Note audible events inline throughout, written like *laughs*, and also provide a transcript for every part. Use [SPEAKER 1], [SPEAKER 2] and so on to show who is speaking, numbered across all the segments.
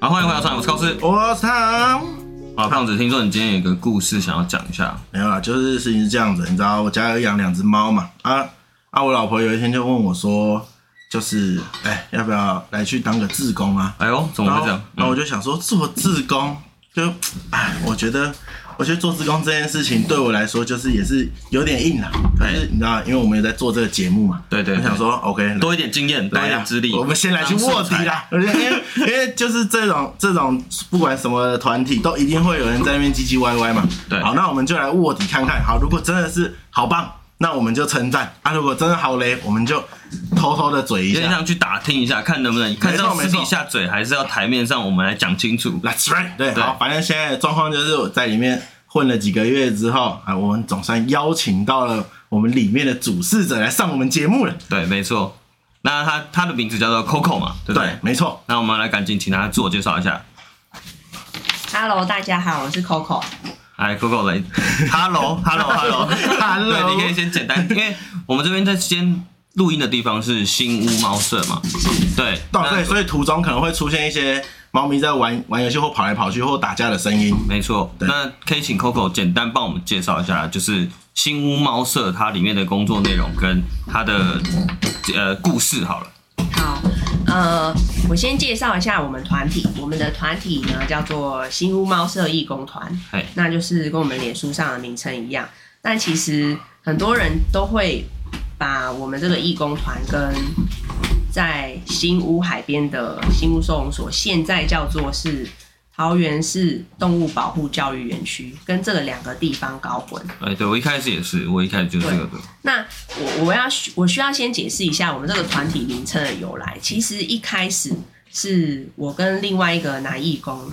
[SPEAKER 1] 好，欢迎回到上海，我是高斯。
[SPEAKER 2] 我是汤，
[SPEAKER 1] 啊，胖子，听说你今天有个故事想要讲一下，
[SPEAKER 2] 没有啦，就是事情是这样子，你知道我家有养两只猫嘛？啊啊，我老婆有一天就问我说，就是哎、要不要来去当个志工啊？
[SPEAKER 1] 哎呦，怎么
[SPEAKER 2] 然
[SPEAKER 1] 会
[SPEAKER 2] 后
[SPEAKER 1] 这样？
[SPEAKER 2] 然后我
[SPEAKER 1] 嗯
[SPEAKER 2] 就想说做志工，就哎，我觉得我觉得做志工这件事情对我来说就是也是有点硬啦，可
[SPEAKER 1] 哎
[SPEAKER 2] 是你知道，因为我们有在做这个节目嘛，
[SPEAKER 1] 对对
[SPEAKER 2] 我
[SPEAKER 1] 对
[SPEAKER 2] 想说 OK，来
[SPEAKER 1] 多一点经验，多一
[SPEAKER 2] 来
[SPEAKER 1] 点
[SPEAKER 2] 啦
[SPEAKER 1] 资历。
[SPEAKER 2] 我们先来去卧底啦。因为因为就是这种这种不管什么团体，都一定会有人在那边唧唧歪歪嘛。
[SPEAKER 1] 对
[SPEAKER 2] 好，那我们就来卧底看看。好，如果真的是好棒，那我们就称赞啊；如果真的好雷，我们就偷偷的嘴一
[SPEAKER 1] 有点
[SPEAKER 2] 下。
[SPEAKER 1] 像去打听一下，看能不能看
[SPEAKER 2] 没错
[SPEAKER 1] 到私
[SPEAKER 2] 没错
[SPEAKER 1] 底下嘴，还是要台面上我们来讲清楚。
[SPEAKER 2] That's right。对，
[SPEAKER 1] 对
[SPEAKER 2] 好，反正现在的状况就是我在里面混了几个月之后啊，我们总算邀请到了我们里面的主事者来上我们节目了。
[SPEAKER 1] 对，没错。那他他的名字叫做 Coco 嘛，对不对？
[SPEAKER 2] 对，没错。
[SPEAKER 1] 那我们来赶紧请他自我介绍一下。
[SPEAKER 3] Hello，大家好，我是 Coco。
[SPEAKER 1] 哎，Coco
[SPEAKER 2] *laughs*
[SPEAKER 1] 来 *laughs* ，Hello，Hello，Hello，
[SPEAKER 2] Hello
[SPEAKER 1] 对，你可以先简单，因为我们这边在先录音的地方是新屋猫舍嘛，对，
[SPEAKER 2] 哦，
[SPEAKER 1] 那
[SPEAKER 2] 对，所以途中可能会出现一些猫咪在玩玩游戏或跑来跑去或打架的声音。
[SPEAKER 1] 没错。
[SPEAKER 2] 对
[SPEAKER 1] 那可以请 Coco 简单帮我们介绍一下，就是新屋猫舍它里面的工作内容跟它的呃故事好了。
[SPEAKER 3] 好，呃，我先介绍一下我们团体。我们的团体呢叫做新屋猫舍义工团
[SPEAKER 1] 嘿，
[SPEAKER 3] 那就是跟我们脸书上的名称一样。但其实很多人都会把我们这个义工团跟在新屋海边的新屋收容所，现在叫做是桃园市动物保护教育园区，跟这个两个地方搞混。
[SPEAKER 1] 哎，对我一开始也是，我一开始就是这个对
[SPEAKER 3] 那我我要我需要先解释一下我们这个团体名称的由来。其实一开始是我跟另外一个男义工，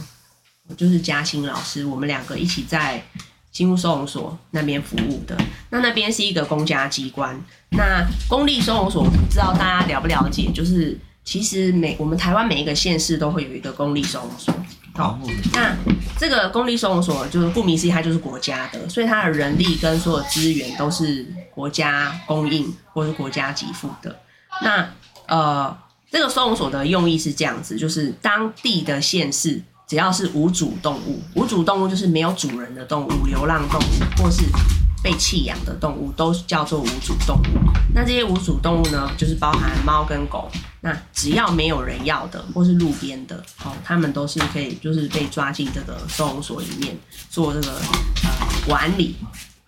[SPEAKER 3] 就是嘉欣老师，我们两个一起在新屋收容所那边服务的。那那边是一个公家机关，那公立收容所我不知道大家了不了解，就是其实每我们台湾每一个县市都会有一个公立收容所。
[SPEAKER 1] 好，
[SPEAKER 3] 那这个公立收容所就是顾名思义，它就是国家的，所以它的人力跟所有资源都是国家供应或是国家给付的。那呃，这个收容所的用意是这样子，就是当地的县市只要是无主动物，无主动物就是没有主人的动物，流浪动物或是被弃养的动物都叫做无主动物。那这些无主动物呢，就是包含猫跟狗。那只要没有人要的，或是路边的，哦，他们都是可以就是被抓进这个收容所里面做这个呃管理。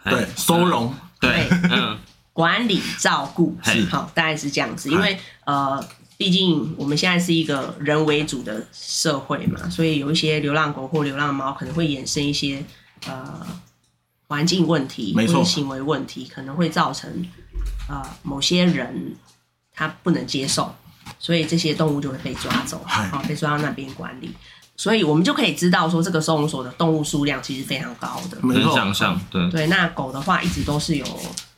[SPEAKER 1] 哎
[SPEAKER 2] 对，收，容。
[SPEAKER 1] 对， *laughs* 嗯，
[SPEAKER 3] 管理照顾，
[SPEAKER 1] 是
[SPEAKER 3] 好，大概是这样子。因为呃，毕竟我们现在是一个人为主的社会嘛，所以有一些流浪狗或流浪猫可能会衍生一些呃环境问题，
[SPEAKER 2] 没错
[SPEAKER 3] 或者行为问题，可能会造成呃某些人他不能接受，所以这些动物就会被抓走，
[SPEAKER 2] 嗨
[SPEAKER 3] 好、被抓到那边管理。所以我们就可以知道说，这个收容所的动物数量其实非常高的。
[SPEAKER 2] 没
[SPEAKER 1] 能
[SPEAKER 2] 错，
[SPEAKER 1] 想象，对，
[SPEAKER 3] 对，那狗的话一直都是有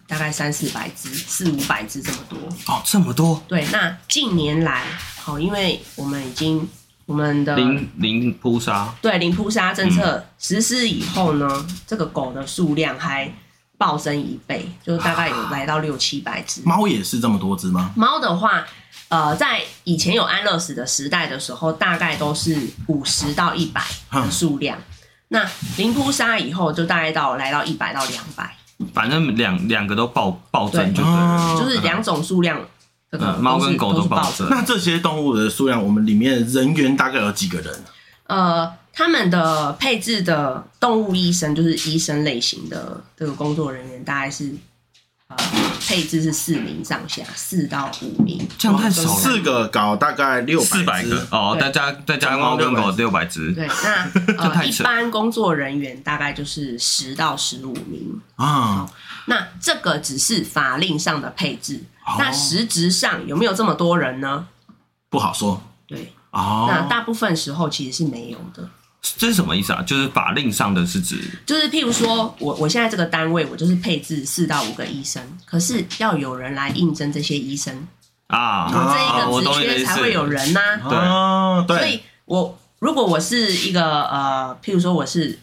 [SPEAKER 3] 大概三四百只、四五百只这么多。
[SPEAKER 1] 哦，这么多，
[SPEAKER 3] 对，那近年来，好、因为我们已经我们的
[SPEAKER 1] 零零扑杀，
[SPEAKER 3] 对零扑杀政策实施以后呢，这个狗的数量还暴增一倍，就大概有来到六七百只。
[SPEAKER 2] 猫也是这么多只吗？
[SPEAKER 3] 猫的话，呃，在以前有安乐死的时代的时候，大概都是五十到一百的数量。那零扑杀以后，就大概到来到一百到两百。
[SPEAKER 1] 反正两两个都暴暴增就对了。
[SPEAKER 2] 哦
[SPEAKER 3] 就是两种数量，这个
[SPEAKER 1] 嗯猫跟狗
[SPEAKER 3] 都
[SPEAKER 1] 都
[SPEAKER 3] 是
[SPEAKER 1] 暴
[SPEAKER 3] 暴
[SPEAKER 1] 增
[SPEAKER 3] 增。
[SPEAKER 2] 那这些动物的数量，我们里面人员大概有几个人？
[SPEAKER 3] 呃，他们的配置的动物医生就是医生类型的这个工作人员，大概是呃配置是四名上下，四到五名。
[SPEAKER 1] 这样太少了
[SPEAKER 2] 四个搞大概六
[SPEAKER 1] 四百个哦，再加再加
[SPEAKER 2] 总共
[SPEAKER 1] 猫跟狗
[SPEAKER 2] 600
[SPEAKER 1] 六百只，
[SPEAKER 3] 对，
[SPEAKER 1] *laughs*
[SPEAKER 3] 那
[SPEAKER 1] 这太
[SPEAKER 3] 呃，一
[SPEAKER 1] 扯
[SPEAKER 3] 般工作人员大概就是十到十五名。
[SPEAKER 2] 啊，
[SPEAKER 3] 那这个只是法令上的配置，
[SPEAKER 2] 哦
[SPEAKER 3] 那实质上有没有这么多人呢？
[SPEAKER 2] 不好说
[SPEAKER 3] 对，那
[SPEAKER 2] 哦。
[SPEAKER 3] 大部分时候其实是没有的。
[SPEAKER 1] 这是什么意思啊？就是法令上的是指
[SPEAKER 3] 就是譬如说，我我现在这个单位，我就是配置四到五个医生，可是要有人来应征这些医生，
[SPEAKER 1] 啊，
[SPEAKER 3] 我这
[SPEAKER 1] 我
[SPEAKER 3] 一个
[SPEAKER 1] 懂
[SPEAKER 3] 职
[SPEAKER 1] 你的意
[SPEAKER 3] 缺才
[SPEAKER 1] 思，嗯
[SPEAKER 3] 会有人呐、
[SPEAKER 1] 对
[SPEAKER 2] 哦，
[SPEAKER 3] 所
[SPEAKER 2] 对，
[SPEAKER 3] 以我如果我是一个呃，譬如说我是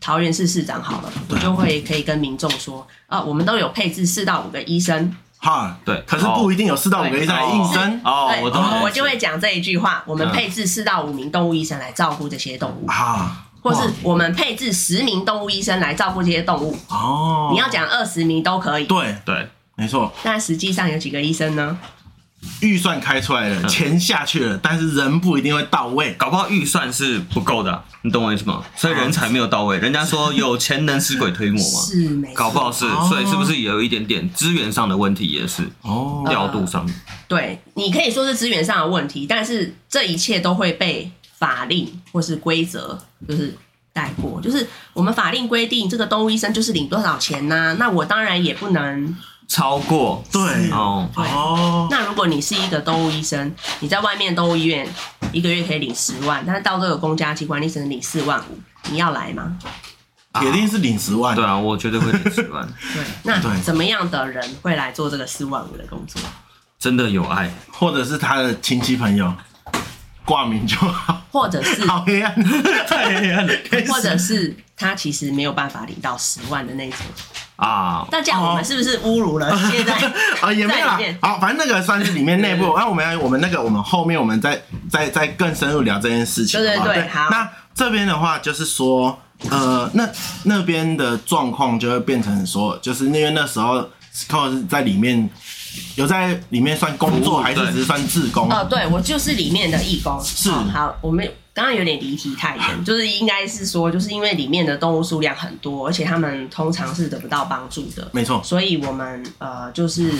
[SPEAKER 3] 桃园市市长好了，我就会可以跟民众说啊、我们都有配置四到五个医生，
[SPEAKER 2] 哈，
[SPEAKER 1] 对
[SPEAKER 2] 可是不一定有四到五个医生来应征
[SPEAKER 1] 哦，
[SPEAKER 3] 对
[SPEAKER 1] 我懂了，
[SPEAKER 3] 我就会讲这一句话：我们
[SPEAKER 1] 嗯
[SPEAKER 3] 配置四到五名动物医生来照顾这些动物，
[SPEAKER 2] 啊，
[SPEAKER 3] 或是
[SPEAKER 2] 哇
[SPEAKER 3] 我们配置十名动物医生来照顾这些动物。
[SPEAKER 2] 哦，
[SPEAKER 3] 你要讲二十名都可以。
[SPEAKER 2] 对，
[SPEAKER 1] 对，
[SPEAKER 2] 没错，
[SPEAKER 3] 那实际上有几个医生呢？
[SPEAKER 2] 预算开出来
[SPEAKER 1] 嗯
[SPEAKER 2] 了，钱下去了，但是人不一定会到位。
[SPEAKER 1] 搞不好预算是不够的啊、你懂我意思吗？所以人才没有到位。人家说有钱能使鬼推磨嘛，
[SPEAKER 3] 是没错
[SPEAKER 1] 搞不好是
[SPEAKER 2] 哦，
[SPEAKER 1] 所以是不是也有一点点资源上的问题，也是
[SPEAKER 3] 啊
[SPEAKER 2] 哦
[SPEAKER 1] 调度上面？
[SPEAKER 3] 对，你可以说是资源上的问题，但是这一切都会被法令或是规则就是带过。就是我们法令规定，这个动物医生就是领多少钱呐、那我当然也不能。
[SPEAKER 1] 超过
[SPEAKER 2] 对
[SPEAKER 1] 哦，
[SPEAKER 3] 对
[SPEAKER 2] 哦，
[SPEAKER 3] 那如果你是一个动物医生，你在外面动物医院一个月可以领十万，但是到这个公家机关，你只能领四万五，你要来吗？
[SPEAKER 2] 铁定是领十万
[SPEAKER 1] 对。啊，我绝对会领十
[SPEAKER 3] *laughs*
[SPEAKER 1] 万，
[SPEAKER 3] 对，那
[SPEAKER 2] 对
[SPEAKER 3] 怎么样的人会来做这个四万五的工作？
[SPEAKER 1] 真的有爱。
[SPEAKER 2] 或者是他的亲戚朋友挂名就好，
[SPEAKER 3] 或者
[SPEAKER 2] *laughs*
[SPEAKER 3] 是
[SPEAKER 2] 好黑暗，太黑暗了。开始
[SPEAKER 3] 或者是他其实没有办法领到十万的那种。
[SPEAKER 1] 啊，
[SPEAKER 3] 大家，我们是不是侮辱了现在
[SPEAKER 2] 啊也没有
[SPEAKER 3] 在
[SPEAKER 2] 啦
[SPEAKER 3] 里面，
[SPEAKER 2] 好，反正那个算是里面内部哎
[SPEAKER 3] 对。对
[SPEAKER 2] 然后我们要我们那个我们后面我们再再再更深入聊这件事情，
[SPEAKER 3] 对对
[SPEAKER 2] 好不好
[SPEAKER 3] 对好
[SPEAKER 2] 那这边的话就是说，呃，那那边的状况就会变成说，就是因为那时候 Scott 是在里面有在里面算工
[SPEAKER 1] 服
[SPEAKER 2] 作，
[SPEAKER 1] 务
[SPEAKER 2] 还是
[SPEAKER 1] 对
[SPEAKER 2] 只是算自工？
[SPEAKER 3] *laughs* 哦，对我就是里面的义工。
[SPEAKER 2] 是
[SPEAKER 3] 哦好，我们刚刚有点离题太远，就是应该是说，就是因为里面的动物数量很多，而且他们通常是得不到帮助的，
[SPEAKER 2] 没错，
[SPEAKER 3] 所以我们呃就是。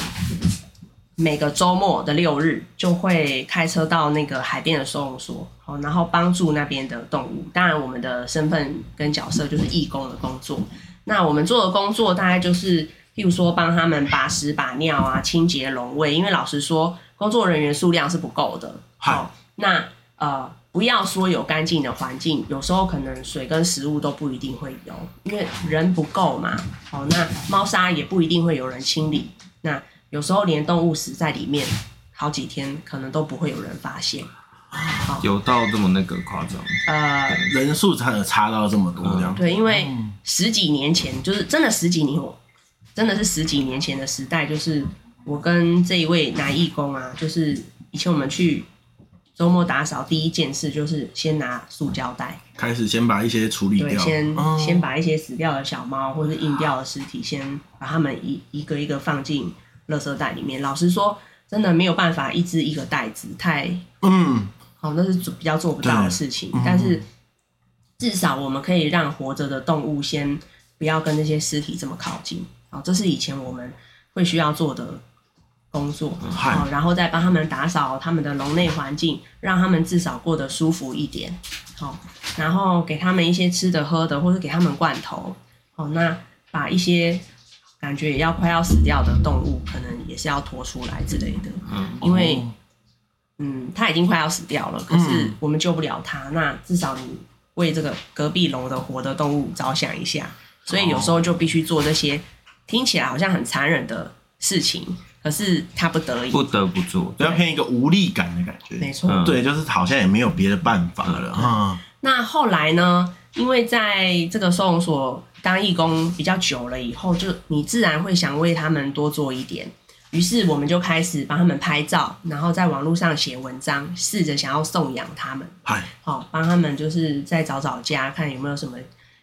[SPEAKER 3] 每个周末的六日就会开车到那个海边的收容所，哦，然后帮助那边的动物。当然，我们的身份跟角色就是义工的工作。那我们做的工作大概就是，譬如说帮他们把屎把尿啊，清洁笼位，因为老实说，工作人员数量是不够的。
[SPEAKER 2] 嗨
[SPEAKER 3] 哦，那呃，不要说有干净的环境，有时候可能水跟食物都不一定会有，因为人不够嘛。哦，那猫砂也不一定会有人清理。那有时候连动物死在里面好几天，可能都不会有人发现。
[SPEAKER 1] 有到这么那个夸张？
[SPEAKER 3] 呃，
[SPEAKER 2] 人数才有差到这么
[SPEAKER 1] 嗯
[SPEAKER 2] 多这样。
[SPEAKER 3] 对，因为
[SPEAKER 2] 哦
[SPEAKER 3] 十几年前，就是真的十几年，我真的是十几年前的时代，就是我跟这一位男义工啊，就是以前我们去周末打扫，第一件事就是先拿塑胶袋，
[SPEAKER 2] 开始先把一些处理
[SPEAKER 3] 对，
[SPEAKER 2] 掉，
[SPEAKER 3] 先、
[SPEAKER 2] 哦
[SPEAKER 3] 先把一些死掉的小猫或是硬掉的尸体，先把它们一一个一个放进垃圾袋里面。老实说，真的没有办法一只一个袋子，太
[SPEAKER 2] 嗯，
[SPEAKER 3] 哦，那是做比较做不到的
[SPEAKER 2] 对
[SPEAKER 3] 事情
[SPEAKER 2] 嗯。
[SPEAKER 3] 但是至少我们可以让活着的动物先不要跟那些尸体这么靠近。哦，这是以前我们会需要做的工作。
[SPEAKER 2] 嗯嗨
[SPEAKER 3] 哦，然后再帮他们打扫他们的笼内环境，让他们至少过得舒服一点。好、然后给他们一些吃的喝的，或者给他们罐头。哦，那把一些感觉也要快要死掉的动物，可能也是要拖出来之类的。
[SPEAKER 1] 嗯，
[SPEAKER 3] 因为、
[SPEAKER 2] 哦
[SPEAKER 3] 嗯，它已经快要死掉了，可是
[SPEAKER 2] 嗯
[SPEAKER 3] 我们救不了它，那至少你为这个隔壁笼的活的动物着想一下，所以有
[SPEAKER 1] 哦
[SPEAKER 3] 时候就必须做这些听起来好像很残忍的事情，可是他不得已
[SPEAKER 1] 不，得不做。
[SPEAKER 2] 比较偏一个无力感的感觉。
[SPEAKER 3] 没错。
[SPEAKER 1] 嗯
[SPEAKER 2] 对，就是好像也没有别的办法了。嗯，
[SPEAKER 3] 那后来呢？因为在这个收容所当义工比较久了以后，就你自然会想为他们多做一点。于是我们就开始帮他们拍照，然后在网络上写文章，试着想要颂扬他们。
[SPEAKER 2] 嗨，
[SPEAKER 3] 好、帮他们就是再找找家，看有没有什么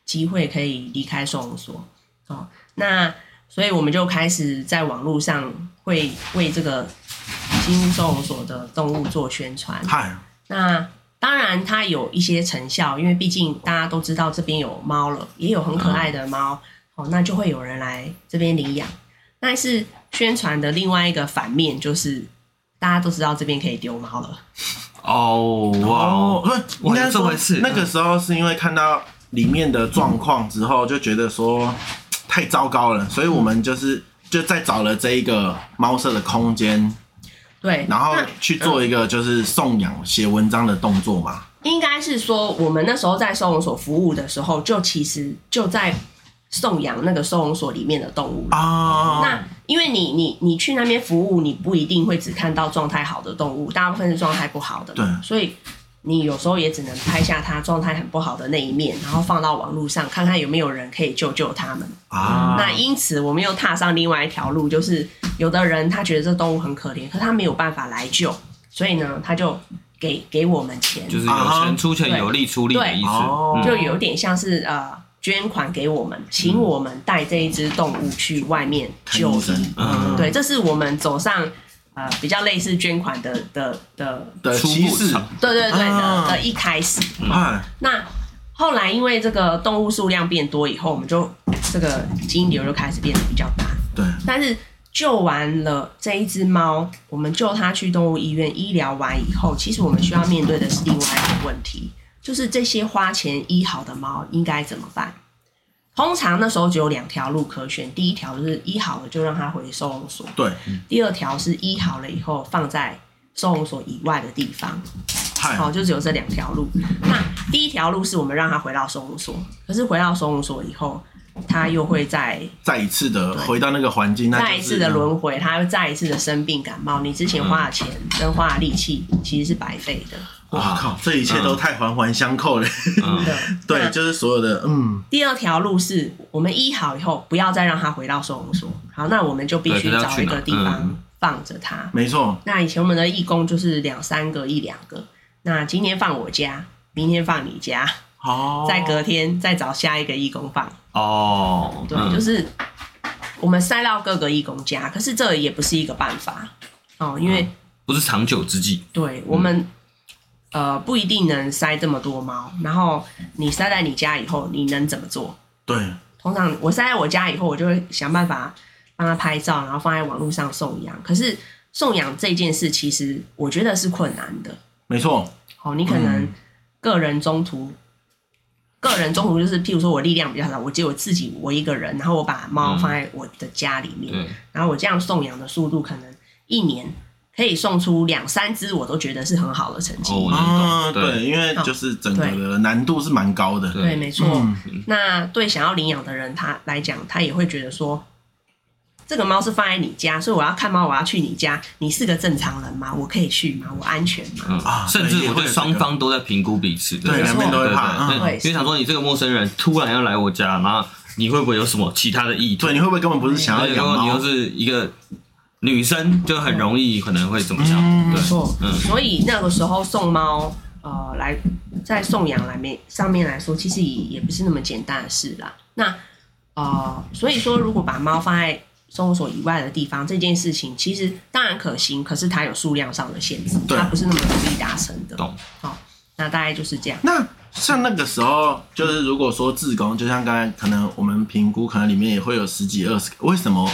[SPEAKER 3] 机会可以离开收容所。哦，那所以我们就开始在网络上会为这个新收容所的动物做宣传。
[SPEAKER 2] 嗨，
[SPEAKER 3] 那当然它有一些成效，因为毕竟大家都知道这边有猫了，也有很可爱的猫，
[SPEAKER 2] 嗯
[SPEAKER 3] 哦，那就会有人来这边领养。但是宣传的另外一个反面就是，大家都知道这边可以丢猫了。
[SPEAKER 1] 哦哇
[SPEAKER 2] 哦，
[SPEAKER 1] 哦，
[SPEAKER 2] 不，应该
[SPEAKER 1] 这
[SPEAKER 2] 说
[SPEAKER 1] 回事
[SPEAKER 2] 那个时候是因为看到里面的状况之后，就觉得说太糟糕了，所以我们就是就再找了这一个猫舍的空间，
[SPEAKER 3] 对，
[SPEAKER 2] 然后
[SPEAKER 3] 那
[SPEAKER 2] 去做一个就是送养、写文章的动作嘛。
[SPEAKER 3] 应该是说，我们那时候在收容所服务的时候，就其实就在送养那个收容所里面的动物。
[SPEAKER 2] 啊，
[SPEAKER 3] 那因为你你你去那边服务，你不一定会只看到状态好的动物，大部分是状态不好的嘛。
[SPEAKER 2] 对
[SPEAKER 3] 所以你有时候也只能拍下他状态很不好的那一面，然后放到网络上，看看有没有人可以救救他们。
[SPEAKER 2] 啊，
[SPEAKER 3] 那因此，我们又踏上另外一条路，就是有的人他觉得这动物很可怜，可他没有办法来救，所以呢，他就给给我们钱，
[SPEAKER 1] 就是
[SPEAKER 2] 啊
[SPEAKER 1] 有
[SPEAKER 2] 哈
[SPEAKER 1] 钱出钱，有力出力的意思。
[SPEAKER 2] 哦
[SPEAKER 1] 嗯
[SPEAKER 3] 就有点像是呃捐款给我们，请我们带这一只动物去外面
[SPEAKER 2] 看
[SPEAKER 3] 就
[SPEAKER 2] 医
[SPEAKER 3] 医。
[SPEAKER 2] 生
[SPEAKER 1] 嗯
[SPEAKER 3] 对，这是我们走上呃比较类似捐款的的的，
[SPEAKER 2] 的
[SPEAKER 1] 初步
[SPEAKER 2] 歧视
[SPEAKER 1] 尝
[SPEAKER 3] 对对对的
[SPEAKER 2] 啊
[SPEAKER 3] 的一开始。
[SPEAKER 2] 啊，
[SPEAKER 3] 那后来因为这个动物数量变多以后，我们就这个金流就开始变得比较大。
[SPEAKER 2] 对，
[SPEAKER 3] 但是救完了这一只猫，我们救它去动物医院医疗完以后，其实我们需要面对的是另外一个问题，就是这些花钱医好的猫应该怎么办？通常那时候只有两条路可选，第一条就是医好了就让它回收容所，
[SPEAKER 2] 对，
[SPEAKER 3] 第二条是医好了以后放在收容所以外的地方。
[SPEAKER 2] 嗨，
[SPEAKER 3] 好，就只有这两条路。那第一条路是我们让它回到收容所，可是回到收容所以后，它又会在
[SPEAKER 2] 再一次的回到那个环境，那
[SPEAKER 3] 再
[SPEAKER 2] 就
[SPEAKER 3] 一
[SPEAKER 2] 是
[SPEAKER 3] 次的轮回，他又再一次的生病感冒，你之前花的钱跟花的力气其实是白费的。
[SPEAKER 2] 哇靠，这一切都太环环相扣了。 *laughs*
[SPEAKER 1] 嗯
[SPEAKER 3] 对
[SPEAKER 2] 对，
[SPEAKER 3] 那
[SPEAKER 2] 就是所有的，嗯，
[SPEAKER 3] 第二条路是我们医好以后，不要再让他回到收容所。好，那我们就必须
[SPEAKER 1] 对不要
[SPEAKER 3] 找
[SPEAKER 1] 去
[SPEAKER 3] 一
[SPEAKER 1] 哪
[SPEAKER 3] 个地
[SPEAKER 1] 嗯
[SPEAKER 3] 方放着他。
[SPEAKER 2] 没错，
[SPEAKER 3] 那以前我们的义工就是两三个一两个，那今天放我家，明天放你家，
[SPEAKER 2] 哦，
[SPEAKER 3] 再隔天再找下一个义工放。
[SPEAKER 1] 哦，
[SPEAKER 3] 对，
[SPEAKER 1] 嗯
[SPEAKER 3] 就是我们塞到各个义工家，可是这也不是一个办法哦，因为
[SPEAKER 1] 不是长久之计。
[SPEAKER 3] 对我们、呃不一定能塞这么多猫，然后你塞在你家以后，你能怎么做？
[SPEAKER 2] 对，
[SPEAKER 3] 通常我塞在我家以后，我就会想办法帮它拍照，然后放在网络上送养。可是送养这件事，其实我觉得是困难的。
[SPEAKER 2] 没错，
[SPEAKER 3] 哦，你可能
[SPEAKER 1] 嗯
[SPEAKER 3] 个人中途，个人中途就是，譬如说我力量比较少，我只有自己我一个人，然后我把猫放在我的家里面，
[SPEAKER 1] 嗯对，
[SPEAKER 2] 嗯
[SPEAKER 3] 然后我这样送养的速度，可能一年可以送出两三只，我都觉得是很好的成绩。
[SPEAKER 1] 哦我能懂
[SPEAKER 2] 啊，
[SPEAKER 1] 对
[SPEAKER 2] 对，因为
[SPEAKER 3] 好
[SPEAKER 2] 就是整个的难度是蛮高的，
[SPEAKER 1] 对
[SPEAKER 3] 对，嗯没错。
[SPEAKER 2] 嗯
[SPEAKER 3] 那对想要领养的人，他来讲，他也会觉得说，这个猫是放在你家，所以我要看猫，我要去你家，你是个正常人吗？我可以去吗？我安全吗？
[SPEAKER 1] 嗯
[SPEAKER 2] 啊
[SPEAKER 1] 甚至
[SPEAKER 2] 对
[SPEAKER 1] 我对
[SPEAKER 2] 也会有这个
[SPEAKER 1] 双方都在评估彼此，
[SPEAKER 2] 对
[SPEAKER 1] 不
[SPEAKER 3] 两边都
[SPEAKER 2] 会
[SPEAKER 1] 对
[SPEAKER 2] 怕
[SPEAKER 1] 对对
[SPEAKER 2] 嗯
[SPEAKER 1] 因
[SPEAKER 3] 对
[SPEAKER 1] 为想说你这个陌生人突然要来我家，然后你会不会有什么其他的意图
[SPEAKER 2] 对，？你会不会根本不是想要
[SPEAKER 1] 对，如
[SPEAKER 2] 养
[SPEAKER 1] 果你
[SPEAKER 2] 猫
[SPEAKER 1] 又？是一个女生，就很容易可能会怎么想？
[SPEAKER 2] 嗯
[SPEAKER 1] 对
[SPEAKER 3] 没，错，
[SPEAKER 1] 嗯
[SPEAKER 3] 所以那个时候送猫，呃，来在送养来面上面来说，其实也也不是那么简单的事啦。那呃，所以说如果把猫放在收容所以外的地方，这件事情其实当然可行，可是它有数量上的限制，
[SPEAKER 2] 对
[SPEAKER 3] 它不是那么容易达成的。
[SPEAKER 1] 懂？
[SPEAKER 3] 好、那大概就是这样。
[SPEAKER 2] 那像那个时候，就是如果说自工，就像刚才可能我们评估，可能里面也会有十几二十个，为什么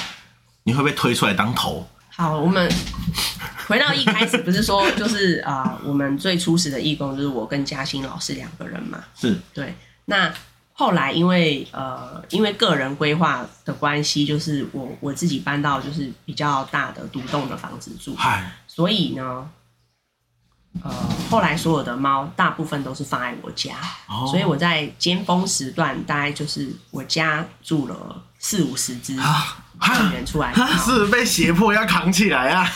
[SPEAKER 2] 你会被推出来当头？
[SPEAKER 3] 好，我们 *laughs* 回到一开始，不是说就是啊、呃我们最初始的义工就是我跟嘉欣老师两个人嘛。
[SPEAKER 2] 是
[SPEAKER 3] 对，那后来因为呃，因为个人规划的关系，就是我我自己搬到就是比较大的独栋的房子住，
[SPEAKER 2] 嗨，
[SPEAKER 3] 所以呢，呃，后来所有的猫大部分都是放在我家，
[SPEAKER 2] 哦
[SPEAKER 3] 所以我在尖峰时段大概就是我家住了四五十只
[SPEAKER 2] 啊哈
[SPEAKER 3] 动物园出来的猫，
[SPEAKER 2] *laughs* 是被胁迫要扛起来啊！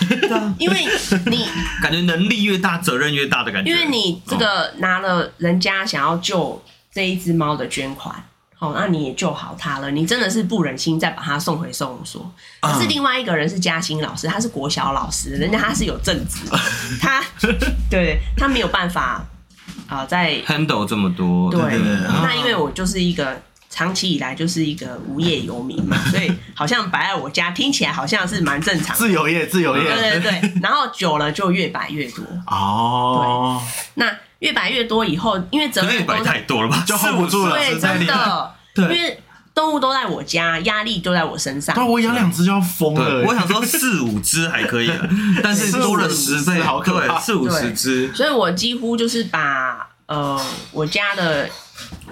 [SPEAKER 3] 因为你
[SPEAKER 1] 感觉能力越大，责任越大的感觉。
[SPEAKER 3] 因为你这个拿了人家想要救这一只猫的捐款，好、那你也救好它了，你真的是不忍心再把它送回收容所。可是另外一个人是嘉欣老师，他是国小老师，人家他是有正职的， *laughs* 他对他没有办法啊、呃在
[SPEAKER 1] handle 这么多，
[SPEAKER 3] 哦对嗯
[SPEAKER 2] 对对
[SPEAKER 1] 嗯
[SPEAKER 2] 对
[SPEAKER 3] 那因为我就是一个。长期以来就是一个无业游民嘛，所以好像摆在我家听起来好像是蛮正常的，
[SPEAKER 2] 自由业，自由业，
[SPEAKER 3] 对对对。然后久了就越摆越多，
[SPEAKER 2] 哦，
[SPEAKER 3] 那越摆越多以后，因为责
[SPEAKER 1] 责
[SPEAKER 3] 任
[SPEAKER 1] 任
[SPEAKER 3] 都
[SPEAKER 1] 摆太多了吧？
[SPEAKER 2] 就 hold 不住了，
[SPEAKER 3] 对，
[SPEAKER 2] 实在
[SPEAKER 3] 真
[SPEAKER 2] 厉害。
[SPEAKER 1] *laughs*
[SPEAKER 3] 的，因为动物都在我家，压力都在我身上
[SPEAKER 2] 对，。啊我养两只就要疯了
[SPEAKER 1] 对，。我想说四五只还可以了，
[SPEAKER 2] *laughs*
[SPEAKER 1] 但是
[SPEAKER 2] 四五
[SPEAKER 1] 多了十倍，
[SPEAKER 2] 只好可怕
[SPEAKER 1] 对，四五十只，
[SPEAKER 3] 所以我几乎就是把呃我家的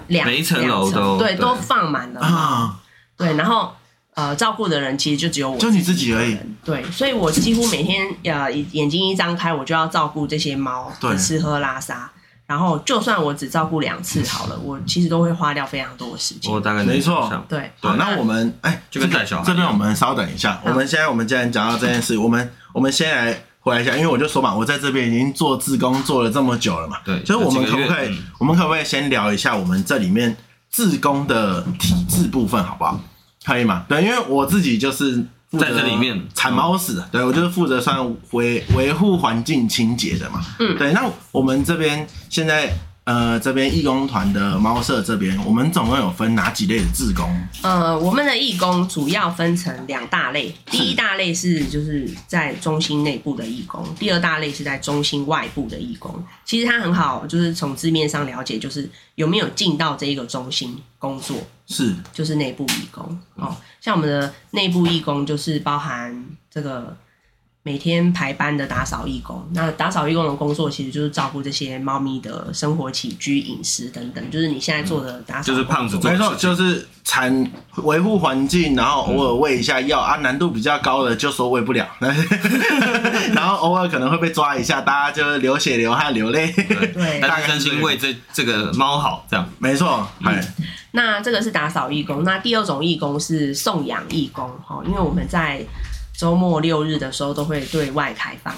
[SPEAKER 3] 两
[SPEAKER 1] 每一层楼都
[SPEAKER 3] 两层对
[SPEAKER 1] 对
[SPEAKER 3] 都放满了嘛，
[SPEAKER 2] 啊，
[SPEAKER 3] 对，然后呃照顾的人其实就只有我，
[SPEAKER 2] 就你自己而已。
[SPEAKER 3] 对，所以我几乎每天呃眼睛一张开，我就要照顾这些猫，
[SPEAKER 2] 对
[SPEAKER 3] 吃喝拉撒。然后就算我只照顾两次好了，我其实都会花掉非常多的时间
[SPEAKER 1] 我。大概能
[SPEAKER 2] 没错
[SPEAKER 1] 想象
[SPEAKER 3] 对，
[SPEAKER 2] 好，那我们哎，
[SPEAKER 1] 就跟带小孩
[SPEAKER 2] 这边
[SPEAKER 1] 一
[SPEAKER 2] 我
[SPEAKER 1] 样
[SPEAKER 2] 们稍等一下，我们现在我们既然讲到这件事，我们我们先来。回来一下，因为我就说嘛，我在这边已经做志工做了这么久了嘛，
[SPEAKER 1] 对
[SPEAKER 2] 就是我们
[SPEAKER 1] 有几
[SPEAKER 2] 可
[SPEAKER 1] 个月
[SPEAKER 2] 不可以
[SPEAKER 1] 嗯，
[SPEAKER 2] 我们可不可以先聊一下我们这里面志工的体制部分，好不好？可以吗？对，因为我自己就是负责
[SPEAKER 1] 在这里面嗯
[SPEAKER 2] 铲猫屎的，对我就是负责算维维护环境清洁的嘛，
[SPEAKER 3] 嗯
[SPEAKER 2] 对。那我们这边现在呃这边义工团的猫舍这边，我们总共有分哪几类的志工？
[SPEAKER 3] 呃，我们的义工主要分成两大类，第一大类是就是在中心内部的义工，第二大类是在中心外部的义工。其实它很好，就是从字面上了解，就是有没有进到这一个中心工作，
[SPEAKER 2] 是
[SPEAKER 3] 就是内部义工
[SPEAKER 1] 嗯
[SPEAKER 3] 哦。像我们的内部义工就是包含这个每天排班的打扫义工。那打扫义工的工作其实就是照顾这些猫咪的生活起居、饮食等等，就是你现在做的打
[SPEAKER 1] 就
[SPEAKER 3] 扫工
[SPEAKER 1] 是
[SPEAKER 3] 作、
[SPEAKER 1] 胖子做
[SPEAKER 2] 没
[SPEAKER 1] 的
[SPEAKER 2] 错，
[SPEAKER 1] 事情，
[SPEAKER 2] 就是产维护环境，然后偶尔喂一下药、啊，难度比较高的就说喂不了， *laughs* 然后偶尔可能会被抓一下，大家就流血、流汗、流泪。
[SPEAKER 3] 对
[SPEAKER 1] 但是真心为这这个猫好，这样
[SPEAKER 2] 没错，哎、
[SPEAKER 3] 那这个是打扫义工，那第二种义工是送养义工，哦，因为我们在周末六日的时候都会对外开放，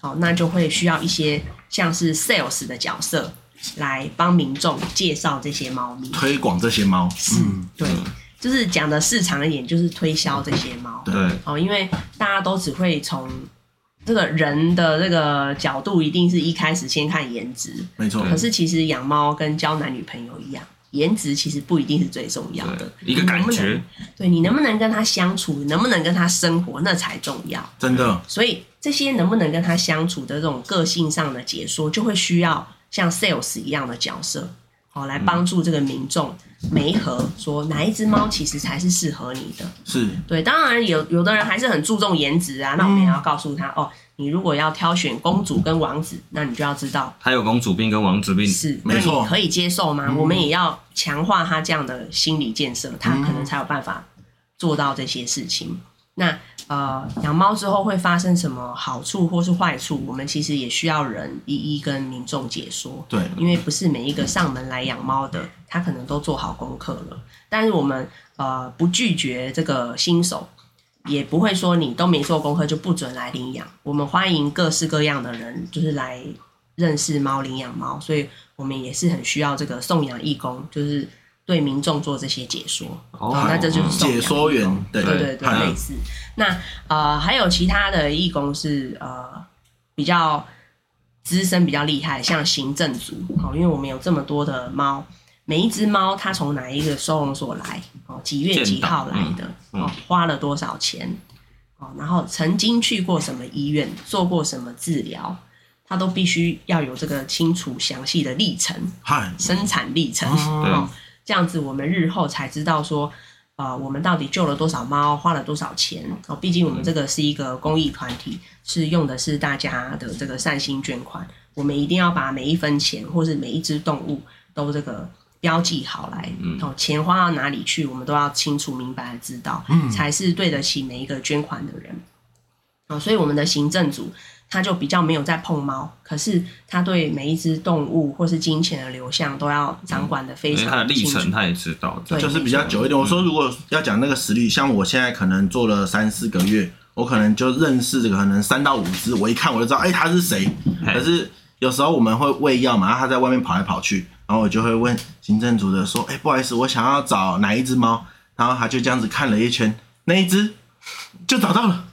[SPEAKER 3] 好，那就会需要一些像是 sales 的角色来帮民众介绍这些猫咪，
[SPEAKER 2] 推广这些猫，嗯
[SPEAKER 3] 是、对，就是讲的市场一点，就是推销这些猫，
[SPEAKER 2] 对
[SPEAKER 1] 对，
[SPEAKER 3] 哦，因为大家都只会从这个人的这个角度，一定是一开始先看颜值，
[SPEAKER 2] 没错，
[SPEAKER 3] 可是其实养猫跟交男女朋友一样，颜值其实不一定是最重要的，
[SPEAKER 1] 对一个感
[SPEAKER 3] 你能不
[SPEAKER 1] 觉
[SPEAKER 3] 能。对你能不能跟他相处，能不能跟他生活，那才重要。
[SPEAKER 2] 真的
[SPEAKER 3] 所以这些能不能跟他相处的这种个性上的解说，就会需要像 sales 一样的角色，好、来帮助这个民众媒合，说哪一只猫其实才是适合你的。
[SPEAKER 2] 是
[SPEAKER 3] 对，当然有有的人还是很注重颜值啊，那我们也要告诉他、哦，你如果要挑选公主跟王子，那你就要知道
[SPEAKER 1] 还有公主病跟王子病，
[SPEAKER 3] 是，
[SPEAKER 2] 没
[SPEAKER 3] 那你
[SPEAKER 2] 错嗯
[SPEAKER 3] 可以接受吗？我们也要强化他这样的心理建设，他可能才有办法做到这些事情。那呃，养猫之后会发生什么好处或是坏处，我们其实也需要人一一跟民众解说。
[SPEAKER 2] 对，
[SPEAKER 3] 因为不是每一个上门来养猫的，他可能都做好功课了。但是我们呃不拒绝这个新手，也不会说你都没做功课就不准来领养。我们欢迎各式各样的人，就是来认识猫、领养猫，所以我们也是很需要这个送养义工，就是对民众做这些解说。
[SPEAKER 1] 哦
[SPEAKER 3] 好那这就是送养
[SPEAKER 2] 解说员，对
[SPEAKER 3] 对对对，
[SPEAKER 1] 嗯
[SPEAKER 3] 类似。那呃，还有其他的义工是呃比较资深、比较厉害，像行政组哦，因为我们有这么多的猫，每一只猫它从哪一个收容所来哦，几月
[SPEAKER 1] 建
[SPEAKER 3] 几
[SPEAKER 1] 档
[SPEAKER 3] 号来的
[SPEAKER 1] 嗯
[SPEAKER 3] 哦，花了多少钱哦，然后曾经去过什么医院，做过什么治疗。它都必须要有这个清楚详细的历程，
[SPEAKER 2] 嗨，
[SPEAKER 3] 生产历程，
[SPEAKER 2] 哦
[SPEAKER 3] 哦，这样子我们日后才知道说，呃，我们到底救了多少猫，花了多少钱哦。毕竟我们这个是一个公益团体，是用的是大家的这个善心捐款，我们一定要把每一分钱或是每一只动物都这个。标记好来，
[SPEAKER 1] 嗯
[SPEAKER 3] 哦，钱花到哪里去，我们都要清楚明白的知道，
[SPEAKER 1] 嗯
[SPEAKER 3] 才是对得起每一个捐款的人。哦，所以我们的行政组他就比较没有在碰猫，可是他对每一只动物或是金钱的流向都要掌管的非
[SPEAKER 1] 因为它的
[SPEAKER 3] 常
[SPEAKER 1] 历
[SPEAKER 3] 清楚。
[SPEAKER 1] 程哎啊他也知道，这样
[SPEAKER 3] 对
[SPEAKER 2] 就是比较久一
[SPEAKER 1] 嗯
[SPEAKER 2] 点。我说如果要讲那个实力，像我现在可能做了三四个月，我可能就认识可能三到五只，我一看我就知道，哎、他是谁。
[SPEAKER 1] 嘿
[SPEAKER 2] 可是有时候我们会喂药嘛，然后他在外面跑来跑去，然后我就会问行政组的说，哎、不好意思，我想要找哪一只猫，然后他就这样子看了一圈，那一只就找到了。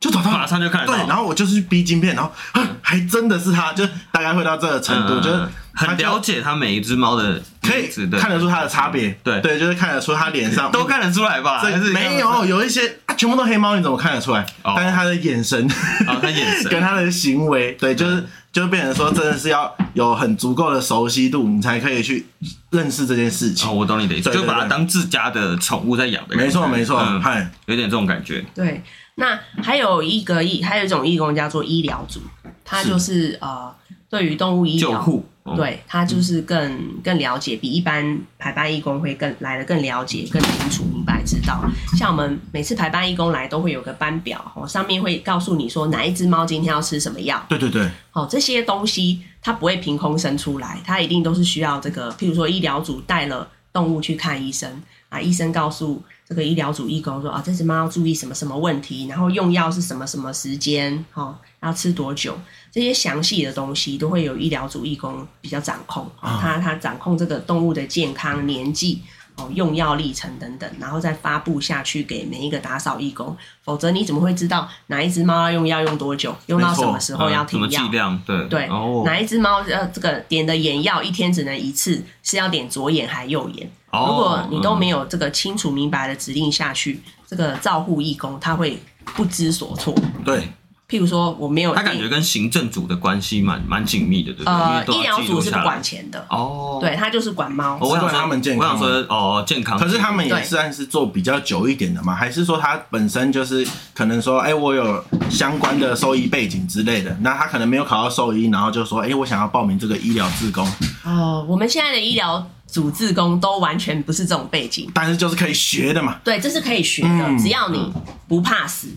[SPEAKER 2] 就找到了，
[SPEAKER 1] 马上就看得到
[SPEAKER 2] 对，然后我就去逼晶片，然后啊还真的是他，就大概会到这个程度，
[SPEAKER 1] 嗯
[SPEAKER 2] 就是
[SPEAKER 1] 嗯
[SPEAKER 2] 他就
[SPEAKER 1] 很了解他每一只猫的
[SPEAKER 2] 可以
[SPEAKER 1] 名字的，嗯
[SPEAKER 2] 看得出他的差别，
[SPEAKER 1] 对
[SPEAKER 2] 对，就是看得出他脸上
[SPEAKER 1] 都看得出来吧？
[SPEAKER 2] 这
[SPEAKER 1] 还是
[SPEAKER 2] 没有，有一些、啊、全部都黑猫，你怎么看得出来？
[SPEAKER 1] 哦
[SPEAKER 2] 但是他的眼神，
[SPEAKER 1] 哦他眼神
[SPEAKER 2] 跟他的行为，对，就是就变成说，真的是要有很足够的熟悉度，你才可以去认识这件事情。
[SPEAKER 1] 哦，我懂你的意思，
[SPEAKER 2] 对对
[SPEAKER 1] 就把它
[SPEAKER 2] 对
[SPEAKER 1] 当自家的宠物在养的感觉，
[SPEAKER 2] 没错，没错，
[SPEAKER 1] 嗯
[SPEAKER 2] 嗨、
[SPEAKER 1] 有点这种感觉。
[SPEAKER 3] 对，那还有一个义，还有一种义工叫做医疗组，他就是呃，对于动物医
[SPEAKER 1] 救
[SPEAKER 3] 疗，
[SPEAKER 1] 护，哦，
[SPEAKER 3] 对他就是更更了解，比一般排班义工会更来的更了解、更清楚、明白知道。像我们每次排班义工来，都会有个班表，哦，上面会告诉你说哪一只猫今天要吃什么药，
[SPEAKER 2] 对对
[SPEAKER 1] 嗯
[SPEAKER 2] 对，
[SPEAKER 3] 哦，这些东西它不会凭空生出来，它一定都是需要这个，譬如说医疗组带了动物去看医生，啊，医生告诉这个医疗组义工说啊，这只猫要注意什么什么问题，然后用药是什么什么时间，哦，要吃多久，这些详细的东西都会有医疗组义工比较掌控，哦、他他掌控这个动物的健康、年纪。哦，用药历程等等，然后再发布下去给每一个打扫义工，否则你怎么会知道哪一只猫要用药用多久，用到什么时候要
[SPEAKER 1] 嗯什么
[SPEAKER 3] 停
[SPEAKER 1] 剂
[SPEAKER 3] 药？
[SPEAKER 1] 量？对
[SPEAKER 3] 对，
[SPEAKER 1] 哦
[SPEAKER 3] 哪一只猫呃，这个点的眼药一天只能一次，是要点左眼还右眼？
[SPEAKER 1] 哦
[SPEAKER 3] 如果你都没有这个清楚明白的指令下去，这个照护义工他会不知所措。
[SPEAKER 2] 对，
[SPEAKER 3] 譬如说，我没有
[SPEAKER 1] 他感觉跟行政组的关系蛮蛮紧密的，对不对？因
[SPEAKER 3] 呃
[SPEAKER 1] 为都要
[SPEAKER 3] 医疗
[SPEAKER 1] 记录
[SPEAKER 3] 组是
[SPEAKER 1] 下
[SPEAKER 3] 不
[SPEAKER 1] 来
[SPEAKER 3] 管钱的，
[SPEAKER 1] 哦，
[SPEAKER 3] 对他就是管猫。
[SPEAKER 1] 哦，我想
[SPEAKER 2] 是为
[SPEAKER 1] 说
[SPEAKER 2] 了他们健康
[SPEAKER 1] 我想说哦，健康。
[SPEAKER 2] 可是他们也
[SPEAKER 3] 对
[SPEAKER 2] 算是做比较久一点的嘛，还是说他本身就是可能说，哎、我有相关的兽医背景之类的，那他可能没有考到兽医，然后就说，哎、我想要报名这个医疗志工，
[SPEAKER 3] 哦，我们现在的医疗组志工都完全不是这种背景。
[SPEAKER 2] 但是就是可以学的嘛。
[SPEAKER 3] 对，这是可以学的，
[SPEAKER 2] 嗯
[SPEAKER 3] 只要你不怕死，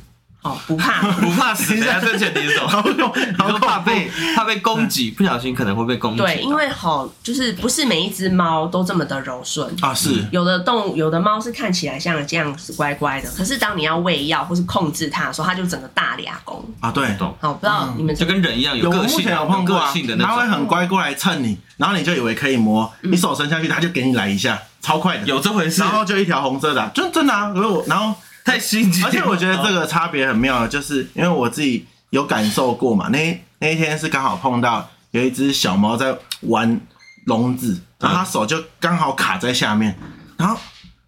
[SPEAKER 3] 哦，不
[SPEAKER 1] *laughs*
[SPEAKER 3] 怕
[SPEAKER 1] 不
[SPEAKER 2] *laughs*
[SPEAKER 1] 怕死，等一下这前提是什么？ *laughs* *laughs* 你
[SPEAKER 2] 好
[SPEAKER 1] 说怕
[SPEAKER 2] 恐怖
[SPEAKER 1] 被怕被攻击，不小心可能会被攻击到。
[SPEAKER 3] 对，因为好、就是不是每一只猫都这么的柔顺。
[SPEAKER 2] 啊，是
[SPEAKER 3] 有的动物，有的猫是看起来像这样子乖乖的，可是当你要喂药或是控制它的时候，它就整个大俩弓。
[SPEAKER 2] 啊，对，
[SPEAKER 1] 懂
[SPEAKER 3] 好，不知道你们
[SPEAKER 1] 就
[SPEAKER 3] 这个
[SPEAKER 1] 跟人一样，
[SPEAKER 2] 有
[SPEAKER 1] 嗯
[SPEAKER 2] 我
[SPEAKER 1] 个
[SPEAKER 2] 目
[SPEAKER 1] 性，
[SPEAKER 2] 前有碰过
[SPEAKER 1] 个
[SPEAKER 2] 啊
[SPEAKER 1] 性的，那
[SPEAKER 2] 他会
[SPEAKER 1] 种。嗯
[SPEAKER 2] 很乖过来蹭你，然后你就以为可以摸，你手伸下去，他就给你来一下，超快的，
[SPEAKER 1] 有这回事
[SPEAKER 2] 然，后就一条红色的啊、就真的啊，因为我然后。
[SPEAKER 1] 太心 *laughs* 机。哦
[SPEAKER 2] 而且我觉得 *laughs* 这个差别很妙，就是因为我自己有感受过嘛。那那一天是刚好碰到有一只小猫在玩笼子，然后它手就刚好卡在下面，然后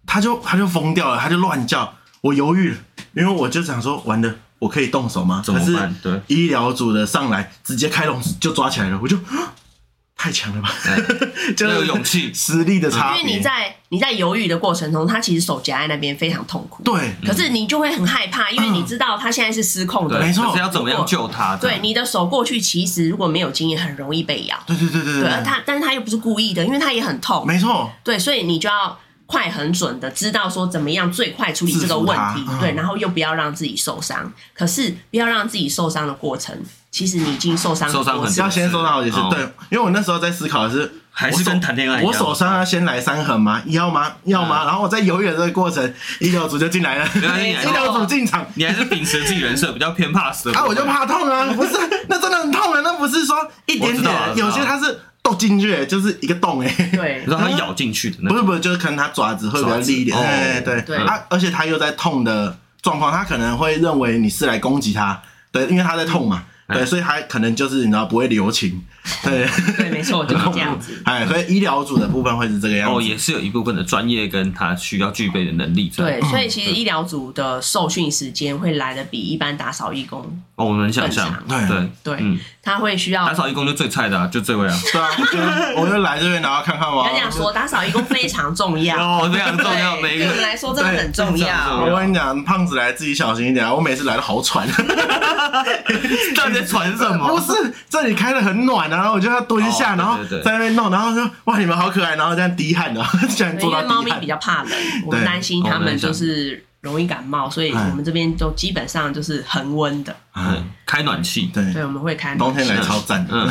[SPEAKER 2] 它就它就疯掉了，它就乱叫。我犹豫了，因为我就想说，完了，我可以动手吗？
[SPEAKER 1] 怎么
[SPEAKER 2] 可是
[SPEAKER 1] 办对
[SPEAKER 2] 医疗组的上来直接开笼子就抓起来了，我就啊太强
[SPEAKER 1] *laughs*
[SPEAKER 2] 了吧， *laughs* 就
[SPEAKER 1] 要
[SPEAKER 2] 是
[SPEAKER 1] 有勇气
[SPEAKER 2] 实力的
[SPEAKER 3] 因
[SPEAKER 2] 差别。
[SPEAKER 3] 为你在你在犹豫的过程中，它其实手夹在那边非常痛苦。，
[SPEAKER 2] 对，
[SPEAKER 3] 可是你就会很害怕，因为你知道它现在是失控
[SPEAKER 1] 对
[SPEAKER 3] 的。
[SPEAKER 2] 没错
[SPEAKER 1] 可是要怎么样救他？
[SPEAKER 3] 对，你的手过去，其实如果没有经验，很容易被咬。
[SPEAKER 2] 对对对对
[SPEAKER 3] 对，而它但是它又不是故意的，因为它也很痛。
[SPEAKER 2] 没错，
[SPEAKER 3] 对，所以你就要快、很准的知道说怎么样最快处理这个问
[SPEAKER 2] 制
[SPEAKER 3] 题
[SPEAKER 2] 服，它嗯
[SPEAKER 3] 对，然后又不要让自己受伤。可是不要让自己受伤的过程，其实你已经受伤
[SPEAKER 1] 受伤
[SPEAKER 3] 很多
[SPEAKER 1] 很
[SPEAKER 3] 次
[SPEAKER 1] 多
[SPEAKER 2] 要先收到也是
[SPEAKER 1] 哦
[SPEAKER 2] 对，因为我那时候在思考的是，
[SPEAKER 1] 还是跟谈恋爱一样嗯
[SPEAKER 2] 我手上要先来伤痕吗？要吗？要吗？然后我在犹豫的这个过程，医疗组就进来了，
[SPEAKER 1] 没关系
[SPEAKER 2] *laughs* 医疗组进场，
[SPEAKER 1] 你还是秉持自己人设，比较偏怕死的。
[SPEAKER 2] 啊，我就。怕痛啊，不是，那真的很痛啊，那不是说一点
[SPEAKER 1] 我知道我
[SPEAKER 2] 点，
[SPEAKER 1] 知道
[SPEAKER 2] 有些它是都进去，就是一个洞哎、
[SPEAKER 3] 对
[SPEAKER 1] 你知道他咬进去的那
[SPEAKER 2] *laughs* 不
[SPEAKER 1] 种，
[SPEAKER 2] 是不是，就是可能它爪子会比较利一点，
[SPEAKER 1] 爪子哦
[SPEAKER 2] 哎对
[SPEAKER 3] 对
[SPEAKER 2] 啊，而且它又在痛的状况，它可能会认为你是来攻击它，对，因为它在痛嘛，对，
[SPEAKER 1] 嗯
[SPEAKER 2] 所以它可能就是你知道不会留情，对。
[SPEAKER 3] 对，没错，就是这
[SPEAKER 1] *laughs*
[SPEAKER 3] 样子。
[SPEAKER 2] 哎，所以医疗组的部分会是这个样子。
[SPEAKER 1] 哦，也是有一部分的专业跟他需要具备的能力在。
[SPEAKER 3] 对，所以
[SPEAKER 1] 嗯
[SPEAKER 3] 其实医疗组的受训时间会来的比一般打扫义工，
[SPEAKER 1] 哦，我能想象，
[SPEAKER 3] 正
[SPEAKER 2] 常
[SPEAKER 1] 对
[SPEAKER 3] 对
[SPEAKER 1] 嗯，
[SPEAKER 3] 他会需要
[SPEAKER 1] 打。扫义工就最菜的啊，就这位啊。
[SPEAKER 2] 对啊，就我就来这边，然后看看
[SPEAKER 3] 不
[SPEAKER 2] 嘛。
[SPEAKER 3] 要这样说，打扫义工非常重要，
[SPEAKER 1] 哦 *laughs* 哦，非常重要，
[SPEAKER 3] 对
[SPEAKER 1] 每一
[SPEAKER 3] 对我
[SPEAKER 1] 个
[SPEAKER 3] 们来说真的很重
[SPEAKER 1] 对非常重
[SPEAKER 3] 要
[SPEAKER 1] 要。
[SPEAKER 2] 我跟你讲，胖子来自己小心一点啊！我每次来都
[SPEAKER 1] *laughs*
[SPEAKER 2] 好喘，
[SPEAKER 1] 到底在传什
[SPEAKER 2] 不
[SPEAKER 1] 么？
[SPEAKER 2] 是这里开的很暖啊，然后我就要蹲下，
[SPEAKER 1] 哦
[SPEAKER 2] 然后
[SPEAKER 1] 对对对
[SPEAKER 2] 在那边弄，然后说哇你们好可爱，然后这样滴汗的，竟然
[SPEAKER 3] 对
[SPEAKER 2] 做
[SPEAKER 3] 因为
[SPEAKER 2] 到
[SPEAKER 3] 猫
[SPEAKER 2] 滴
[SPEAKER 3] 咪比
[SPEAKER 2] 汗。
[SPEAKER 3] 较怕冷，我们
[SPEAKER 2] 对
[SPEAKER 3] 担心它
[SPEAKER 1] 我能
[SPEAKER 3] 们
[SPEAKER 1] 想
[SPEAKER 3] 就是容易感冒，所以
[SPEAKER 2] 哎
[SPEAKER 3] 我们这边都基本上就是恒温的。
[SPEAKER 1] 嗯，开暖气，
[SPEAKER 3] 对，
[SPEAKER 2] 对，
[SPEAKER 3] 我们会开冷
[SPEAKER 2] 冬天
[SPEAKER 3] 气
[SPEAKER 2] 来超赞的
[SPEAKER 1] 嗯。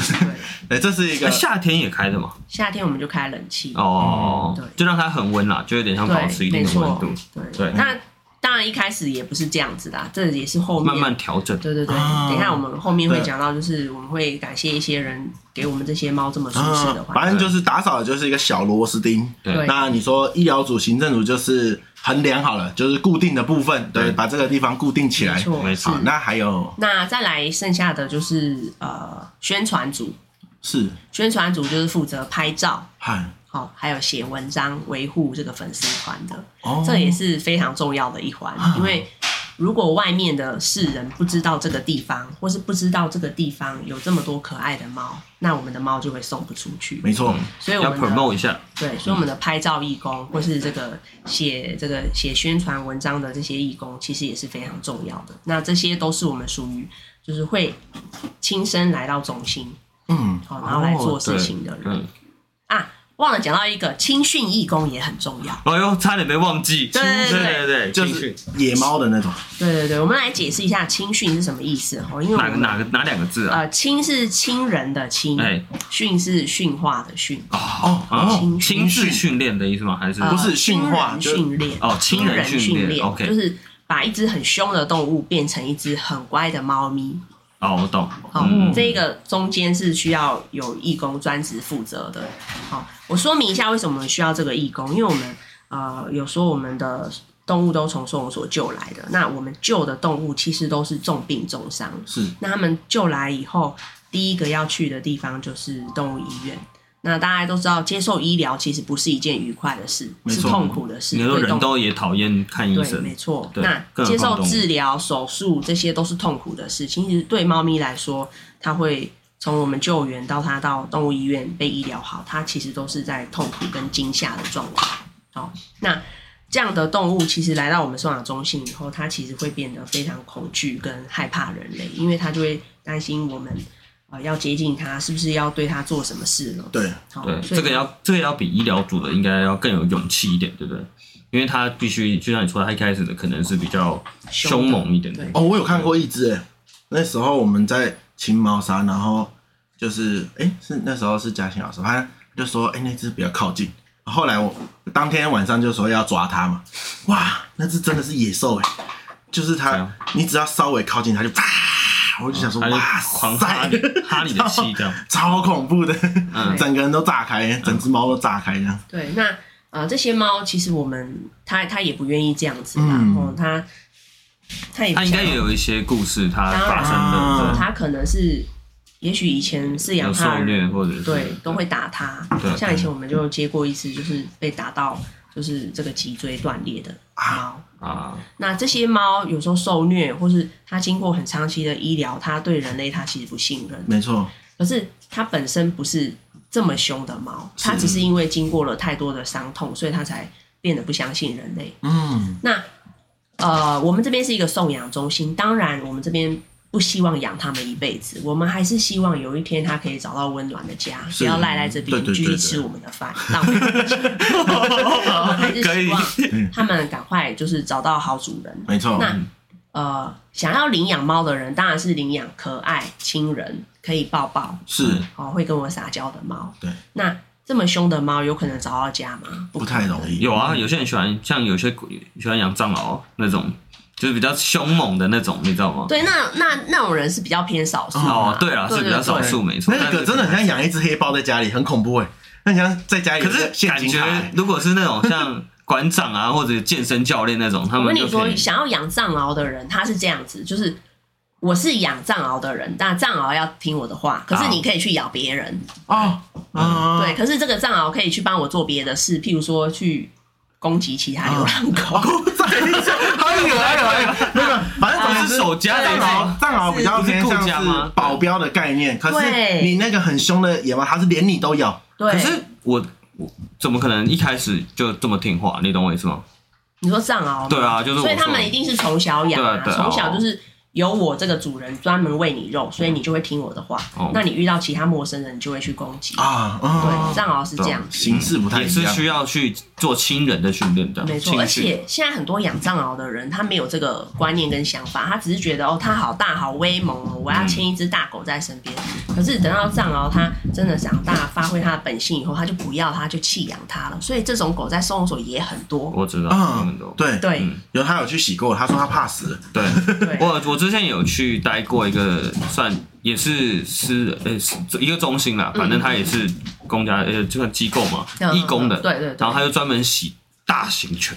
[SPEAKER 2] *laughs* 对，
[SPEAKER 3] 对，
[SPEAKER 2] 这是一
[SPEAKER 1] 那
[SPEAKER 2] 个
[SPEAKER 1] 夏天也开的嘛？
[SPEAKER 3] 夏天我们就开冷气。
[SPEAKER 1] 哦
[SPEAKER 3] 嗯对，
[SPEAKER 1] 就让它恒温啦，就有点像保持
[SPEAKER 3] 对，
[SPEAKER 1] 一
[SPEAKER 3] 没
[SPEAKER 1] 定的温
[SPEAKER 3] 错
[SPEAKER 1] 度，。
[SPEAKER 3] 对
[SPEAKER 1] 对，
[SPEAKER 3] 那当然一开始也不是这样子啦，这也是后面
[SPEAKER 1] 慢慢。调整。
[SPEAKER 3] 对对对，
[SPEAKER 2] 啊
[SPEAKER 3] 等一下我们后面会
[SPEAKER 2] 对
[SPEAKER 3] 讲到，就是我们会感谢一些人给我们这些猫这么舒适的
[SPEAKER 2] 嗯，
[SPEAKER 3] 环
[SPEAKER 2] 反
[SPEAKER 3] 境。
[SPEAKER 2] 正就是打扫的就是一个小螺丝钉。
[SPEAKER 3] 对
[SPEAKER 2] 那你说医疗组、行政组就是衡量好了，就是固定的部分，对，
[SPEAKER 1] 对
[SPEAKER 2] 把这个地方固定起来
[SPEAKER 3] 没。错，
[SPEAKER 1] 没
[SPEAKER 3] 是
[SPEAKER 1] 错
[SPEAKER 2] 好，。那还有
[SPEAKER 3] 那再来剩下的就是呃宣传组，
[SPEAKER 2] 是，
[SPEAKER 3] 宣传组就是负责拍照，
[SPEAKER 2] 嗨，
[SPEAKER 3] 好、还有写文章维护这个粉丝团的。
[SPEAKER 2] 哦，
[SPEAKER 3] 这也是非常重要的一环，
[SPEAKER 1] 哦
[SPEAKER 3] 因为如果外面的世人不知道这个地方，或是不知道这个地方有这么多可爱的猫，那我们的猫就会送不出去。
[SPEAKER 2] 没错。
[SPEAKER 3] 所以我
[SPEAKER 1] 要
[SPEAKER 3] 们的
[SPEAKER 1] promote 一下，
[SPEAKER 3] 对，所以我们的拍照义工，或是这个写这个写宣传文章的这些义工，其实也是非常重要的。那这些都是我们属于就是会亲身来到中心，
[SPEAKER 2] 嗯，
[SPEAKER 1] 哦
[SPEAKER 3] 好，然后来做事情的人、
[SPEAKER 1] 嗯，
[SPEAKER 3] 啊。忘了讲到一个青训义工也很重要。
[SPEAKER 1] 哎呦，差点被忘记。
[SPEAKER 3] 对对对
[SPEAKER 1] 对对，
[SPEAKER 2] 就
[SPEAKER 1] 青训
[SPEAKER 2] 是野猫的那种，
[SPEAKER 3] 对对对，我们来解释一下青训是什么意思哦，因为我
[SPEAKER 1] 哪个
[SPEAKER 3] 们
[SPEAKER 1] 哪个哪两个字啊？
[SPEAKER 3] 呃，亲是亲人的亲
[SPEAKER 1] 哎，
[SPEAKER 3] 训是驯化的训，
[SPEAKER 2] 哦
[SPEAKER 1] 哦
[SPEAKER 3] 青，
[SPEAKER 1] 亲自训练的意思吗？还是
[SPEAKER 3] 呃
[SPEAKER 2] 不是驯化
[SPEAKER 3] 亲人
[SPEAKER 2] 就是
[SPEAKER 3] 训练
[SPEAKER 1] 哦亲人
[SPEAKER 3] 亲
[SPEAKER 1] 训练
[SPEAKER 3] 训
[SPEAKER 1] OK
[SPEAKER 3] 就是把一只很凶的动物变成一只很乖的猫咪。
[SPEAKER 1] 哦，我懂。
[SPEAKER 3] 好，
[SPEAKER 1] 嗯，
[SPEAKER 3] 这个中间是需要有义工专职负责的。好，我说明一下为什么需要这个义工，因为我们呃有时候我们的动物都从收容所救来的，那我们救的动物其实都是重病重伤，
[SPEAKER 2] 是
[SPEAKER 3] 那他们救来以后，第一个要去的地方就是动物医院。那大家都知道，接受医疗其实不是一件愉快的事，
[SPEAKER 2] 没
[SPEAKER 3] 是
[SPEAKER 2] 错
[SPEAKER 3] 痛苦的事。
[SPEAKER 1] 你说
[SPEAKER 3] 对动
[SPEAKER 1] 人
[SPEAKER 3] 物
[SPEAKER 1] 都也讨厌看医
[SPEAKER 3] 对，
[SPEAKER 1] 生
[SPEAKER 3] 没，错。
[SPEAKER 1] 对
[SPEAKER 3] 那
[SPEAKER 1] 更何
[SPEAKER 3] 接
[SPEAKER 1] 况
[SPEAKER 3] 受
[SPEAKER 1] 动物
[SPEAKER 3] 治疗、手术这些都是痛苦的事情。其实对猫咪来说，它会从我们救援到它到动物医院被医疗好，它其实都是在痛苦跟惊吓的状态。好，那这样的动物其实来到我们收养中心以后，它其实会变得非常恐惧跟害怕人类，因为它就会担心我们。呃，要接近它，是不是要对它做什么事了？
[SPEAKER 2] 对，
[SPEAKER 3] 好
[SPEAKER 1] 对，
[SPEAKER 3] 所以
[SPEAKER 1] 这个要这个要比医疗组的应该要更有勇气一点，对不对？因为他必须就像你说，他一开始的可能是比较凶猛一点的
[SPEAKER 3] 对，
[SPEAKER 2] 哦，我有看过一只，哎，那时候我们在清猫砂，然后就是，哎，是那时候是嘉欣老师，他就说，哎，那只比较靠近。后来我当天晚上就说要抓它嘛，哇，那只真的是野兽哎，就是
[SPEAKER 1] 怎
[SPEAKER 2] 它
[SPEAKER 1] 样，
[SPEAKER 2] 你只要稍微靠近它就啪，我就想说，
[SPEAKER 1] 他就
[SPEAKER 2] 哇
[SPEAKER 1] 狂哈
[SPEAKER 2] 塞
[SPEAKER 1] 你，哈你的气这样。
[SPEAKER 2] *laughs* 超恐怖的，
[SPEAKER 1] 嗯
[SPEAKER 2] 整个人都炸开，整只猫都炸开这样。
[SPEAKER 3] 对，那呃，这些猫其实我们它它也不愿意这样子啦，
[SPEAKER 2] 嗯
[SPEAKER 3] 哦，它它也不
[SPEAKER 1] 他应该
[SPEAKER 3] 想
[SPEAKER 1] 也有一些故事，他发
[SPEAKER 2] 当
[SPEAKER 1] 生
[SPEAKER 2] 然
[SPEAKER 1] 的
[SPEAKER 3] 它可能是也许以前饲
[SPEAKER 1] 对
[SPEAKER 3] 啊养
[SPEAKER 1] 有
[SPEAKER 3] 它
[SPEAKER 1] 受
[SPEAKER 3] 的
[SPEAKER 1] 虐
[SPEAKER 3] 人
[SPEAKER 1] 或者是
[SPEAKER 3] 对都会打它
[SPEAKER 1] 对，啊
[SPEAKER 3] 像以前我们就接过一次，就是被打到就是这个脊椎断裂的猫。
[SPEAKER 1] 啊，
[SPEAKER 3] 那这些猫有时候受虐，或是它经过很长期的医疗，它对人类它其实不信任，
[SPEAKER 2] 没错，
[SPEAKER 3] 可是它本身不是这么凶的猫，它只是因为经过了太多的伤痛，所以它才变得不相信人类。
[SPEAKER 2] 嗯，
[SPEAKER 3] 那呃，我们这边是一个送养中心，当然我们这边不希望养它们一辈子，我们还是希望有一天它可以找到温暖的家，
[SPEAKER 2] 是
[SPEAKER 3] 不要赖在这边
[SPEAKER 2] 对对对
[SPEAKER 3] 继续吃我们的饭，
[SPEAKER 2] *laughs*
[SPEAKER 3] 浪费我们的钱。我们还是
[SPEAKER 1] 可以
[SPEAKER 3] 希
[SPEAKER 2] 嗯
[SPEAKER 3] 望它们赶快就是找到好主人。
[SPEAKER 2] 没错，
[SPEAKER 3] 那呃，想要领养猫的人，当然是领养可爱、亲人、可以抱抱，
[SPEAKER 2] 是
[SPEAKER 3] 哦，会跟我撒娇的猫。
[SPEAKER 2] 对，
[SPEAKER 3] 那这么凶的猫有可能找到家吗？
[SPEAKER 2] 不太容易。
[SPEAKER 1] 有啊，有些人喜欢，像有些鬼喜欢养藏獒那种，就是比较凶猛的那种，你知道吗？
[SPEAKER 3] *laughs* 对，那那那种人是比较偏少数
[SPEAKER 1] 哦
[SPEAKER 3] 嘛，
[SPEAKER 1] 对啦，
[SPEAKER 3] 对
[SPEAKER 1] 是比较少数，没错。
[SPEAKER 2] 那个真的很像养一只黑豹在家里，很恐怖哎。那你像在家里，
[SPEAKER 1] 可是
[SPEAKER 2] 现
[SPEAKER 1] 感
[SPEAKER 2] 金卡
[SPEAKER 1] 觉
[SPEAKER 2] 欸，
[SPEAKER 1] 如果是那种像馆长啊或者健身教练那种，他
[SPEAKER 3] 我
[SPEAKER 1] 们
[SPEAKER 3] 跟
[SPEAKER 1] 就
[SPEAKER 3] 你说
[SPEAKER 1] 可以，
[SPEAKER 3] 想要养藏獒的人，他是这样子，就是我是养藏獒的人，但藏獒要听我的话，可是
[SPEAKER 1] 好
[SPEAKER 3] 你可以去咬别人，
[SPEAKER 2] 哦，
[SPEAKER 1] 嗯
[SPEAKER 2] 啊，
[SPEAKER 3] 对，可是这个藏獒可以去帮我做别的事，譬如说去攻击其他流浪狗。
[SPEAKER 2] 哦，
[SPEAKER 1] *laughs*
[SPEAKER 2] 藏獒，还有还有还有，那个反正
[SPEAKER 1] 他
[SPEAKER 2] 总
[SPEAKER 1] 是
[SPEAKER 2] 之
[SPEAKER 1] 手夹
[SPEAKER 2] 藏
[SPEAKER 1] 的
[SPEAKER 2] 獒，藏獒比较
[SPEAKER 1] 不是
[SPEAKER 2] 偏
[SPEAKER 1] 顾
[SPEAKER 2] 向
[SPEAKER 1] 家吗
[SPEAKER 2] 是保镖的概念，可是
[SPEAKER 3] 对
[SPEAKER 2] 你那个很凶的野猫，它是连你都咬，
[SPEAKER 3] 对，
[SPEAKER 1] 可是我我怎么可能一开始就这么听话？你懂我意思吗？
[SPEAKER 3] 你说藏獒吗，
[SPEAKER 1] 对啊就是我
[SPEAKER 3] 哦所以他
[SPEAKER 1] 说
[SPEAKER 3] 们一定是从小养啊，
[SPEAKER 1] 对对
[SPEAKER 3] 从小就是有我这个主人专门喂你肉，所以你就会听我的话。
[SPEAKER 1] 哦
[SPEAKER 3] 那你遇到其他陌生人，你就会去攻击。
[SPEAKER 2] 啊，
[SPEAKER 3] 对，
[SPEAKER 2] 啊，
[SPEAKER 3] 藏獒是这样子。
[SPEAKER 2] 形式不太
[SPEAKER 1] 也
[SPEAKER 2] 一
[SPEAKER 1] 是
[SPEAKER 2] 样，
[SPEAKER 1] 需要去做亲人的训练的，
[SPEAKER 3] 没
[SPEAKER 1] 嗯亲
[SPEAKER 3] 错，而
[SPEAKER 1] 训
[SPEAKER 3] 且现在很多养藏獒的人，他没有这个观念跟想法，他只是觉得哦，它好大好威猛哦，我要牵一只大狗在身边。
[SPEAKER 1] 嗯
[SPEAKER 3] 可是等到藏獒它真的长大，发挥它的本性以后，他就不要它，就弃养它了。所以这种狗在收容所也很多。
[SPEAKER 1] 我知道，有很
[SPEAKER 2] 嗯
[SPEAKER 1] 多，
[SPEAKER 2] 对，
[SPEAKER 3] 对、
[SPEAKER 1] 嗯
[SPEAKER 2] 有他有去洗过，他说他怕死，
[SPEAKER 1] 对。
[SPEAKER 3] 对，
[SPEAKER 1] 我我之前有去待过一个算也是私呃是一个中心啦，反正它也是公家呃就算机构嘛，
[SPEAKER 3] 嗯
[SPEAKER 1] 义工的，
[SPEAKER 3] 对对对
[SPEAKER 1] 然后他就专门洗大型犬，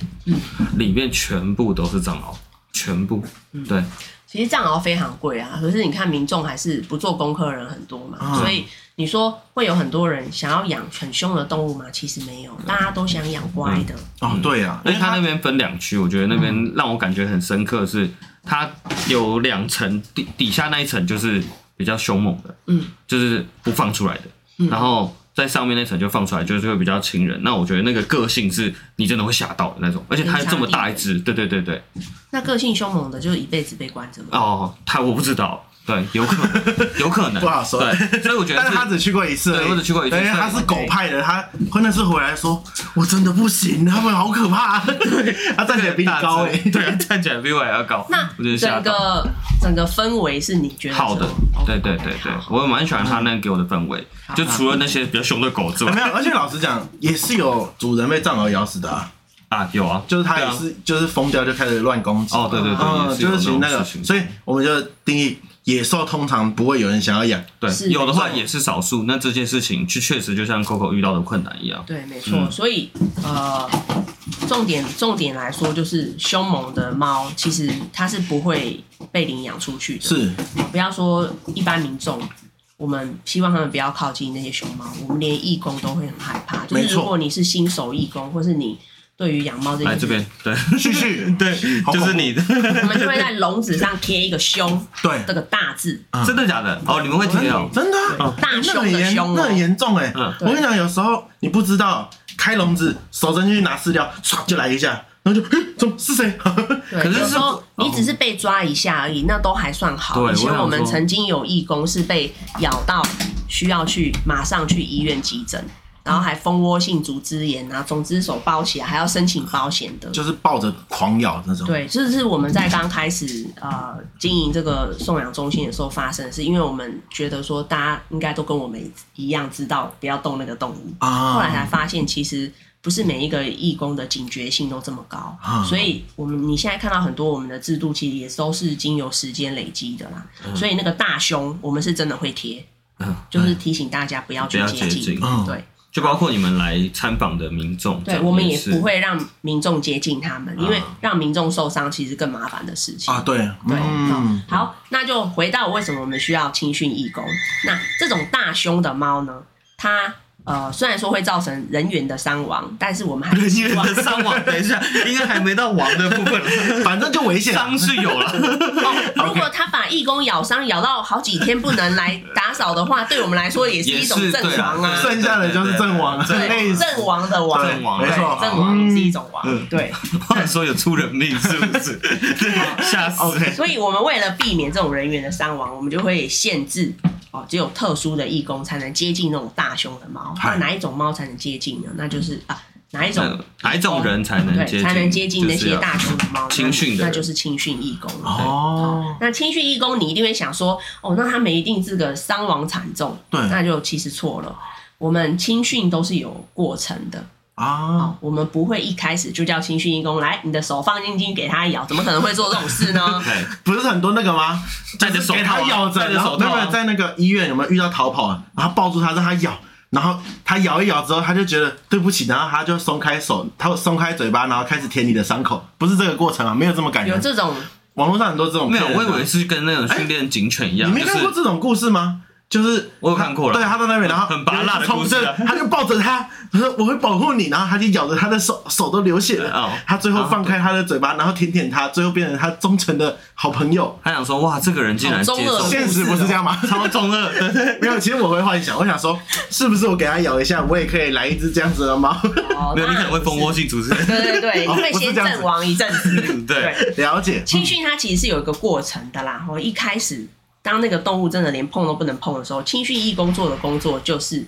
[SPEAKER 1] 里面全部都是藏獒，全部，对，
[SPEAKER 3] 其实藏獒非常贵啊，可是你看民众还是不做功课的人很多嘛，
[SPEAKER 1] 啊
[SPEAKER 2] 嗯
[SPEAKER 3] 所以你说会有很多人想要养很凶的动物吗？其实没有，大家都想养乖的。
[SPEAKER 1] 嗯
[SPEAKER 2] 哦，对啊，
[SPEAKER 1] 而且他那边分两区，我觉得那边让我感觉很深刻是，它有两层，底底下那一层就是比较凶猛的，
[SPEAKER 3] 嗯，
[SPEAKER 1] 就是不放出来的，然后在上面那层就放出来，就是会比较亲人。那我觉得那个个性是你真的会吓到的那种，而且它这么大一只，对对对对，
[SPEAKER 3] 那个性凶猛的，就是一辈子被关着嘛。
[SPEAKER 1] 哦，它我不知道，对，有可能，有可能，
[SPEAKER 2] *laughs* 不好说
[SPEAKER 1] 对，所以我觉得
[SPEAKER 2] 但
[SPEAKER 1] 是
[SPEAKER 2] 是他只去过一次而已，
[SPEAKER 1] 对我只去过一次
[SPEAKER 2] 因为
[SPEAKER 1] 所以
[SPEAKER 2] 他是狗派的，他他那次回来说，我真的不行，他们好
[SPEAKER 1] *laughs*
[SPEAKER 2] 可怕，他站起来比你高哎、
[SPEAKER 1] 对啊，站起来比我还要高，
[SPEAKER 3] 那
[SPEAKER 1] 我觉得吓
[SPEAKER 3] 整
[SPEAKER 1] 到。
[SPEAKER 3] 个整个氛围是哦你觉得
[SPEAKER 1] 好的
[SPEAKER 3] 怎么，
[SPEAKER 1] 对对对对，我蛮喜欢它那个给我的氛围，就除了那些比较凶的狗之
[SPEAKER 2] 没
[SPEAKER 1] 外，
[SPEAKER 2] 有，而且老实讲，也是有主人被藏獒咬死的、啊，
[SPEAKER 1] 啊，有啊，
[SPEAKER 2] 就是他
[SPEAKER 1] 对
[SPEAKER 2] 也
[SPEAKER 1] 啊
[SPEAKER 2] 是、就是疯掉就开始乱攻击。
[SPEAKER 1] 哦对对对
[SPEAKER 2] 嗯
[SPEAKER 1] 也是有
[SPEAKER 2] 就是其实那
[SPEAKER 1] 那
[SPEAKER 2] 个，
[SPEAKER 1] 种事情
[SPEAKER 2] 所以我们就定义野兽通常不会有人想要养，
[SPEAKER 1] 对，
[SPEAKER 3] 是
[SPEAKER 1] 有的话
[SPEAKER 3] 没错
[SPEAKER 1] 也是少数。那这件事情，确确实就像 Coco 遇到的困难一样，
[SPEAKER 3] 对，没
[SPEAKER 1] 嗯
[SPEAKER 3] 错。所以呃，重点重点来说，就是凶猛的猫其实它是不会被领养出去的。
[SPEAKER 2] 是
[SPEAKER 3] 不要说一般民众，我们希望他们不要靠近那些熊猫，我们连义工都会很害怕。就
[SPEAKER 2] 没
[SPEAKER 3] 是
[SPEAKER 2] 错
[SPEAKER 3] 如果你是新手义工，或是你对于养猫这件
[SPEAKER 1] 来
[SPEAKER 3] 事
[SPEAKER 1] 这边，对，
[SPEAKER 2] 旭旭，
[SPEAKER 1] *laughs* 对，
[SPEAKER 2] 好恐
[SPEAKER 1] 就
[SPEAKER 2] 怖
[SPEAKER 1] 是你的，
[SPEAKER 3] 我们就会在笼子上贴一个凶
[SPEAKER 2] 对，
[SPEAKER 3] 这个大字，
[SPEAKER 1] *laughs* 真的假的？哦，你们会
[SPEAKER 2] 真
[SPEAKER 1] 贴
[SPEAKER 2] 的
[SPEAKER 1] 哦，
[SPEAKER 2] 啊真的啊、
[SPEAKER 3] 大
[SPEAKER 2] 那
[SPEAKER 3] 凶
[SPEAKER 2] 很
[SPEAKER 3] 的
[SPEAKER 2] 严，
[SPEAKER 3] 凶
[SPEAKER 2] 那很
[SPEAKER 3] 哦。
[SPEAKER 2] 严重哎、
[SPEAKER 1] 嗯
[SPEAKER 2] 我跟你讲，有时候你不知道开笼子，手伸进去拿饲料，唰就来一下，然后就，嘿怎么是谁？
[SPEAKER 3] 对，
[SPEAKER 1] 可是
[SPEAKER 3] 有
[SPEAKER 1] 是
[SPEAKER 3] 时候
[SPEAKER 1] 不哦
[SPEAKER 3] 你只是被抓一下而已，那都还算好。
[SPEAKER 1] 对
[SPEAKER 3] 以前
[SPEAKER 1] 我想
[SPEAKER 3] 我们
[SPEAKER 1] 说
[SPEAKER 3] 曾经有义工是被咬到，需要去马上去医院急诊，然后还蜂窝性组织炎啊，总之手包起来还要申请保险的。
[SPEAKER 2] 就是抱着狂咬那种。
[SPEAKER 3] 对，这是我们在刚开始呃经营这个送养中心的时候发生的事，因为我们觉得说大家应该都跟我们一样知道不要动那个动物，
[SPEAKER 2] 啊，
[SPEAKER 3] 后来
[SPEAKER 1] 嗯
[SPEAKER 3] 才发现其实不是每一个义工的警觉性都这么高，
[SPEAKER 1] 嗯
[SPEAKER 2] 啊
[SPEAKER 3] 所以我们你现在看到很多我们的制度其实也都是经由时间累积的啦，所以那个大胸我们是真的会贴，
[SPEAKER 1] 嗯
[SPEAKER 3] 就是提醒大家不要
[SPEAKER 1] 不
[SPEAKER 3] 去
[SPEAKER 1] 要
[SPEAKER 3] 接
[SPEAKER 1] 接
[SPEAKER 3] 近
[SPEAKER 1] 近，，
[SPEAKER 2] 嗯
[SPEAKER 3] 对。
[SPEAKER 1] 就包括你们来参访的民众，这
[SPEAKER 3] 对，
[SPEAKER 1] 样
[SPEAKER 3] 我们也
[SPEAKER 1] 是嗯
[SPEAKER 3] 不会让民众接近他们，因为让民众受伤其实更麻烦的事情
[SPEAKER 2] 啊，对，
[SPEAKER 3] 对，
[SPEAKER 2] 嗯，
[SPEAKER 3] 好，那就回到为什么我们需要青训义工。那这种大胸的猫呢，它呃虽然说会造成人员的伤亡，但是我们还是
[SPEAKER 1] 人
[SPEAKER 3] 希
[SPEAKER 1] 员
[SPEAKER 3] 望
[SPEAKER 1] 的伤亡，等一下，应该还没到亡的部
[SPEAKER 3] *laughs*
[SPEAKER 1] 分，
[SPEAKER 2] 反正就危险。啊
[SPEAKER 1] 伤是有了，*laughs*
[SPEAKER 3] 哦，如果它把义工咬伤，咬到好几天不能来打扫的话，对我们来说也是一种
[SPEAKER 1] 也是
[SPEAKER 3] 阵亡啊，
[SPEAKER 1] 对
[SPEAKER 2] 剩下的就是阵亡，
[SPEAKER 1] 对啊
[SPEAKER 2] 很累
[SPEAKER 3] 对，
[SPEAKER 2] 死。
[SPEAKER 3] 阵亡的亡，
[SPEAKER 1] 阵亡啊
[SPEAKER 2] 没
[SPEAKER 1] *laughs*
[SPEAKER 2] 错，
[SPEAKER 3] 阵亡也是一种亡，
[SPEAKER 2] 嗯
[SPEAKER 3] 对。
[SPEAKER 1] 说有出人命是不
[SPEAKER 3] *laughs*
[SPEAKER 1] 是？ *laughs* 吓死
[SPEAKER 2] OK
[SPEAKER 3] 所以我们为了避免这种人员的伤亡，我们就会限制哦，只有特殊的义工才能接近那种大胸的猫。
[SPEAKER 2] 嗨
[SPEAKER 3] 那哪一种猫才能接近呢？那就是啊，哪一种
[SPEAKER 1] 嗯哪一种人才能接
[SPEAKER 3] 对
[SPEAKER 1] 近？
[SPEAKER 3] 才能接近那
[SPEAKER 1] 就是
[SPEAKER 3] 些
[SPEAKER 1] 要
[SPEAKER 3] 大胸的猫？
[SPEAKER 1] 青训的
[SPEAKER 3] 那
[SPEAKER 1] 人
[SPEAKER 3] 那就是青训义工。
[SPEAKER 2] 哦，
[SPEAKER 3] 那青训义工，你一定会想说，哦，那他们一定是个伤亡惨重，
[SPEAKER 2] 对
[SPEAKER 3] 那就其实错了。我们青训都是有过程的，
[SPEAKER 2] 啊，
[SPEAKER 3] 我们不会一开始就叫青训义工来，你的手放进去给它咬，怎么可能会做这种事
[SPEAKER 2] *laughs*
[SPEAKER 3] 呢？
[SPEAKER 1] 对
[SPEAKER 2] 不是很多那个吗？
[SPEAKER 1] 戴着手
[SPEAKER 2] 给
[SPEAKER 1] 套啊
[SPEAKER 2] 他咬着，
[SPEAKER 1] 戴着
[SPEAKER 2] 然后
[SPEAKER 1] 手套啊
[SPEAKER 2] 那个在那个医院有没有遇到逃跑啊？然后抱住他让他咬，然后他咬一咬之后，他就觉得对不起，然后他就松开手，他松开嘴巴，然后开始舔你的伤口，不是这个过程啊，没有这么感
[SPEAKER 3] 有
[SPEAKER 2] 人。
[SPEAKER 3] 这种
[SPEAKER 2] 网络上很多这种
[SPEAKER 1] 没有，
[SPEAKER 2] 骗人
[SPEAKER 1] 我
[SPEAKER 2] 的
[SPEAKER 1] 以为是跟那种训练警犬一样，
[SPEAKER 3] 哎
[SPEAKER 2] 你没
[SPEAKER 1] 就
[SPEAKER 2] 看
[SPEAKER 1] 是啊
[SPEAKER 2] 过这种故事吗？就是
[SPEAKER 1] 我有看过了
[SPEAKER 2] 对，他到那边，然后
[SPEAKER 1] 很拔辣的故事啊
[SPEAKER 2] 有人冲着他就抱着他，他说我会保护你，然后他就咬着他的手，手都流血
[SPEAKER 1] 哦
[SPEAKER 2] 了。他最后放开他的嘴巴，然后舔舔他，最后变成他忠诚的好朋友。
[SPEAKER 1] 他想说，哇，这个人竟然接
[SPEAKER 3] 好中
[SPEAKER 1] 受
[SPEAKER 3] 二
[SPEAKER 2] *laughs* 现实不是这样吗？
[SPEAKER 1] 超中二，对对
[SPEAKER 2] 没有，其实我会幻想，我想说，是不是我给他咬一下，我也可以来一只这样子的猫？ *laughs*
[SPEAKER 3] 哦，
[SPEAKER 1] 没有，你可
[SPEAKER 3] 当然
[SPEAKER 1] 能会
[SPEAKER 3] 不
[SPEAKER 1] 蜂窝
[SPEAKER 3] 是。
[SPEAKER 1] 性组织，
[SPEAKER 3] 对对对，
[SPEAKER 2] 哦
[SPEAKER 3] 你会
[SPEAKER 2] 不是
[SPEAKER 3] 先
[SPEAKER 2] 这样
[SPEAKER 3] 阵
[SPEAKER 2] 子
[SPEAKER 3] 亡一阵子。
[SPEAKER 2] *laughs*
[SPEAKER 1] 对，
[SPEAKER 3] 对，
[SPEAKER 2] 了解，
[SPEAKER 3] 青训它其实是有一个过程的啦。哦我一开始当那个动物真的连碰都不能碰的时候，青训义工做的工作就是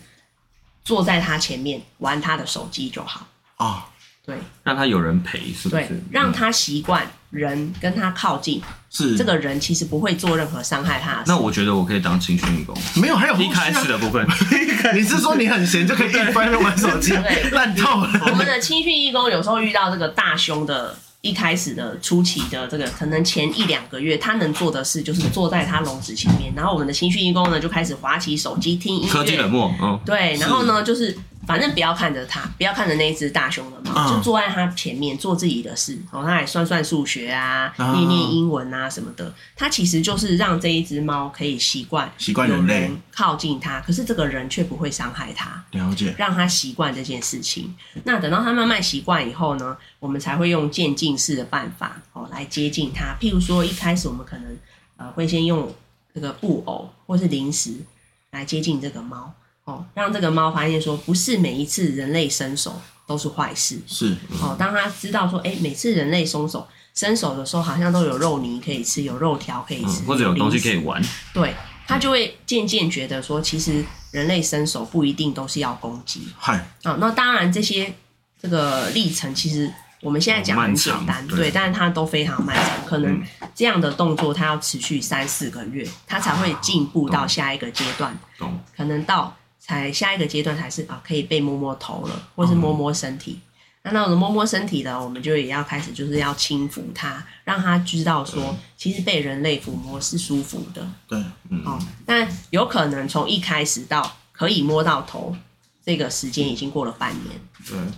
[SPEAKER 3] 坐在它前面玩它的手机就好。
[SPEAKER 2] 哦，
[SPEAKER 3] 对
[SPEAKER 1] 让他有人陪，是不嗯
[SPEAKER 3] 对
[SPEAKER 1] 是？，
[SPEAKER 3] 让它习惯人跟它靠近，
[SPEAKER 2] 是
[SPEAKER 3] 这个人其实不会做任何伤害它的事
[SPEAKER 1] 那。我觉得我可以当青训义工，
[SPEAKER 2] 没有，还有后续
[SPEAKER 1] 一
[SPEAKER 2] 啊
[SPEAKER 1] 开始，的部分，
[SPEAKER 2] 你是说你很闲就可 *laughs* 以一直翻着玩手机
[SPEAKER 3] 对，
[SPEAKER 2] 烂透了。
[SPEAKER 3] 我们的青训义工有时候遇到这个大胸的，一开始的初期的这个，可能前一两个月，他能做的事就是坐在他笼子前面，然后我们的青训义工呢就开始划起手机听音
[SPEAKER 1] 科技冷
[SPEAKER 3] 乐，
[SPEAKER 1] 漠，嗯，
[SPEAKER 3] 对，然后呢就是反正不要看着他，不要看着那一只大胸的猫，
[SPEAKER 2] 嗯
[SPEAKER 3] 就坐在他前面做自己的事，然后他也算算数学啊，
[SPEAKER 2] 啊
[SPEAKER 3] 念念英文啊什么的，他其实就是让这一只猫可以习惯
[SPEAKER 2] 习惯
[SPEAKER 3] 有
[SPEAKER 2] 人类
[SPEAKER 3] 人靠近它，可是这个人却不会伤害它。
[SPEAKER 2] 了解，
[SPEAKER 3] 让他习惯这件事情。那等到他慢慢习惯以后呢，我们才会用渐进式的办法哦来接近他。譬如说，一开始我们可能呃会先用这个布偶或是零食来接近这个猫。哦，让这个猫发现说，不是每一次人类伸手都是坏事
[SPEAKER 2] 是
[SPEAKER 3] 哦。当它知道说，哎、每次人类松手伸手的时候，好像都有肉泥可以吃，有肉条可以吃，
[SPEAKER 4] 嗯或者有东西可
[SPEAKER 3] 以，
[SPEAKER 4] 以玩，
[SPEAKER 3] 对，它就会渐渐觉得说，其实人类伸手不一定都是要攻击
[SPEAKER 2] 嗨，
[SPEAKER 3] 啊、那当然，这些这个历程其实我们现在讲
[SPEAKER 4] 哦
[SPEAKER 3] 很
[SPEAKER 4] 漫
[SPEAKER 3] 简
[SPEAKER 4] 长
[SPEAKER 3] 单，
[SPEAKER 4] 对嗯
[SPEAKER 3] 对，但是它都非常漫长，可能这样的动作它要持续三四个月，它才会进步到下一个阶段，
[SPEAKER 4] 懂？
[SPEAKER 3] 可能到才下一个阶段才是啊可以被摸摸头了，或是摸摸身体。那那种摸摸身体的，我们就也要开始就是要轻抚它，让它知道说，
[SPEAKER 4] 嗯
[SPEAKER 3] 其实被人类抚摸是舒服的。
[SPEAKER 2] 对，
[SPEAKER 3] 哦，但有可能从一开始到可以摸到头，这个时间已经过了半年。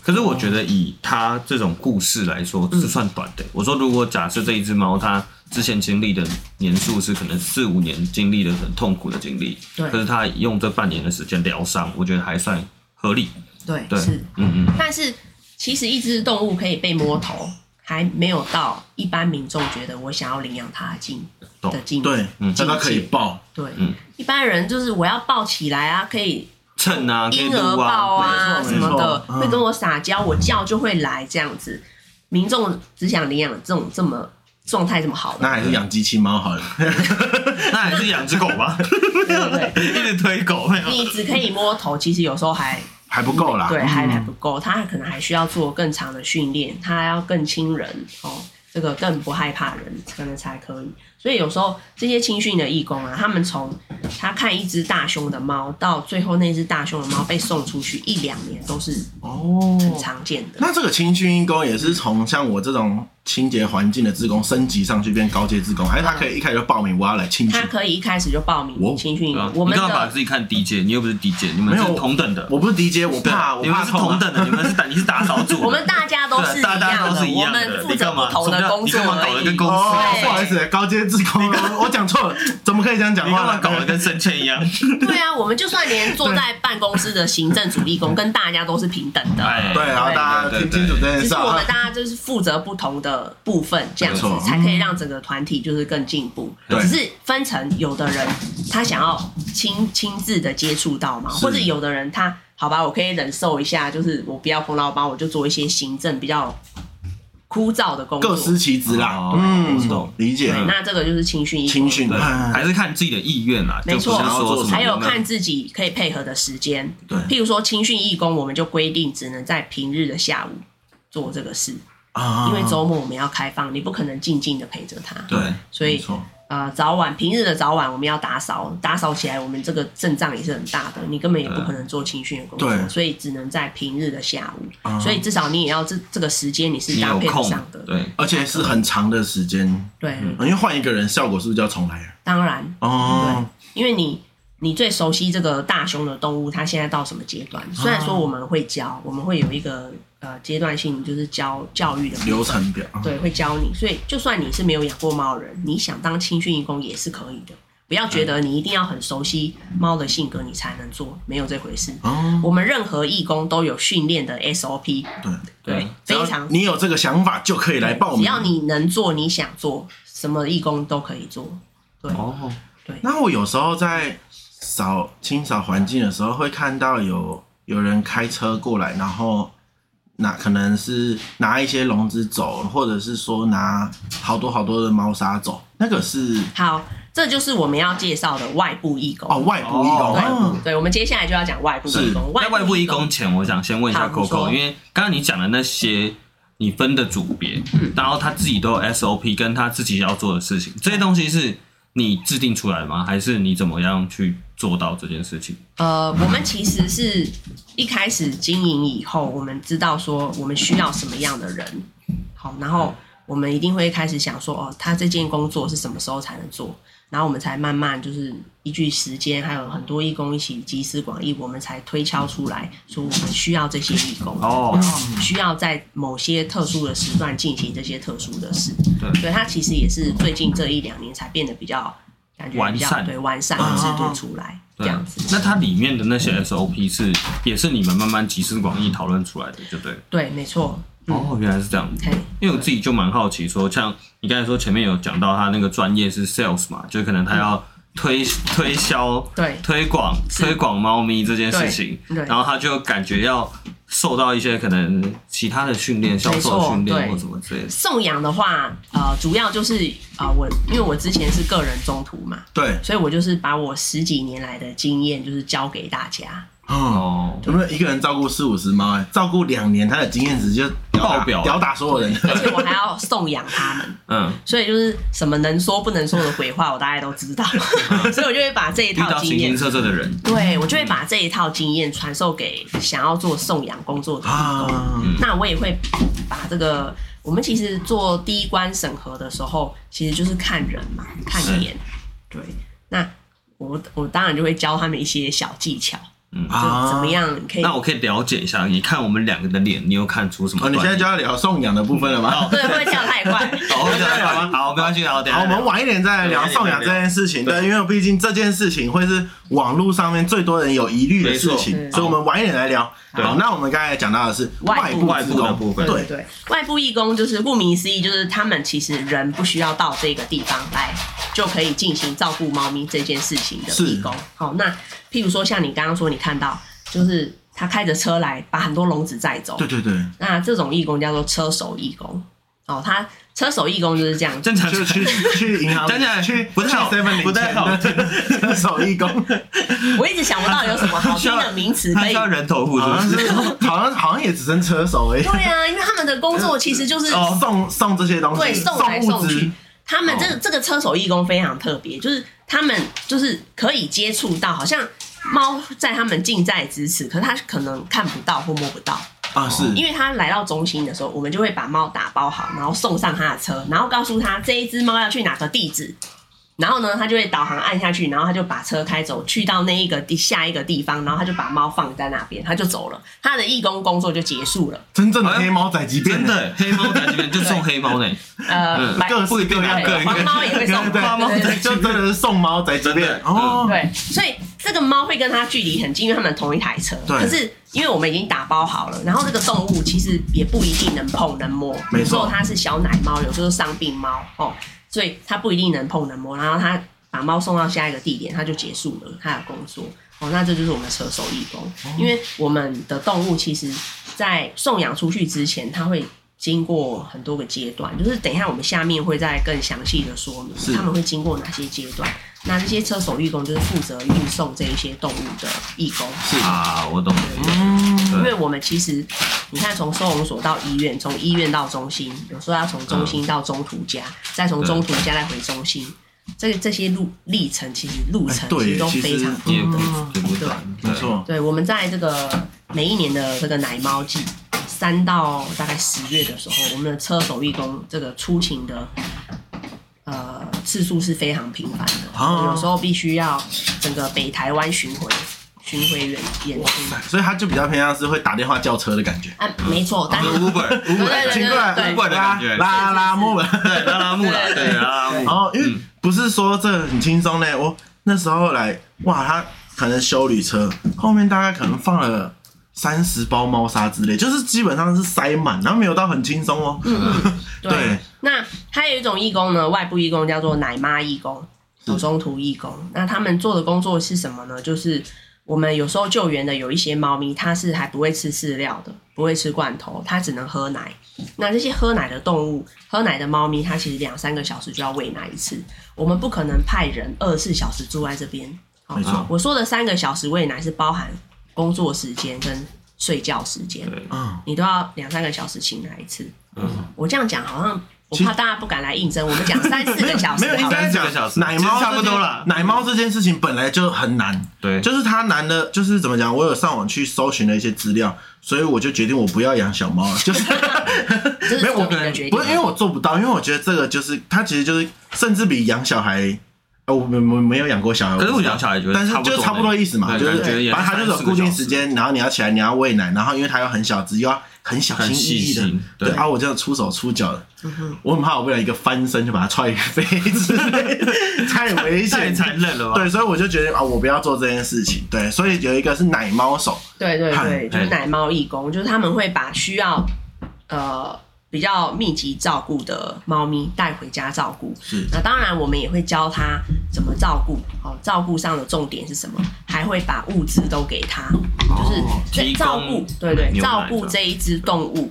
[SPEAKER 1] 可是我觉得以它这种故事来说，
[SPEAKER 3] 嗯
[SPEAKER 1] 是算短的。我说，如果假设这一只猫它之前经历的年数是可能四五年经历的很痛苦的经历，
[SPEAKER 3] 对
[SPEAKER 1] 可是它用这半年的时间疗伤，我觉得还算合理。
[SPEAKER 3] 对，
[SPEAKER 1] 对
[SPEAKER 3] 是。
[SPEAKER 1] 嗯嗯，
[SPEAKER 3] 但是其实一只动物可以被摸头，还没有到一般民众觉得我想要领养它的境
[SPEAKER 1] 懂
[SPEAKER 3] 的境
[SPEAKER 2] 对，
[SPEAKER 1] 嗯
[SPEAKER 2] 大家
[SPEAKER 3] 境
[SPEAKER 2] 可以
[SPEAKER 3] 界
[SPEAKER 2] 抱，
[SPEAKER 3] 对
[SPEAKER 1] 嗯
[SPEAKER 3] 一般人就是我要抱起来啊，可以
[SPEAKER 1] 蹭啊，可以
[SPEAKER 3] 婴
[SPEAKER 1] 撸
[SPEAKER 3] 儿抱啊
[SPEAKER 2] 没错
[SPEAKER 3] 什么
[SPEAKER 2] 没，
[SPEAKER 3] 的
[SPEAKER 2] 错嗯
[SPEAKER 3] 会跟我撒娇，我叫就会来这样子。民众只想领养这种这么状态这么好的
[SPEAKER 2] 那， *laughs* 还是养机器猫好了。
[SPEAKER 1] *laughs* 那还是养只狗
[SPEAKER 3] *laughs*
[SPEAKER 1] 吧，
[SPEAKER 3] 对对对。
[SPEAKER 1] 一直推狗没有？
[SPEAKER 3] 你只可以摸头，其实有时候还
[SPEAKER 2] 还不够啦。
[SPEAKER 3] 对，还
[SPEAKER 1] 嗯
[SPEAKER 3] 还不够，它可能还需要做更长的训练，它要更亲人哦，这个更不害怕人，可能才可以。所以有时候这些青训的义工啊，他们从他看一只大胸的猫，到最后那只大胸的猫被送出去一两年，都是
[SPEAKER 2] 哦，
[SPEAKER 3] 很常见
[SPEAKER 1] 嗯
[SPEAKER 3] 的。
[SPEAKER 2] 那这个清训义工也是从像我这种清洁环境的志工升级上去变高阶志工，还是他可以一开始就报名我要来清训
[SPEAKER 3] 他？可以一开始就报
[SPEAKER 2] 我
[SPEAKER 3] 名青训义
[SPEAKER 1] 对啊
[SPEAKER 3] 工，我们
[SPEAKER 1] 你干嘛把
[SPEAKER 3] 的
[SPEAKER 1] 自己看低阶？你又不是低阶，你们是
[SPEAKER 2] 没有
[SPEAKER 1] 同等的。
[SPEAKER 2] 我不是 DJ，我
[SPEAKER 1] 对
[SPEAKER 2] 怕我
[SPEAKER 1] 你们
[SPEAKER 2] 怕
[SPEAKER 1] 是
[SPEAKER 2] 痛啊
[SPEAKER 1] 同等的，你们是打你是打扫组的，
[SPEAKER 2] *laughs*
[SPEAKER 3] 我们大家都是
[SPEAKER 1] 对
[SPEAKER 3] 一
[SPEAKER 1] 大
[SPEAKER 3] 样
[SPEAKER 1] 家都
[SPEAKER 3] 的，
[SPEAKER 1] 是一
[SPEAKER 3] 我
[SPEAKER 1] 样
[SPEAKER 3] 们
[SPEAKER 1] 的。
[SPEAKER 3] 负
[SPEAKER 1] 你
[SPEAKER 3] 责
[SPEAKER 1] 干嘛？
[SPEAKER 3] 不同
[SPEAKER 1] 什么
[SPEAKER 3] 的
[SPEAKER 1] 叫
[SPEAKER 3] 工
[SPEAKER 1] 你
[SPEAKER 3] 作
[SPEAKER 1] 干嘛
[SPEAKER 3] 而
[SPEAKER 1] 搞得
[SPEAKER 3] 已。
[SPEAKER 1] 跟公司
[SPEAKER 2] 哦
[SPEAKER 1] 一
[SPEAKER 3] 对
[SPEAKER 1] 样？
[SPEAKER 2] 不好意思，高阶志工，我讲错了，怎么可以这样
[SPEAKER 1] *laughs*
[SPEAKER 2] 讲
[SPEAKER 1] 你干
[SPEAKER 2] 话
[SPEAKER 1] 嘛
[SPEAKER 2] 呢？
[SPEAKER 1] 搞得跟升迁一
[SPEAKER 2] *laughs*
[SPEAKER 1] 样？
[SPEAKER 3] 对啊，我们就算连坐在办公室的行政主力工，跟大家都是平等的。
[SPEAKER 1] 哎
[SPEAKER 2] 对，然后大家
[SPEAKER 1] 对
[SPEAKER 2] 听
[SPEAKER 1] 对
[SPEAKER 2] 清楚这件
[SPEAKER 3] 只
[SPEAKER 2] 事
[SPEAKER 3] 是我
[SPEAKER 2] 啊
[SPEAKER 3] 们。大家就是负责不同的部分，这样子
[SPEAKER 2] 没错嗯
[SPEAKER 3] 才可以让整个团体就是更进步。
[SPEAKER 2] 对
[SPEAKER 3] 只是分成有的人他想要亲亲自的接触到嘛，或者有的人他好吧，我可以忍受一下，就是我不要碰到包，我就做一些行政比较枯燥的工
[SPEAKER 2] 各
[SPEAKER 3] 作。
[SPEAKER 2] 司其职啦
[SPEAKER 1] 哦，我
[SPEAKER 2] 嗯
[SPEAKER 1] 懂，
[SPEAKER 2] 理解
[SPEAKER 3] 对，那这个就是青训义工
[SPEAKER 2] 青训
[SPEAKER 1] 对，
[SPEAKER 2] 哎
[SPEAKER 1] 还是看自己的意愿啦，
[SPEAKER 3] 啊没
[SPEAKER 1] 就不
[SPEAKER 3] 错
[SPEAKER 1] 是说什么
[SPEAKER 3] 还有
[SPEAKER 1] 没
[SPEAKER 3] 看自己可以配合的时间。
[SPEAKER 2] 对
[SPEAKER 3] 譬如说青训义工，我们就规定只能在平日的下午做这个事，
[SPEAKER 2] 啊
[SPEAKER 3] 因为周末我们要开放，你不可能静静的陪着他。
[SPEAKER 1] 对，
[SPEAKER 3] 所
[SPEAKER 2] 没
[SPEAKER 3] 以
[SPEAKER 2] 错，
[SPEAKER 3] 呃，早晚平日的早晚我们要打扫，打扫起来我们这个阵仗也是很大的，你根本也不可能做青训的工
[SPEAKER 2] 对
[SPEAKER 3] 作，所以只能在平日的下午。
[SPEAKER 2] 啊
[SPEAKER 3] 所以至少你也要这这个时间你是
[SPEAKER 1] 你
[SPEAKER 3] 搭
[SPEAKER 1] 有
[SPEAKER 3] 配得
[SPEAKER 1] 空
[SPEAKER 3] 上的。
[SPEAKER 1] 对，
[SPEAKER 2] 而且是很长的时间，嗯
[SPEAKER 3] 对，
[SPEAKER 2] 因为换一个人效果是不是就要重来了？
[SPEAKER 3] 当然，
[SPEAKER 2] 哦，
[SPEAKER 3] 因为你你最熟悉这个大熊的动物，它现在到什么阶段？虽然说我们会教，我们会有一个呃阶段性，就是教教育的部分
[SPEAKER 2] 流，程表，
[SPEAKER 3] 对，会教你。所以就算你是没有养过猫的人，你想当青训义工也是可以的。不要觉得你一定要很熟悉猫的性格你才能做，没有这回事。
[SPEAKER 2] 哦，
[SPEAKER 3] 我们任何义工都有训练的 SOP，
[SPEAKER 2] 对，
[SPEAKER 3] 对，
[SPEAKER 2] 只要
[SPEAKER 3] 非常。
[SPEAKER 2] 你有这个想法就可以来报
[SPEAKER 3] 只
[SPEAKER 2] 名。
[SPEAKER 3] 要你能做，你想做什么义工都可以做。对，
[SPEAKER 1] 哦，
[SPEAKER 2] 那我有时候在扫清扫环境的时候，会看到有有人开车过来，然后拿可能是拿一些笼子走，或者是说拿好多好多的猫砂走，那个是
[SPEAKER 3] 好，这就是我们要介绍的外部义工。
[SPEAKER 2] 哦外部义工，
[SPEAKER 1] 对
[SPEAKER 2] 哦
[SPEAKER 3] 对，我们接下来就要讲外部义工。
[SPEAKER 1] 在外部义工前，我想先问一下
[SPEAKER 3] 好你
[SPEAKER 1] Coco，
[SPEAKER 3] 说
[SPEAKER 1] 因为刚刚你讲的那些。你分的组别，
[SPEAKER 3] 嗯
[SPEAKER 1] 然后他自己都有 SOP，跟他自己要做的事情，这些东西是你制定出来的吗？还是你怎么样去做到这件事情？
[SPEAKER 3] 呃，我们其实是一开始经营以后，我们知道说我们需要什么样的人，好，然后我们一定会开始想说，哦，他这件工作是什么时候才能做，然后我们才慢慢就是依据时间，还有很多义工一起集思广益，我们才推敲出来说我们需要这些义工。
[SPEAKER 1] 哦
[SPEAKER 3] 然，后需要在某些特殊的时段进行这些特殊的事。
[SPEAKER 1] 对
[SPEAKER 3] 所以它其实也是最近这一两年才变得比较感觉比较
[SPEAKER 1] 完善啊
[SPEAKER 3] 对完善的制度出来这
[SPEAKER 1] 对
[SPEAKER 3] 样子。
[SPEAKER 1] 那它里面的那些 SOP 是也是你们慢慢集思广益讨论出来的，就对了。
[SPEAKER 3] 对，没错。
[SPEAKER 1] 哦，原来是这样子。
[SPEAKER 3] 嘿，
[SPEAKER 1] 因为我自己就蛮好奇说像你刚才说前面有讲到他那个专业是 sales 嘛，就可能他要推推销、
[SPEAKER 3] 嗯对
[SPEAKER 1] 推广、
[SPEAKER 3] 是
[SPEAKER 1] 推广猫咪这件事情，
[SPEAKER 3] 对对
[SPEAKER 1] 然后他就感觉要受到一些可能其他的训练、销售
[SPEAKER 3] 错
[SPEAKER 1] 训练
[SPEAKER 3] 对
[SPEAKER 1] 或什么之类的。
[SPEAKER 3] 送养的话，呃，主要就是呃，我因为我之前是个人中途嘛，
[SPEAKER 2] 对，
[SPEAKER 3] 所以我就是把我十几年来的经验就是教给大
[SPEAKER 1] *laughs*
[SPEAKER 3] 家。
[SPEAKER 2] 哦，
[SPEAKER 1] 哦，
[SPEAKER 2] 有没有一个人照顾四五十猫？哎，照顾两年，他的经验值就吊打
[SPEAKER 1] 爆表
[SPEAKER 2] 吊打所有人。
[SPEAKER 3] 而且我还要送养他们，
[SPEAKER 1] 嗯，
[SPEAKER 3] 所以就是什么能说不能说的鬼话，我大概都
[SPEAKER 1] *laughs*
[SPEAKER 3] 知道，所以我就会把这一
[SPEAKER 1] 遇到
[SPEAKER 3] 套
[SPEAKER 1] 形
[SPEAKER 3] 经验
[SPEAKER 1] 形，色色的人，
[SPEAKER 3] 对我就会把这一套经验传授给想要做送养工作的义工。
[SPEAKER 2] 啊，
[SPEAKER 3] 那我也会把这个，我们其实做第一关审核的时候，其实就是看人嘛，看脸。对，那我我当然就会教他们一些小技巧，就
[SPEAKER 2] 啊
[SPEAKER 3] 怎么样可以。
[SPEAKER 1] 那我可以了解一下，你看我们两个的脸，你有看出什么
[SPEAKER 2] 哦，
[SPEAKER 1] 端
[SPEAKER 2] 你
[SPEAKER 1] 倪？
[SPEAKER 2] 现在就要聊送养的部分了吗？
[SPEAKER 3] 对，会跳太快。
[SPEAKER 1] 好，哦我
[SPEAKER 2] 现在聊吗
[SPEAKER 1] 好，没关系，好，等一
[SPEAKER 2] 好，
[SPEAKER 1] 下
[SPEAKER 2] 我们晚一点再来聊送养这件事情。对，因为毕竟这件事情会是网络上面最多人有疑虑的事
[SPEAKER 3] 没
[SPEAKER 2] 情，所
[SPEAKER 3] 错
[SPEAKER 2] 以我们晚一点来聊。
[SPEAKER 1] 对
[SPEAKER 2] 好，那我们刚才讲到的是
[SPEAKER 3] 外部
[SPEAKER 1] 外
[SPEAKER 2] 职
[SPEAKER 1] 部的
[SPEAKER 2] 工
[SPEAKER 1] 部分，
[SPEAKER 2] 对，
[SPEAKER 3] 对，外部义工就是顾名思义，就是他们其实人不需要到这个地方来就可以进行照顾猫咪这件事情的
[SPEAKER 2] 是
[SPEAKER 3] 义工。好，那譬如说像你刚刚说，你看到就是他开着车来，把很多笼子载走。
[SPEAKER 2] 对对对，
[SPEAKER 3] 那这种义工叫做车手义工。哦，他车手义工就是这样，
[SPEAKER 1] 正常
[SPEAKER 2] 就去去银行，
[SPEAKER 1] 等等
[SPEAKER 2] 去
[SPEAKER 1] 不太好
[SPEAKER 2] 去 7-Eleven 领
[SPEAKER 1] 不太好
[SPEAKER 2] 钱的手艺工，
[SPEAKER 3] 我一直想不到有什么好听的名词
[SPEAKER 1] 他
[SPEAKER 3] 可以
[SPEAKER 1] 需。要人头户，是
[SPEAKER 2] 好
[SPEAKER 1] 不
[SPEAKER 2] 像
[SPEAKER 1] 是？
[SPEAKER 2] 是好像好像也只剩车手而已。
[SPEAKER 3] 对啊，因为他们的工作其实就是
[SPEAKER 2] 哦，送送这些东西，
[SPEAKER 3] 对送来
[SPEAKER 2] 物
[SPEAKER 3] 送
[SPEAKER 2] 资
[SPEAKER 3] 去，。他们这
[SPEAKER 1] 哦
[SPEAKER 3] 个这个车手义工非常特别，就是他们就是可以接触到，好像猫在他们近在咫尺，可是他可能看不到或摸不到，
[SPEAKER 2] 啊，是
[SPEAKER 3] 因为他来到中心的时候，我们就会把猫打包好，然后送上他的车，然后告诉他这一只猫要去哪个地址，然后呢，他就会导航按下去，然后他就把车开走，去到那一个地下一个地方，然后他就把猫放在那边，他就走了，他的义工工作就结束了。
[SPEAKER 2] 真正的黑猫宅急便
[SPEAKER 1] 真，的黑猫在这边就送黑猫呢，
[SPEAKER 3] 呃，
[SPEAKER 1] 嗯
[SPEAKER 3] 买
[SPEAKER 2] 各式各样，
[SPEAKER 3] 对
[SPEAKER 2] 各式各
[SPEAKER 3] 黄
[SPEAKER 2] 样
[SPEAKER 3] 猫也会送
[SPEAKER 2] 对
[SPEAKER 3] 花猫
[SPEAKER 2] 对
[SPEAKER 3] 宅
[SPEAKER 2] 就真的是送猫宅急
[SPEAKER 1] 真
[SPEAKER 2] 便
[SPEAKER 1] 的
[SPEAKER 2] 哦，
[SPEAKER 3] 对，所以这个猫会跟它距离很近，因为它们同一台车。
[SPEAKER 2] 对
[SPEAKER 3] 可是因为我们已经打包好了，然后这个动物其实也不一定能碰能摸，
[SPEAKER 2] 没错
[SPEAKER 3] 有时候它是小奶猫，有时候伤病猫哦，所以它不一定能碰能摸。然后它把猫送到下一个地点，它就结束了它的工作。哦，那这就是我们的车手义工，
[SPEAKER 2] 哦
[SPEAKER 3] 因为我们的动物其实，在送养出去之前，它会经过很多个阶段，就是等一下我们下面会再更详细的说明
[SPEAKER 2] 是，
[SPEAKER 3] 他们会经过哪些阶段。那这些车手义工就是负责运送这一些动物的义工，
[SPEAKER 2] 是
[SPEAKER 1] 啊，我懂了，
[SPEAKER 2] 嗯，
[SPEAKER 3] 因为
[SPEAKER 1] 对
[SPEAKER 3] 我们其实你看，从收容所到医院，从医院到中心，有时候要从中
[SPEAKER 2] 嗯
[SPEAKER 3] 心到中途家，再从中途家再回中心，这这些路历程其实路
[SPEAKER 2] 哎
[SPEAKER 3] 程
[SPEAKER 2] 对
[SPEAKER 3] 其实都
[SPEAKER 2] 其实
[SPEAKER 3] 非常
[SPEAKER 1] 也不
[SPEAKER 2] 嗯
[SPEAKER 1] 也不短，
[SPEAKER 2] 没错，
[SPEAKER 3] 对，我们在这个每一年的这个奶猫季，三到大概十月的时候，我们的车手义工这个出勤的呃次数是非常频繁的，
[SPEAKER 2] 哦
[SPEAKER 3] 有时候必须要整个北台湾巡回巡回演演出。
[SPEAKER 2] 所以他就比较偏向是会打电话叫车的感觉，
[SPEAKER 3] 啊，没错，但
[SPEAKER 1] 对 Uber
[SPEAKER 3] 对
[SPEAKER 1] Uber
[SPEAKER 3] 对对
[SPEAKER 2] 请过来
[SPEAKER 3] 对
[SPEAKER 1] 怪的
[SPEAKER 2] 拉
[SPEAKER 1] 感觉
[SPEAKER 2] 拉拉莫文。
[SPEAKER 1] 对拉拉木啦，
[SPEAKER 3] 对对
[SPEAKER 1] 对拉
[SPEAKER 3] 嗯
[SPEAKER 1] 拉木，
[SPEAKER 2] 然后因为不是说这很轻松嘞，我那时候来，哇，他可能修理车后面大概可能放了三十包猫砂之类，就是基本上是塞满，然后没有到很轻松哦。
[SPEAKER 3] 嗯对。
[SPEAKER 2] 对
[SPEAKER 3] 那还有一种义工呢，外部义工叫做奶妈义工、手中途义工。那他们做的工作是什么呢？就是我们有时候救援的有一些猫咪，它是还不会吃饲料的，不会吃罐头，它只能喝奶。那这些喝奶的动物，喝奶的猫咪，它其实两三个小时就要喂奶一次。我们不可能派人二十四小时住在这边。好
[SPEAKER 2] 没错
[SPEAKER 3] 我说的三个小时喂奶是包含工作时间跟睡觉时间。
[SPEAKER 1] 对
[SPEAKER 2] 嗯，
[SPEAKER 3] 你都要两三个小时醒来一次。
[SPEAKER 1] 嗯
[SPEAKER 3] 我这样讲好像我
[SPEAKER 2] 其实
[SPEAKER 3] 怕大家不敢来应征，我们讲三四个小时
[SPEAKER 2] 没
[SPEAKER 3] 啊
[SPEAKER 2] 有应
[SPEAKER 3] 好了。
[SPEAKER 2] 该
[SPEAKER 1] 三
[SPEAKER 2] 讲
[SPEAKER 1] 四个小时
[SPEAKER 2] 奶猫
[SPEAKER 1] 其实差不
[SPEAKER 2] 这件
[SPEAKER 1] 多啦
[SPEAKER 2] 奶猫这件事情本来就很难，
[SPEAKER 1] 对，
[SPEAKER 2] 就是它难的，就是怎么讲？我有上网去搜寻了一些资料，所以我就决定我不要养小猫了，就是。
[SPEAKER 3] 这是
[SPEAKER 2] 没有我
[SPEAKER 3] 聪明的决定啊
[SPEAKER 2] 不是因为我做不到，因为我觉得这个就是它其实就是甚至比养小孩，呃，我没没没有养过小孩，
[SPEAKER 1] 可是
[SPEAKER 2] 我
[SPEAKER 1] 我
[SPEAKER 2] 不知道
[SPEAKER 1] 养小孩觉得
[SPEAKER 2] 但是
[SPEAKER 1] 差不多
[SPEAKER 2] 就差不多意思嘛，
[SPEAKER 1] 对
[SPEAKER 2] 就是
[SPEAKER 1] 感觉也是
[SPEAKER 2] 反正它就是有固定时间，然后你要起来，你要喂奶，然后因为它又很小只，又要很小心翼翼的
[SPEAKER 1] 很细心，对
[SPEAKER 2] 对，啊，我这样出手出脚的，我很怕我为了一个翻身就把它踹飞之类的，太危
[SPEAKER 1] 太
[SPEAKER 2] 险，
[SPEAKER 1] 残忍了吧？
[SPEAKER 2] 对，所以我就觉得啊，我不要做这件事情，对，所以有一个是奶猫手，
[SPEAKER 3] 对对
[SPEAKER 2] 嗨
[SPEAKER 3] 对，就是奶猫义工，就是他们会把需要呃比较密集照顾的猫咪带回家照顾。
[SPEAKER 2] 是
[SPEAKER 3] 那当然，我们也会教它怎么照顾，哦，照顾上的重点是什么，还会把物资都给它，就是
[SPEAKER 2] 哦
[SPEAKER 3] 这
[SPEAKER 1] 提供
[SPEAKER 3] 照顾，对对，
[SPEAKER 1] 牛奶
[SPEAKER 3] 照顾
[SPEAKER 1] 这样
[SPEAKER 3] 这一只动物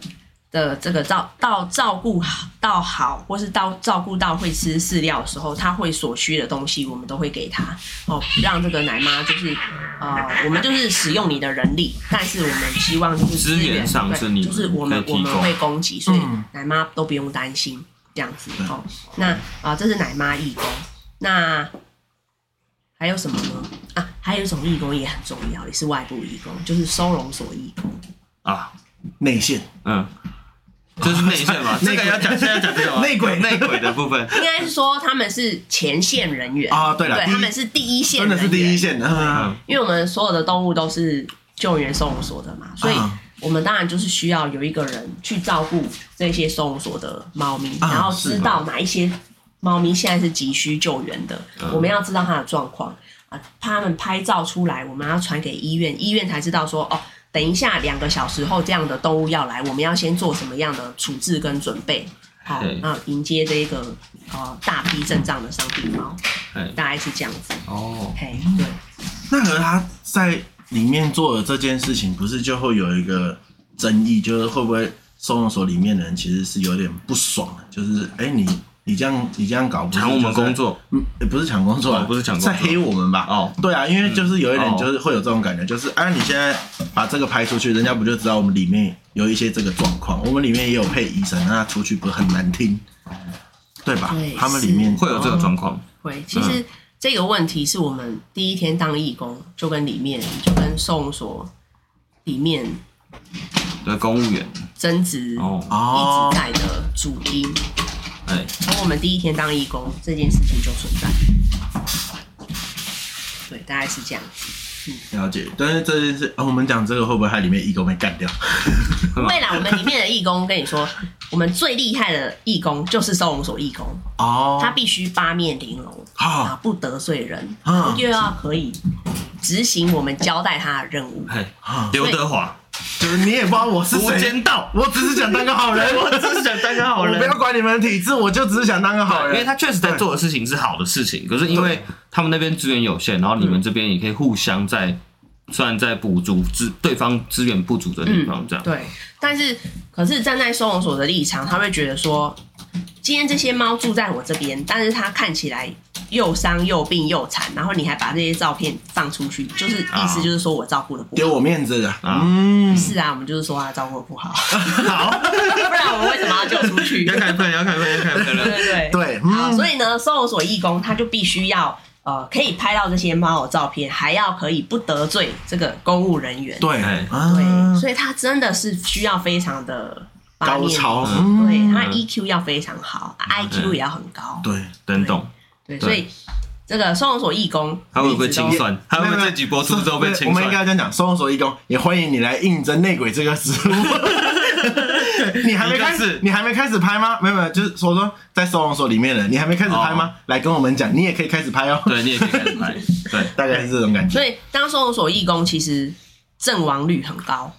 [SPEAKER 3] 的这个照到照顾好到好，或是到照顾到会吃饲料的时候，它会所需的东西，我们都会给它哦，让这个奶妈就是呃，我们就是使用你的人力，但是我们希望就是
[SPEAKER 1] 资源上
[SPEAKER 3] 对
[SPEAKER 1] 是你
[SPEAKER 3] 就是我们
[SPEAKER 1] 可以
[SPEAKER 3] 我
[SPEAKER 1] 提
[SPEAKER 3] 们
[SPEAKER 1] 供
[SPEAKER 3] 会供给，所以
[SPEAKER 2] 嗯
[SPEAKER 3] 奶妈都不用担心这样子
[SPEAKER 2] 对
[SPEAKER 3] 哦。那啊、呃这是奶妈义工，那还有什么呢？啊，还有一种义工也很重要，也是外部义工，就是收容所义工。
[SPEAKER 1] 啊，
[SPEAKER 2] 内线
[SPEAKER 1] 嗯，这是内线
[SPEAKER 2] *laughs*
[SPEAKER 1] 吧？这
[SPEAKER 2] 内鬼
[SPEAKER 1] 个要讲，现在讲这个吗
[SPEAKER 2] 内鬼
[SPEAKER 1] 内鬼的部分，
[SPEAKER 3] 应该是说他们是前线人员
[SPEAKER 2] 啊对了
[SPEAKER 3] 对
[SPEAKER 2] 第一
[SPEAKER 3] 他们是第一线
[SPEAKER 2] 真
[SPEAKER 3] 人
[SPEAKER 2] 的
[SPEAKER 3] 员，
[SPEAKER 2] 是第一线的，
[SPEAKER 1] 嗯
[SPEAKER 2] 啊，
[SPEAKER 3] 因为我们所有的动物都是救援收容所的嘛，所以
[SPEAKER 2] 啊
[SPEAKER 3] 我们当然就是需要有一个人去照顾这些收容所的猫咪，
[SPEAKER 2] 啊
[SPEAKER 3] 然后
[SPEAKER 2] 是
[SPEAKER 3] 知道哪一些猫咪现在是急需救援的，
[SPEAKER 1] 嗯
[SPEAKER 3] 我们要知道它的状况啊，怕他们拍照出来，我们要传给医院，医院才知道说哦。等一下，两个小时后这样的动物要来，我们要先做什么样的处置跟准备？好
[SPEAKER 1] 对，
[SPEAKER 3] 那迎接这个呃大批阵仗的伤病猫，
[SPEAKER 1] 哎，
[SPEAKER 3] 大概是这样子。
[SPEAKER 1] 哦，
[SPEAKER 3] 嘿，对，
[SPEAKER 2] 那和他在里面做的这件事情，不是就会有一个争议，就是会不会收容所里面的人其实是有点不爽的，就是哎、诶你你这样你这样搞，不是
[SPEAKER 1] 抢我们
[SPEAKER 2] 就在
[SPEAKER 1] 工，作
[SPEAKER 2] 嗯，也不是抢工作啊、
[SPEAKER 1] 哦不是抢工作
[SPEAKER 2] 在黑我们吧？
[SPEAKER 1] 哦，
[SPEAKER 2] 对啊，因为就是有一点
[SPEAKER 1] 嗯哦
[SPEAKER 2] 就是会有这种感觉，就是啊，你现在把这个拍出去，人家不就知道我们里面有一些这个状况，我们里面也有配医生，那出去不是很难听，对吧？
[SPEAKER 3] 对
[SPEAKER 2] 他们里面
[SPEAKER 1] 会有这个状况，
[SPEAKER 3] 会，其实这个问题是我们第一天当义工就跟里面就跟收容所里面
[SPEAKER 1] 对，公务员，
[SPEAKER 3] 争执一
[SPEAKER 1] 哦，
[SPEAKER 2] 哦
[SPEAKER 3] 直，在的主因，
[SPEAKER 1] 哎，
[SPEAKER 3] 从我们第一天当义工这件事情就存在。对，大概是这样。
[SPEAKER 2] 了解。但是这件事，啊我们讲这个会不会害里面义工被干掉？
[SPEAKER 1] 会吗
[SPEAKER 3] 未来我们里面的义工跟你说，我们最厉害的义工就是收容所义工，
[SPEAKER 2] 哦，
[SPEAKER 3] 他必须八面玲珑
[SPEAKER 2] 好
[SPEAKER 3] 啊，不得罪人，
[SPEAKER 2] 啊
[SPEAKER 3] 又要可以执行我们交代他的任务。
[SPEAKER 1] 哎，
[SPEAKER 2] 啊，
[SPEAKER 1] 刘德华，
[SPEAKER 2] 就是你也不知道我是
[SPEAKER 1] 无
[SPEAKER 2] 谁，
[SPEAKER 1] 间道，
[SPEAKER 2] 我只是想当个好人，我
[SPEAKER 1] 只是想当个
[SPEAKER 2] 我不要管你们的体制，我就只是想当个好
[SPEAKER 1] 因
[SPEAKER 2] 人。
[SPEAKER 1] 为他确实在做的事情是好的事情，可是因为他们那边资源有限，然后你们这边也可以互相在，虽然在补足资对方资源不足的地方，这样，
[SPEAKER 2] 嗯
[SPEAKER 3] 对，但是可是站在收容所的立场，他会觉得说，今天这些猫住在我这边，但是它看起来又伤又病又残，然后你还把这些照片放出去，就是意思就是说我照顾的不
[SPEAKER 2] 丢
[SPEAKER 3] 好。
[SPEAKER 2] 我面子的，
[SPEAKER 1] 啊
[SPEAKER 2] 嗯，
[SPEAKER 3] 是啊，我们就是说他照顾的不好，
[SPEAKER 1] 好，
[SPEAKER 3] *laughs* 不然我们为什么要救出去？
[SPEAKER 1] 要
[SPEAKER 3] 对
[SPEAKER 1] 开喷，要开喷，要开喷了，
[SPEAKER 3] 对对。
[SPEAKER 2] 对，
[SPEAKER 3] 好，
[SPEAKER 2] 嗯，
[SPEAKER 3] 所以呢，收容所义工他就必须要呃，可以拍到这些猫的照片，还要可以不得罪这个公务人员。
[SPEAKER 2] 对
[SPEAKER 1] 哎
[SPEAKER 2] 啊
[SPEAKER 3] 对，，所以他真的是需要非常的八
[SPEAKER 2] 高
[SPEAKER 3] 面
[SPEAKER 2] 潮，
[SPEAKER 1] 嗯
[SPEAKER 3] 对，他
[SPEAKER 1] 嗯
[SPEAKER 3] EQ 要非常好，IQ
[SPEAKER 1] 对
[SPEAKER 3] 也要很高。
[SPEAKER 2] 对，
[SPEAKER 1] 等等，
[SPEAKER 3] 对，
[SPEAKER 1] 对
[SPEAKER 3] 所以这个收容所义工，
[SPEAKER 1] 他会不会
[SPEAKER 3] 一直都
[SPEAKER 1] 清算？他会不会这集 *laughs* 播出之后被
[SPEAKER 2] 我
[SPEAKER 1] 清
[SPEAKER 2] 们应该
[SPEAKER 1] 算？
[SPEAKER 2] 要这样讲，收容所义工也欢迎你来应征内鬼这个职
[SPEAKER 1] *laughs*
[SPEAKER 2] 务。你还没开
[SPEAKER 1] 你就
[SPEAKER 2] 始
[SPEAKER 1] 是，
[SPEAKER 2] 你还没开始拍吗？没有没有，就是我说在收容所里面的，你还没开始拍吗？来跟我们讲，你也可以开始拍哦。
[SPEAKER 1] 哦对，你也可以开始拍，对，
[SPEAKER 2] 大概是这种感觉。
[SPEAKER 3] 所以当收容所义工其实阵亡率很高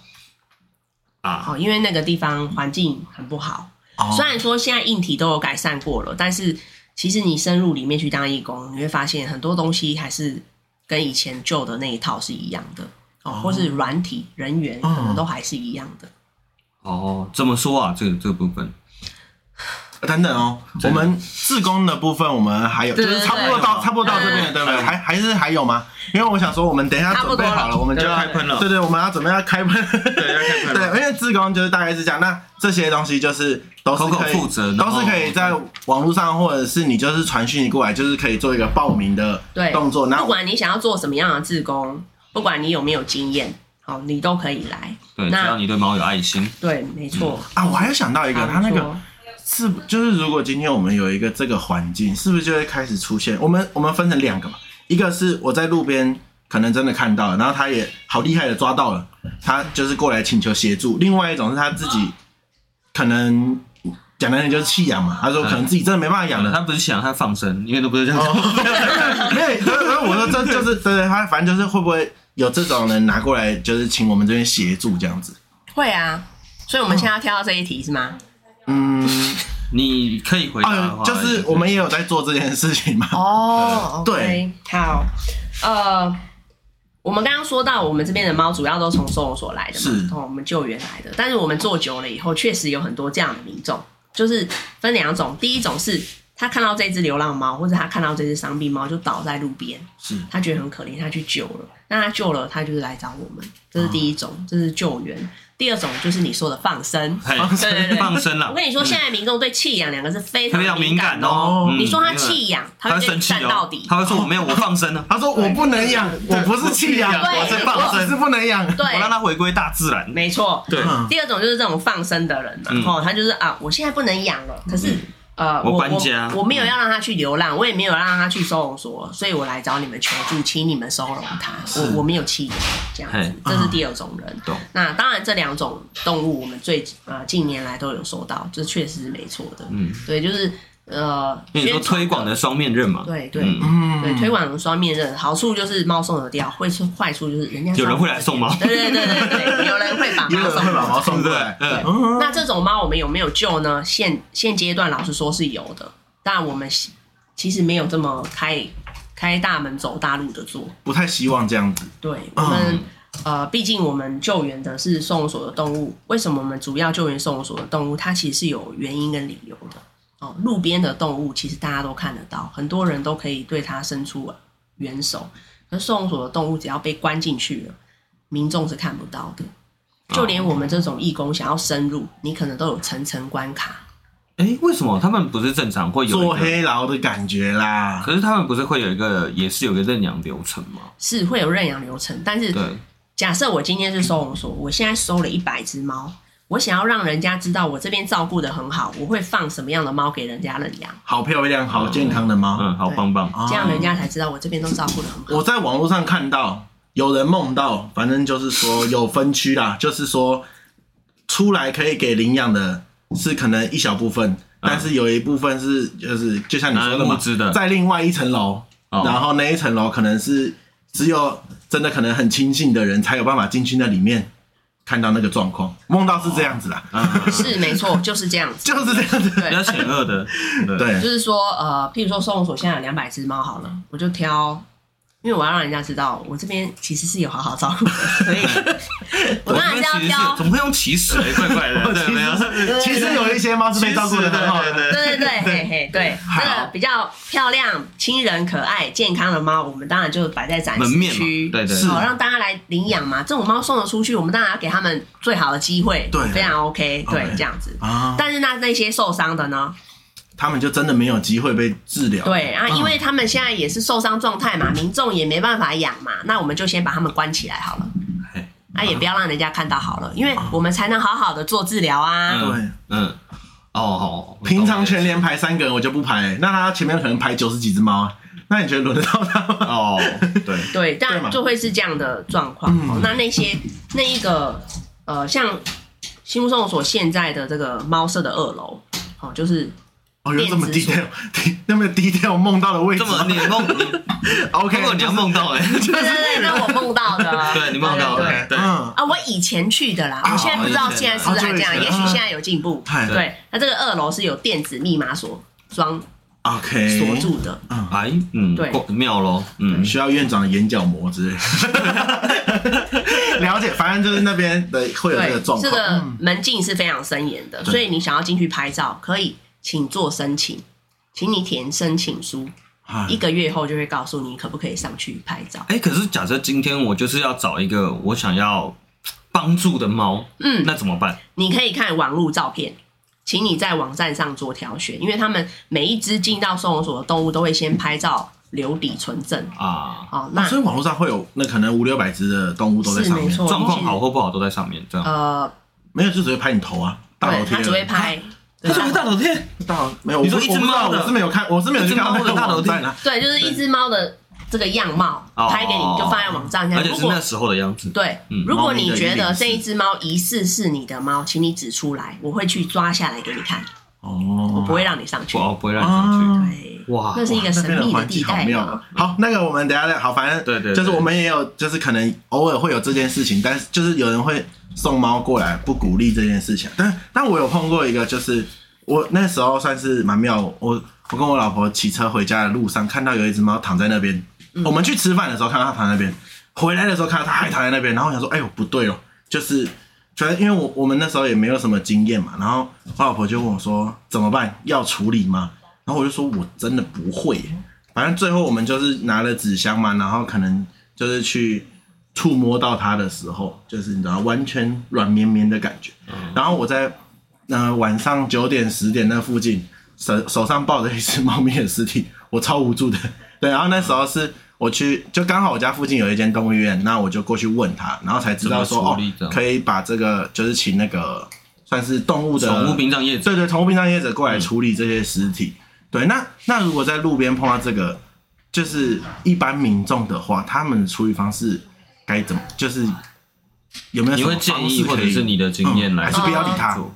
[SPEAKER 1] 啊，
[SPEAKER 3] 哦，因为那个地方环境很不好。
[SPEAKER 2] 哦
[SPEAKER 3] 虽然说现在硬体都有改善过了，但是其实你深入里面去当义工，你会发现很多东西还是跟以前旧的那一套是一样的哦，或是软体人员可能都还是一样的。
[SPEAKER 1] 哦，怎么说啊？这个这个部分，
[SPEAKER 2] 等等哦，我们自工的部分我们还有，就
[SPEAKER 3] 对
[SPEAKER 2] 是差不多到
[SPEAKER 1] 对
[SPEAKER 2] 差不多到这边了，
[SPEAKER 1] 嗯
[SPEAKER 2] 对不对？
[SPEAKER 1] 嗯
[SPEAKER 2] 还还是还有吗？因为我想说，我们等一下
[SPEAKER 3] 差不
[SPEAKER 2] 准
[SPEAKER 3] 多
[SPEAKER 2] 备
[SPEAKER 3] 了
[SPEAKER 2] 好了，我们就
[SPEAKER 1] 要
[SPEAKER 2] 要
[SPEAKER 1] 开喷了，
[SPEAKER 2] 对对，我们要准备要开喷。
[SPEAKER 1] 对，要开喷
[SPEAKER 2] 对，
[SPEAKER 1] 了，
[SPEAKER 2] 因为自工就是大概是这样。那这些东西就是都是可以
[SPEAKER 1] 口口负责
[SPEAKER 2] 都
[SPEAKER 1] 然后嗯
[SPEAKER 2] 是可以在网络上，或者是你就是传讯过来，就是可以做一个报名的
[SPEAKER 3] 对
[SPEAKER 2] 动作。那
[SPEAKER 3] 不管你想要做什么样的志工，不管你有没有经验，好，你都可以来。
[SPEAKER 1] 对，只
[SPEAKER 3] 那
[SPEAKER 1] 要你嗯对猫有爱心，
[SPEAKER 3] 对，没错。
[SPEAKER 2] 啊，我还有想到一个，他那
[SPEAKER 3] 没
[SPEAKER 2] 个
[SPEAKER 3] 错
[SPEAKER 2] 是就是如果今天我们有一个这个环境，是不是就会开始出现？我们我们分成两个嘛，一个是我在路边可能真的看到了，然后他也好厉害的抓到了，他就是过来请求协助；另外一种是他自己可能讲难听就是弃养嘛，他说可能自己真的没办法养了，
[SPEAKER 1] 他不是想他放生，因为都不是这样
[SPEAKER 2] *laughs* 哦
[SPEAKER 1] 讲，，
[SPEAKER 2] 没有，没有所以所以我说这就是对对，他反正就是会不会有这种人拿过来，就是请我们这边协助这样子。
[SPEAKER 3] 会啊，所以我们现在要跳到这一题是吗？
[SPEAKER 2] 嗯，
[SPEAKER 1] 你可以回答的
[SPEAKER 2] *laughs* 啊，
[SPEAKER 1] 话，
[SPEAKER 2] 就是我们也有在做这件事情嘛。
[SPEAKER 1] 嗯
[SPEAKER 3] 哦，
[SPEAKER 2] 对
[SPEAKER 3] OK，好，呃，我们刚刚说到，我们这边的猫主要都从收容所来的嘛，哦
[SPEAKER 2] 是
[SPEAKER 3] 从我们救援来的。但是我们做久了以后，确实有很多这样的民众，就是分两种，第一种是他看到这只流浪猫，或者他看到这只伤病猫就倒在路边，
[SPEAKER 2] 是
[SPEAKER 3] 他觉得很可怜，他去救了。那他救了，他就是来找我们，这是第一
[SPEAKER 1] 哦
[SPEAKER 3] 种，这是救援。第二种就是你说的
[SPEAKER 1] *laughs*
[SPEAKER 3] 放生，
[SPEAKER 1] 嘿
[SPEAKER 2] 放
[SPEAKER 3] 对对对，
[SPEAKER 1] 放生嗯了。
[SPEAKER 3] 我跟你说，现在民众对弃养两个是非常
[SPEAKER 1] 非常敏感
[SPEAKER 3] 的
[SPEAKER 1] 哦嗯
[SPEAKER 3] 你说他弃养，
[SPEAKER 1] 他会
[SPEAKER 3] 会跟
[SPEAKER 1] 生
[SPEAKER 3] 你
[SPEAKER 1] 气
[SPEAKER 3] 战到
[SPEAKER 1] 哦
[SPEAKER 3] 底，。
[SPEAKER 1] 他会说我没有，我放生啊了，
[SPEAKER 2] 他说我不能养，我不是弃养，
[SPEAKER 3] 对
[SPEAKER 2] 我是放生，是不能养。
[SPEAKER 3] 对
[SPEAKER 1] 我，让它回归大自然。
[SPEAKER 3] 没错。
[SPEAKER 1] 对，
[SPEAKER 2] 嗯
[SPEAKER 3] 第二种就是这种放生的人嘛
[SPEAKER 1] 嗯，
[SPEAKER 3] 哦，他就是啊，我现在不能养了，可是呃，
[SPEAKER 1] 我
[SPEAKER 3] 我
[SPEAKER 1] 搬家嗯
[SPEAKER 3] 我我没有要让他去流浪，我也没有让他去收容所，所以我来找你们求助，请你们收容他。我我没有弃养，这样
[SPEAKER 1] 嘿嗯
[SPEAKER 3] 子，这是第二种人。
[SPEAKER 1] 懂
[SPEAKER 3] 那当然，这两种动物我们最呃近年来都有收到，这确实是没错的。
[SPEAKER 1] 嗯，
[SPEAKER 3] 对，就是呃，
[SPEAKER 1] 因为你说
[SPEAKER 3] 宣传
[SPEAKER 1] 推广的双面刃嘛，
[SPEAKER 3] 对对
[SPEAKER 1] 嗯
[SPEAKER 2] 嗯
[SPEAKER 3] 对，推广双面刃，好处就是猫送得掉，会是坏处就是人家
[SPEAKER 1] 有人会来
[SPEAKER 3] 送
[SPEAKER 1] 送猫
[SPEAKER 3] 不，掉。对对对对对，有人会把
[SPEAKER 2] 也
[SPEAKER 3] 猫
[SPEAKER 2] 有人会
[SPEAKER 3] 送
[SPEAKER 2] 把
[SPEAKER 3] 掉。
[SPEAKER 2] 猫送过来。
[SPEAKER 1] 对
[SPEAKER 3] 对，
[SPEAKER 2] 嗯，
[SPEAKER 3] 那这种猫我们有没有救呢？现现阶段老实说是有的，但我们其其实没有这么开开大门走大路的做。
[SPEAKER 2] 不太希望这样子。
[SPEAKER 3] 对我们、呃，毕竟我们救援的是收容所的动物，为什么我们主要救援收容所的动物？它其实是有原因跟理由的。哦，路边的动物其实大家都看得到，很多人都可以对它伸出援手。可是收容所的动物只要被关进去了，民众是看不到的。就连我们这种义工想要深入，你可能都有层层关卡。
[SPEAKER 1] 哎，为什么他们不是正常会有一
[SPEAKER 2] 做
[SPEAKER 1] 个？
[SPEAKER 2] 黑牢的感觉啦。
[SPEAKER 1] 可是他们不是会有一个，也是有一个认养流程吗？
[SPEAKER 3] 是会有认养流程，但是
[SPEAKER 1] 对，
[SPEAKER 3] 假设我今天是收容所，我现在收了一百只猫，我想要让人家知道我这边照顾的很好，我会放什么样的猫给人家认养，
[SPEAKER 2] 好漂亮，好健康的猫。
[SPEAKER 1] 嗯，好
[SPEAKER 3] 对
[SPEAKER 1] 棒棒，
[SPEAKER 2] 啊
[SPEAKER 3] 这样人家才知道我这边都照顾的很好。
[SPEAKER 2] 我在网络上看到有人梦到，反正就是说有分区啦， *laughs* 就是说出来可以给领养的是可能一小部分，但是有一部分是就是就像你说
[SPEAKER 1] 嗯啊
[SPEAKER 2] 的
[SPEAKER 1] 拿来募
[SPEAKER 2] 嘛
[SPEAKER 1] 资的，
[SPEAKER 2] 在另外一层楼，
[SPEAKER 1] 哦
[SPEAKER 2] 然后那一层楼可能是只有真的可能很亲近的人才有办法进去那里面看到那个状况，梦到是这样子啦，
[SPEAKER 1] 哦啊
[SPEAKER 3] 是没错，就是这样子。
[SPEAKER 2] 就是
[SPEAKER 1] *laughs*
[SPEAKER 2] 这样子，
[SPEAKER 1] 比较险恶的，
[SPEAKER 2] 对
[SPEAKER 3] 就，是说，呃，譬如说收容所现在有两百只猫好了，我就挑，因为我要让人家知道我这边其实是有好好照顾的，
[SPEAKER 1] *laughs*
[SPEAKER 3] 所以 *laughs* 我
[SPEAKER 1] 我
[SPEAKER 3] 当然
[SPEAKER 1] 们
[SPEAKER 3] 是要
[SPEAKER 1] 其实是
[SPEAKER 3] 挑
[SPEAKER 1] 怎。么会用歧视？哎怪怪
[SPEAKER 3] *laughs*
[SPEAKER 1] 的，对，没有，
[SPEAKER 2] 其实有一些猫是被照顾的很好
[SPEAKER 1] 对
[SPEAKER 2] 的，
[SPEAKER 1] 对对
[SPEAKER 3] 对对对，嘿嘿，
[SPEAKER 1] *laughs*
[SPEAKER 3] 对，这个比较漂亮、亲人、可爱、健康的猫，我们当然就摆在展
[SPEAKER 1] 门
[SPEAKER 3] 示
[SPEAKER 1] 面嘛
[SPEAKER 3] 区，
[SPEAKER 1] 对对
[SPEAKER 2] 是
[SPEAKER 3] 好、让大家来领养嘛。这种猫送了出去，我们当然要给他们最好的机会，
[SPEAKER 2] 对
[SPEAKER 3] 非常 OK，对
[SPEAKER 2] OK
[SPEAKER 3] 这样子。
[SPEAKER 2] 啊，
[SPEAKER 3] 但是那那些受伤的呢？
[SPEAKER 2] 他们就真的没有机会被治疗，
[SPEAKER 3] 对啊，因为他们现在也是受伤状态嘛，民众也没办法养嘛，那我们就先把他们关起来好了
[SPEAKER 1] 嘿。
[SPEAKER 3] 那、也不要让人家看到好了，因为我们才能好好的做治疗啊。
[SPEAKER 1] 嗯
[SPEAKER 2] 对。
[SPEAKER 1] 嗯，哦，好，
[SPEAKER 2] 平常全
[SPEAKER 1] 全
[SPEAKER 2] 连排三个人我就不排、那他前面可能排九十几只猫、啊，那你觉得轮得 *laughs* 到他吗？
[SPEAKER 1] 哦，对，
[SPEAKER 3] 对，
[SPEAKER 2] 对嘛
[SPEAKER 3] 但就会是这样的状况。
[SPEAKER 2] 嗯
[SPEAKER 3] 哦那那些那一个呃，像新屋收容所现在的这个猫舍的二楼，哦，就是
[SPEAKER 2] 哦，有这么
[SPEAKER 3] 电子鼠
[SPEAKER 2] *laughs* detail，那么 detail 梦到的位置
[SPEAKER 1] 这
[SPEAKER 2] 吗，
[SPEAKER 1] 么你梦，你
[SPEAKER 2] *laughs* OK，
[SPEAKER 1] 如果你要梦到
[SPEAKER 2] *laughs*
[SPEAKER 1] 哎，
[SPEAKER 3] 对对对，那我梦到的，
[SPEAKER 1] *laughs* 对你梦到
[SPEAKER 3] 对
[SPEAKER 1] 了对
[SPEAKER 3] 对
[SPEAKER 2] 嗯，
[SPEAKER 3] 啊，我以前去的啦，我现在不知道现在是不是还这样，
[SPEAKER 2] 啊哦以
[SPEAKER 3] 也
[SPEAKER 2] 前
[SPEAKER 3] 许现在有进步。
[SPEAKER 2] 嗨
[SPEAKER 3] 对，那这个二楼是有电子密码锁装
[SPEAKER 2] ，OK，
[SPEAKER 3] 锁，住的，
[SPEAKER 1] 哎，嗯，
[SPEAKER 3] 对
[SPEAKER 1] 过妙咯，嗯，
[SPEAKER 2] 需要院长的眼角膜之 *laughs* 类的，了解，反正就是那边的会有这个
[SPEAKER 3] 对
[SPEAKER 2] 状，
[SPEAKER 3] 这
[SPEAKER 2] 况，嗯
[SPEAKER 3] 个门禁是非常森严的，所以你想要进去拍照，可以请做申请，请你填申请书，
[SPEAKER 2] 嗨
[SPEAKER 3] 一个月后就会告诉你可不可以上去拍照。
[SPEAKER 1] 哎，可是假设今天我就是要找一个我想要帮助的猫，
[SPEAKER 3] 嗯，
[SPEAKER 1] 那怎么办？
[SPEAKER 3] 你可以看网络照片，请你在网站上做挑选，因为他们每一只进到收容所的动物都会先拍照留底存证。
[SPEAKER 1] 啊，
[SPEAKER 3] 哦，那
[SPEAKER 2] 所以网络上会有那可能五六百只的动物都在
[SPEAKER 3] 是
[SPEAKER 2] 上
[SPEAKER 3] 没
[SPEAKER 2] 面，
[SPEAKER 3] 错，
[SPEAKER 1] 状况好
[SPEAKER 3] 目
[SPEAKER 1] 或不好都在上面，这
[SPEAKER 3] 前
[SPEAKER 1] 样。
[SPEAKER 3] 呃，
[SPEAKER 2] 没有就只会拍你头啊，大
[SPEAKER 3] 对
[SPEAKER 2] 头贴
[SPEAKER 3] 他
[SPEAKER 2] 而已，
[SPEAKER 3] 只会拍。
[SPEAKER 1] 它怎么大头贴？
[SPEAKER 2] 大头没有，我
[SPEAKER 1] 你说
[SPEAKER 2] 不
[SPEAKER 1] 一只
[SPEAKER 2] 我不知道
[SPEAKER 1] 猫的
[SPEAKER 2] 我是没有看，我是没有去看
[SPEAKER 1] 一只猫的大头贴
[SPEAKER 2] 那个网站啊，
[SPEAKER 3] 对，就是一只猫的这个样貌
[SPEAKER 1] 哦
[SPEAKER 3] 呃拍给你，就放在网站上。
[SPEAKER 1] 而且
[SPEAKER 3] 如
[SPEAKER 1] 是
[SPEAKER 3] 果
[SPEAKER 1] 那时候的样子。
[SPEAKER 3] 对
[SPEAKER 1] 嗯，
[SPEAKER 3] 如果
[SPEAKER 2] 猫咪
[SPEAKER 3] 你
[SPEAKER 2] 的
[SPEAKER 3] 觉得
[SPEAKER 2] 104
[SPEAKER 3] 这一只猫疑似是你的猫，请你指出来，我会去抓下来给你看，我
[SPEAKER 2] 哦
[SPEAKER 3] 不会让你上去
[SPEAKER 1] 不。哦，不会让你上去。
[SPEAKER 2] 啊
[SPEAKER 3] 对，
[SPEAKER 1] 哇，
[SPEAKER 3] 那是一个
[SPEAKER 2] 那
[SPEAKER 3] 神
[SPEAKER 2] 边的
[SPEAKER 3] 秘的
[SPEAKER 2] 环
[SPEAKER 3] 地
[SPEAKER 2] 境好
[SPEAKER 3] 带
[SPEAKER 2] 妙
[SPEAKER 3] 嘛
[SPEAKER 2] 啊。好，那个我们等一下再好，反正
[SPEAKER 1] 对对对
[SPEAKER 2] 就是我们也有，就是可能偶尔会有这件事情，但是就是有人会送猫过来，不鼓励这件事情。但但我有碰过一个，就是我那时候算是蛮妙，我我跟我老婆骑车回家的路上看到有一只猫躺在那边，
[SPEAKER 3] 嗯
[SPEAKER 2] 我们去吃饭的时候看到它躺在那边，回来的时候看到它还躺在那边，然后我想说，哎呦不对哦，就是。反正因为我我们那时候也没有什么经验嘛，然后我老婆就问我说怎么办，要处理吗？然后我就说我真的不会耶，反正最后我们就是拿了纸箱嘛，然后可能就是去触摸到它的时候，就是你知道完全软绵绵的感觉。
[SPEAKER 1] 嗯
[SPEAKER 2] 然后我在呃晚上九点十点那附近，手手上抱着一只猫咪的尸体，我超无助的。对，然后那时候是我去，就刚好我家附近有一间动物医院，那我就过去问他，然后才知道
[SPEAKER 1] 怎
[SPEAKER 2] 说
[SPEAKER 1] 么
[SPEAKER 2] 哦
[SPEAKER 1] 处理这，样
[SPEAKER 2] 可以把这个就是请那个算是动物的
[SPEAKER 1] 宠物殡葬业者
[SPEAKER 2] 对对，宠物殡葬业者过来处理这些尸体。对，那那如果在路边碰到这个，就是一般民众的话，他们的处理方式该怎么？就是有没有
[SPEAKER 1] 你
[SPEAKER 2] 什么
[SPEAKER 1] 会建
[SPEAKER 2] 方
[SPEAKER 1] 议
[SPEAKER 2] 式
[SPEAKER 1] 或
[SPEAKER 2] 可
[SPEAKER 1] 者
[SPEAKER 2] 以
[SPEAKER 1] 是你的经验
[SPEAKER 2] 嗯
[SPEAKER 1] 来
[SPEAKER 2] 还是不要理他
[SPEAKER 1] 做？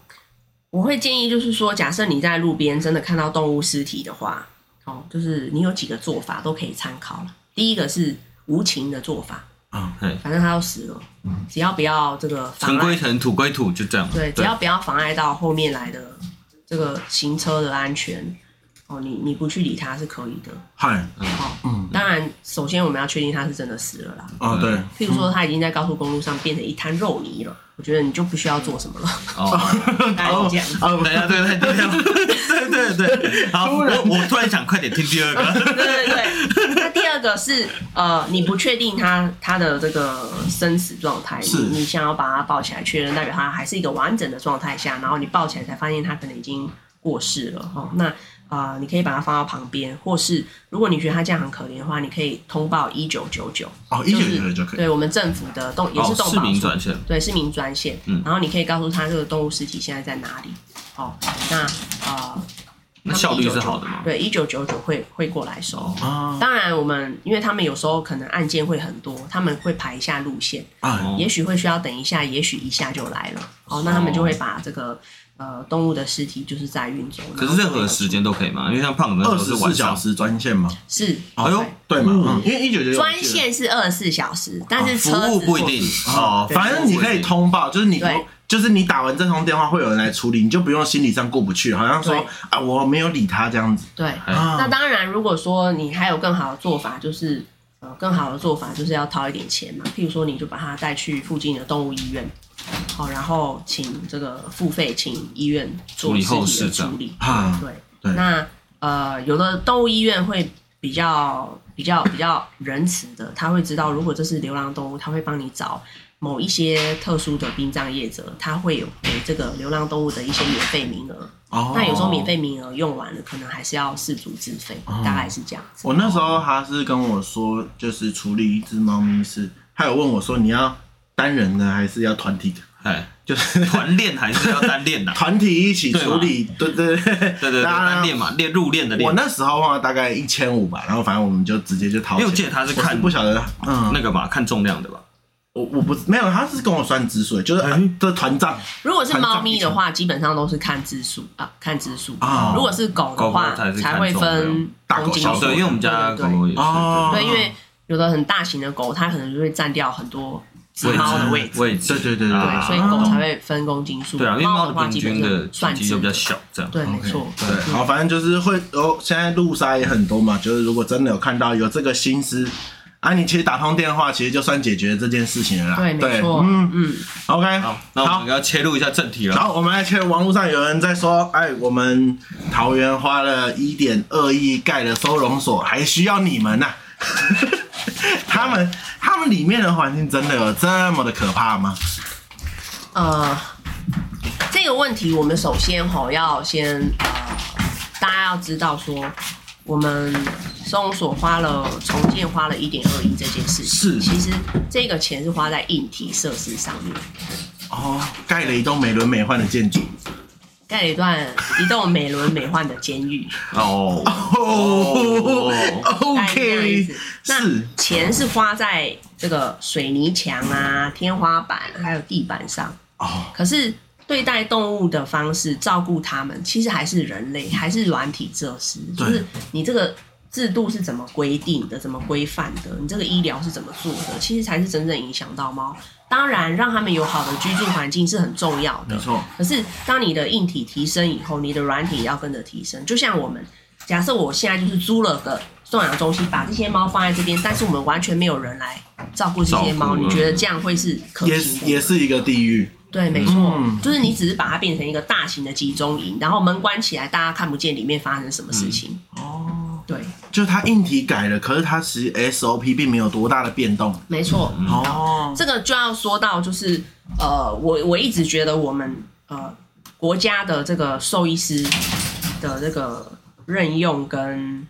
[SPEAKER 3] 我会建议就是说，假设你在路边真的看到动物尸体的话，哦，就是你有几个做法都可以参考了。第一个是无情的做法，
[SPEAKER 2] 啊、
[SPEAKER 1] 嘿，
[SPEAKER 3] 反正它要死了，只要不要这个妨
[SPEAKER 1] 尘
[SPEAKER 3] 碍
[SPEAKER 1] 归，尘，土归土，就这样。
[SPEAKER 3] 对，只要不要妨碍到后面来的这个行车的安全，哦，你你不去理它是可以的。
[SPEAKER 2] 嗨，
[SPEAKER 3] 哦，当然，首先我们要确定它是真的死了啦。
[SPEAKER 1] 嗯
[SPEAKER 2] 哦对，
[SPEAKER 3] 譬如说，它已经在高速公路上变成一滩肉泥了，我觉得你就不需要做什么了。
[SPEAKER 2] *laughs*
[SPEAKER 1] 哦，
[SPEAKER 3] 大概是这样。
[SPEAKER 2] 哦
[SPEAKER 1] 等一下，对啊对对对对对，好，我我突然想快点听第二个，
[SPEAKER 3] 对对对。 *laughs* 那第二个是呃，你不确定它它的这个生死状态，
[SPEAKER 2] 是
[SPEAKER 3] 你你想要把它抱起来确认，代表它还是一个完整的状态下，然后你抱起来才发现它可能已经过世了哦。那啊、呃你可以把它放到旁边，或是如果你觉得它这样很可怜的话，你可以通报一九九九，
[SPEAKER 2] 哦一
[SPEAKER 3] 就
[SPEAKER 2] 九
[SPEAKER 3] 是
[SPEAKER 2] 九九就可以，
[SPEAKER 3] 对我们政府的动也是
[SPEAKER 1] 哦，
[SPEAKER 3] 动
[SPEAKER 1] 市
[SPEAKER 3] 保
[SPEAKER 1] 民
[SPEAKER 3] 署
[SPEAKER 1] 转线，
[SPEAKER 3] 对，市民专线，
[SPEAKER 1] 嗯
[SPEAKER 3] 然后你可以告诉他这个动物尸体现在在哪里。哦，那呃，
[SPEAKER 1] 那
[SPEAKER 3] 他们
[SPEAKER 1] 效率是
[SPEAKER 3] 1999
[SPEAKER 1] 好的吗？哦
[SPEAKER 3] 对，一九九九会会过来收。
[SPEAKER 2] 啊
[SPEAKER 3] 当然，我们因为他们有时候可能案件会很多，他们会排一下路线，
[SPEAKER 2] 啊
[SPEAKER 1] 哦
[SPEAKER 3] 也许会需要等一下，也许一下就来了。哦，那他们就会把这个呃动物的尸体就是在运走。
[SPEAKER 1] 可是任何时间都可以嘛，因为像胖子那
[SPEAKER 2] 二
[SPEAKER 1] 时
[SPEAKER 2] 十
[SPEAKER 1] 候是晚
[SPEAKER 2] 四小
[SPEAKER 1] 上，
[SPEAKER 2] 时专线吗？
[SPEAKER 3] 是
[SPEAKER 1] 哎呦，
[SPEAKER 2] 对嘛，嗯，因为一九九九
[SPEAKER 3] 专线是二十四小时，但啊是
[SPEAKER 1] 哦服
[SPEAKER 3] 车
[SPEAKER 1] 务
[SPEAKER 3] 子
[SPEAKER 1] 不一定哦，
[SPEAKER 2] 反正你可以通报，就是你不
[SPEAKER 3] 对
[SPEAKER 2] 就是你打完这通电话会有人来处理，你就不用心理上过不去，好像说
[SPEAKER 3] 对
[SPEAKER 2] 啊我没有理他这样子
[SPEAKER 3] 对，
[SPEAKER 1] 哎
[SPEAKER 2] 啊
[SPEAKER 3] 那当然，如果说你还有更好的做法，就是呃，更好的做法就是要掏一点钱嘛。譬如说，你就把它带去附近的动物医院，好，然后请这个付费请医院
[SPEAKER 1] 处
[SPEAKER 3] 做
[SPEAKER 1] 理
[SPEAKER 3] 尸
[SPEAKER 1] 后
[SPEAKER 3] 体的
[SPEAKER 1] 事这样
[SPEAKER 3] 处理。
[SPEAKER 2] 啊，
[SPEAKER 3] 对，
[SPEAKER 2] 对
[SPEAKER 3] 那呃，有的动物医院会比较比较比较仁慈的，他会知道如果这是流浪动物，他会帮你找。某一些特殊的殡葬业者，他会有给这个流浪动物的一些免费名额，
[SPEAKER 2] 哦，
[SPEAKER 3] 那有时候免费名额用完了，可能还是要自主自费，
[SPEAKER 1] 哦
[SPEAKER 3] 大概是这样子。
[SPEAKER 2] 我那时候他是跟我说，就是处理一只猫咪是，他有问我说你要单人的还是要团体的，
[SPEAKER 1] 哎，
[SPEAKER 2] *laughs* 就是，
[SPEAKER 1] 团练还是要单练的
[SPEAKER 2] 团体一起处理，对对对
[SPEAKER 1] 对
[SPEAKER 2] *laughs*
[SPEAKER 1] 对对，单练。嘛，练入练的
[SPEAKER 2] 当然我
[SPEAKER 1] 练。
[SPEAKER 2] 那时候花大概一千五吧，然后反正我们就直接就掏
[SPEAKER 1] 因为
[SPEAKER 2] 钱。
[SPEAKER 1] 我记得他是
[SPEAKER 2] 我
[SPEAKER 1] 看
[SPEAKER 2] 不晓得，嗯，
[SPEAKER 1] 那个吧，看重量的吧，
[SPEAKER 2] 我我不没有，他是跟我算支数，就是啊
[SPEAKER 1] 哎
[SPEAKER 2] 这团账
[SPEAKER 3] 如果是猫咪的话，基本上都是看只数啊，看只数
[SPEAKER 2] 哦。
[SPEAKER 3] 如果是狗的
[SPEAKER 1] 狗
[SPEAKER 3] 话
[SPEAKER 1] 狗才，是看
[SPEAKER 3] 才会分
[SPEAKER 2] 重量
[SPEAKER 3] 公斤
[SPEAKER 2] 大狗小
[SPEAKER 3] 数。
[SPEAKER 1] 哦
[SPEAKER 2] 狗
[SPEAKER 1] 对，因为我们家
[SPEAKER 3] 对
[SPEAKER 1] 狗
[SPEAKER 3] 对对
[SPEAKER 1] 狗也是
[SPEAKER 2] 哦
[SPEAKER 3] 对，因为有的很大型的狗，它可能就会占掉很多只
[SPEAKER 1] 对
[SPEAKER 3] 猫的位置，
[SPEAKER 1] 位置，
[SPEAKER 2] 对对对对
[SPEAKER 1] 啊
[SPEAKER 3] 对，所以狗才会分公斤数。
[SPEAKER 1] 对啊，因为
[SPEAKER 3] 猫
[SPEAKER 1] 猫的
[SPEAKER 3] 话
[SPEAKER 1] 平
[SPEAKER 3] 基本
[SPEAKER 1] 均
[SPEAKER 3] 上
[SPEAKER 1] 的
[SPEAKER 3] 算
[SPEAKER 1] 体积就
[SPEAKER 3] 只
[SPEAKER 1] 比较。小，这样。
[SPEAKER 3] 对，没错。
[SPEAKER 2] 对，好，反正就是会哦。现在路杀也很多嘛，就是如果真的有看到有这个心思，啊，你其实打通电话，其实就算解决这件事情了啦。
[SPEAKER 3] 对，没错。
[SPEAKER 2] 嗯
[SPEAKER 3] 嗯嗯，
[SPEAKER 2] ，OK，
[SPEAKER 1] 好，那我们要切入一下正题
[SPEAKER 2] 然
[SPEAKER 1] 了。
[SPEAKER 2] 后我们还去网络上有人在说，哎，我们桃园花了一点二亿盖了收容所，还需要你们呐、 *laughs* 他们他们里面的环境真的有这么的可怕吗？
[SPEAKER 3] 呃，这个问题我们首先吼要先呃，大家要知道说，我们收容所花了重建花了一点二亿这件事情，
[SPEAKER 2] 是
[SPEAKER 3] 其实这个钱是花在硬体设施上面，
[SPEAKER 2] 哦，盖了一栋美轮美奂的建筑，
[SPEAKER 3] 盖了一段一栋美轮美奂的监狱，
[SPEAKER 1] 哦
[SPEAKER 2] 哦
[SPEAKER 3] 大概是这样意
[SPEAKER 2] ，OK，
[SPEAKER 3] 思。
[SPEAKER 2] 是
[SPEAKER 3] 那钱是花在这个水泥墙啊、天花板还有地板上，
[SPEAKER 2] 哦，
[SPEAKER 3] 可是对待动物的方式，照顾它们，其实还是人类，还是软体设施，就
[SPEAKER 2] 对
[SPEAKER 3] 是你这个制度是怎么规定的、怎么规范的，你这个医疗是怎么做的，其实才是真正影响到猫。当然，让他们有好的居住环境是很重要的
[SPEAKER 2] 没，错，
[SPEAKER 3] 可是当你的硬体提升以后，你的软体也要跟着提升。就像我们，假设我现在就是租了个送养中心，把这些猫放在这边，但是我们完全没有人来照顾这些
[SPEAKER 1] 照
[SPEAKER 3] 猫，
[SPEAKER 1] 顾
[SPEAKER 3] 你觉得这样会是可
[SPEAKER 2] 也
[SPEAKER 3] 行的？
[SPEAKER 2] 也是一个地狱。
[SPEAKER 3] 对，没错，
[SPEAKER 2] 嗯
[SPEAKER 3] 就是你只是把它变成一个大型的集中营，然后门关起来，大家看不见里面发生什么事情。
[SPEAKER 2] 哦，
[SPEAKER 3] 嗯对，
[SPEAKER 2] 就它硬体改了，可是它其实 SOP 并没有多大的变动。
[SPEAKER 3] 没错。
[SPEAKER 2] 哦，
[SPEAKER 3] 这个就要说到，就是呃，我我一直觉得我们呃国家的这个兽医师的这个任用跟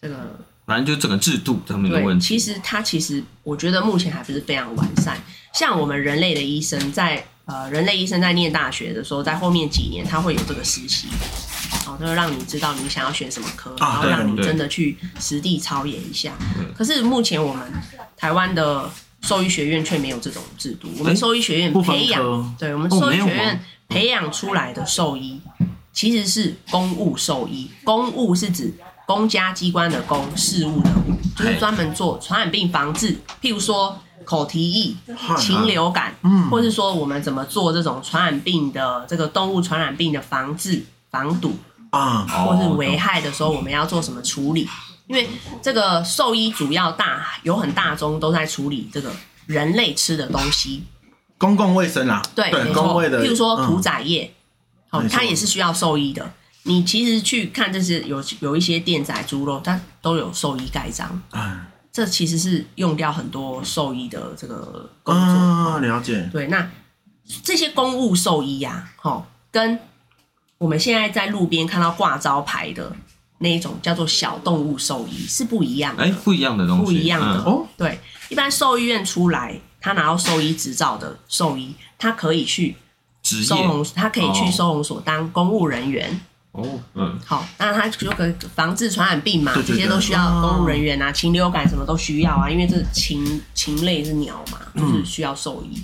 [SPEAKER 3] 这个
[SPEAKER 1] 反正就整个制度上面的
[SPEAKER 3] 对，
[SPEAKER 1] 问题。
[SPEAKER 3] 其实它其实我觉得目前还不是非常完善。像我们人类的医生在呃人类医生在念大学的时候，在后面几年他会有这个实习，哦，就是让你知道你想要选什么科，然
[SPEAKER 2] 啊
[SPEAKER 3] 后
[SPEAKER 2] 对
[SPEAKER 3] 让你
[SPEAKER 1] 对
[SPEAKER 3] 真的去实地操演一下
[SPEAKER 1] 对。
[SPEAKER 3] 可是目前我们台湾的兽医学院却没有这种制度，我们
[SPEAKER 1] 哎
[SPEAKER 3] 兽医学院
[SPEAKER 2] 不分
[SPEAKER 3] 培
[SPEAKER 2] 科
[SPEAKER 3] 养，对我们
[SPEAKER 2] 哦
[SPEAKER 3] 兽医
[SPEAKER 2] 没有
[SPEAKER 3] 学
[SPEAKER 2] 吗
[SPEAKER 3] 院培养出来的兽医。其实是公务兽医。公务是指公家机关的公，事务的务，就是专门做传染病防治，譬如说口蹄疫、
[SPEAKER 2] 哦
[SPEAKER 3] 禽流感，
[SPEAKER 2] 啊嗯
[SPEAKER 3] 或是说我们怎么做这种传染病的这个动物传染病的防治、防堵，
[SPEAKER 2] 啊，
[SPEAKER 1] 哦
[SPEAKER 3] 或是危害的时候，我们要做什么处理？因为这个兽医主要大有很大宗都在处理这个人类吃的东西，
[SPEAKER 2] 公共卫生啦，
[SPEAKER 3] 对，没错
[SPEAKER 2] 公卫的，
[SPEAKER 3] 譬如说屠
[SPEAKER 2] 嗯
[SPEAKER 3] 宰业，哦
[SPEAKER 2] 没，错
[SPEAKER 3] 它也是需要兽医的。你其实去看这些有有一些店宰猪肉，它都有兽医盖章，
[SPEAKER 2] 哎
[SPEAKER 3] 这其实是用掉很多兽医的这个工作。
[SPEAKER 2] 啊，了解，
[SPEAKER 3] 对，那这些公务兽医呀、啊，哦，跟我们现在在路边看到挂招牌的那一种叫做小动物兽医是不一样的。
[SPEAKER 1] 哎、不一样的东西，
[SPEAKER 3] 不一样的
[SPEAKER 1] 嗯
[SPEAKER 2] 哦，
[SPEAKER 3] 对，一般兽医院出来，他拿到兽医执照的兽医，他可以去
[SPEAKER 1] 职、
[SPEAKER 3] 收容
[SPEAKER 1] 业，
[SPEAKER 3] 他可以去
[SPEAKER 1] 哦
[SPEAKER 3] 收容所当公务人员。
[SPEAKER 1] 哦，嗯，
[SPEAKER 3] 好，那他就可以防治传染病嘛，
[SPEAKER 2] 对对嗯对
[SPEAKER 3] 这些都需要公务人员啊，禽流感什么都需要啊，因为这禽禽类是鸟嘛，
[SPEAKER 2] 嗯
[SPEAKER 3] 就是需要兽医。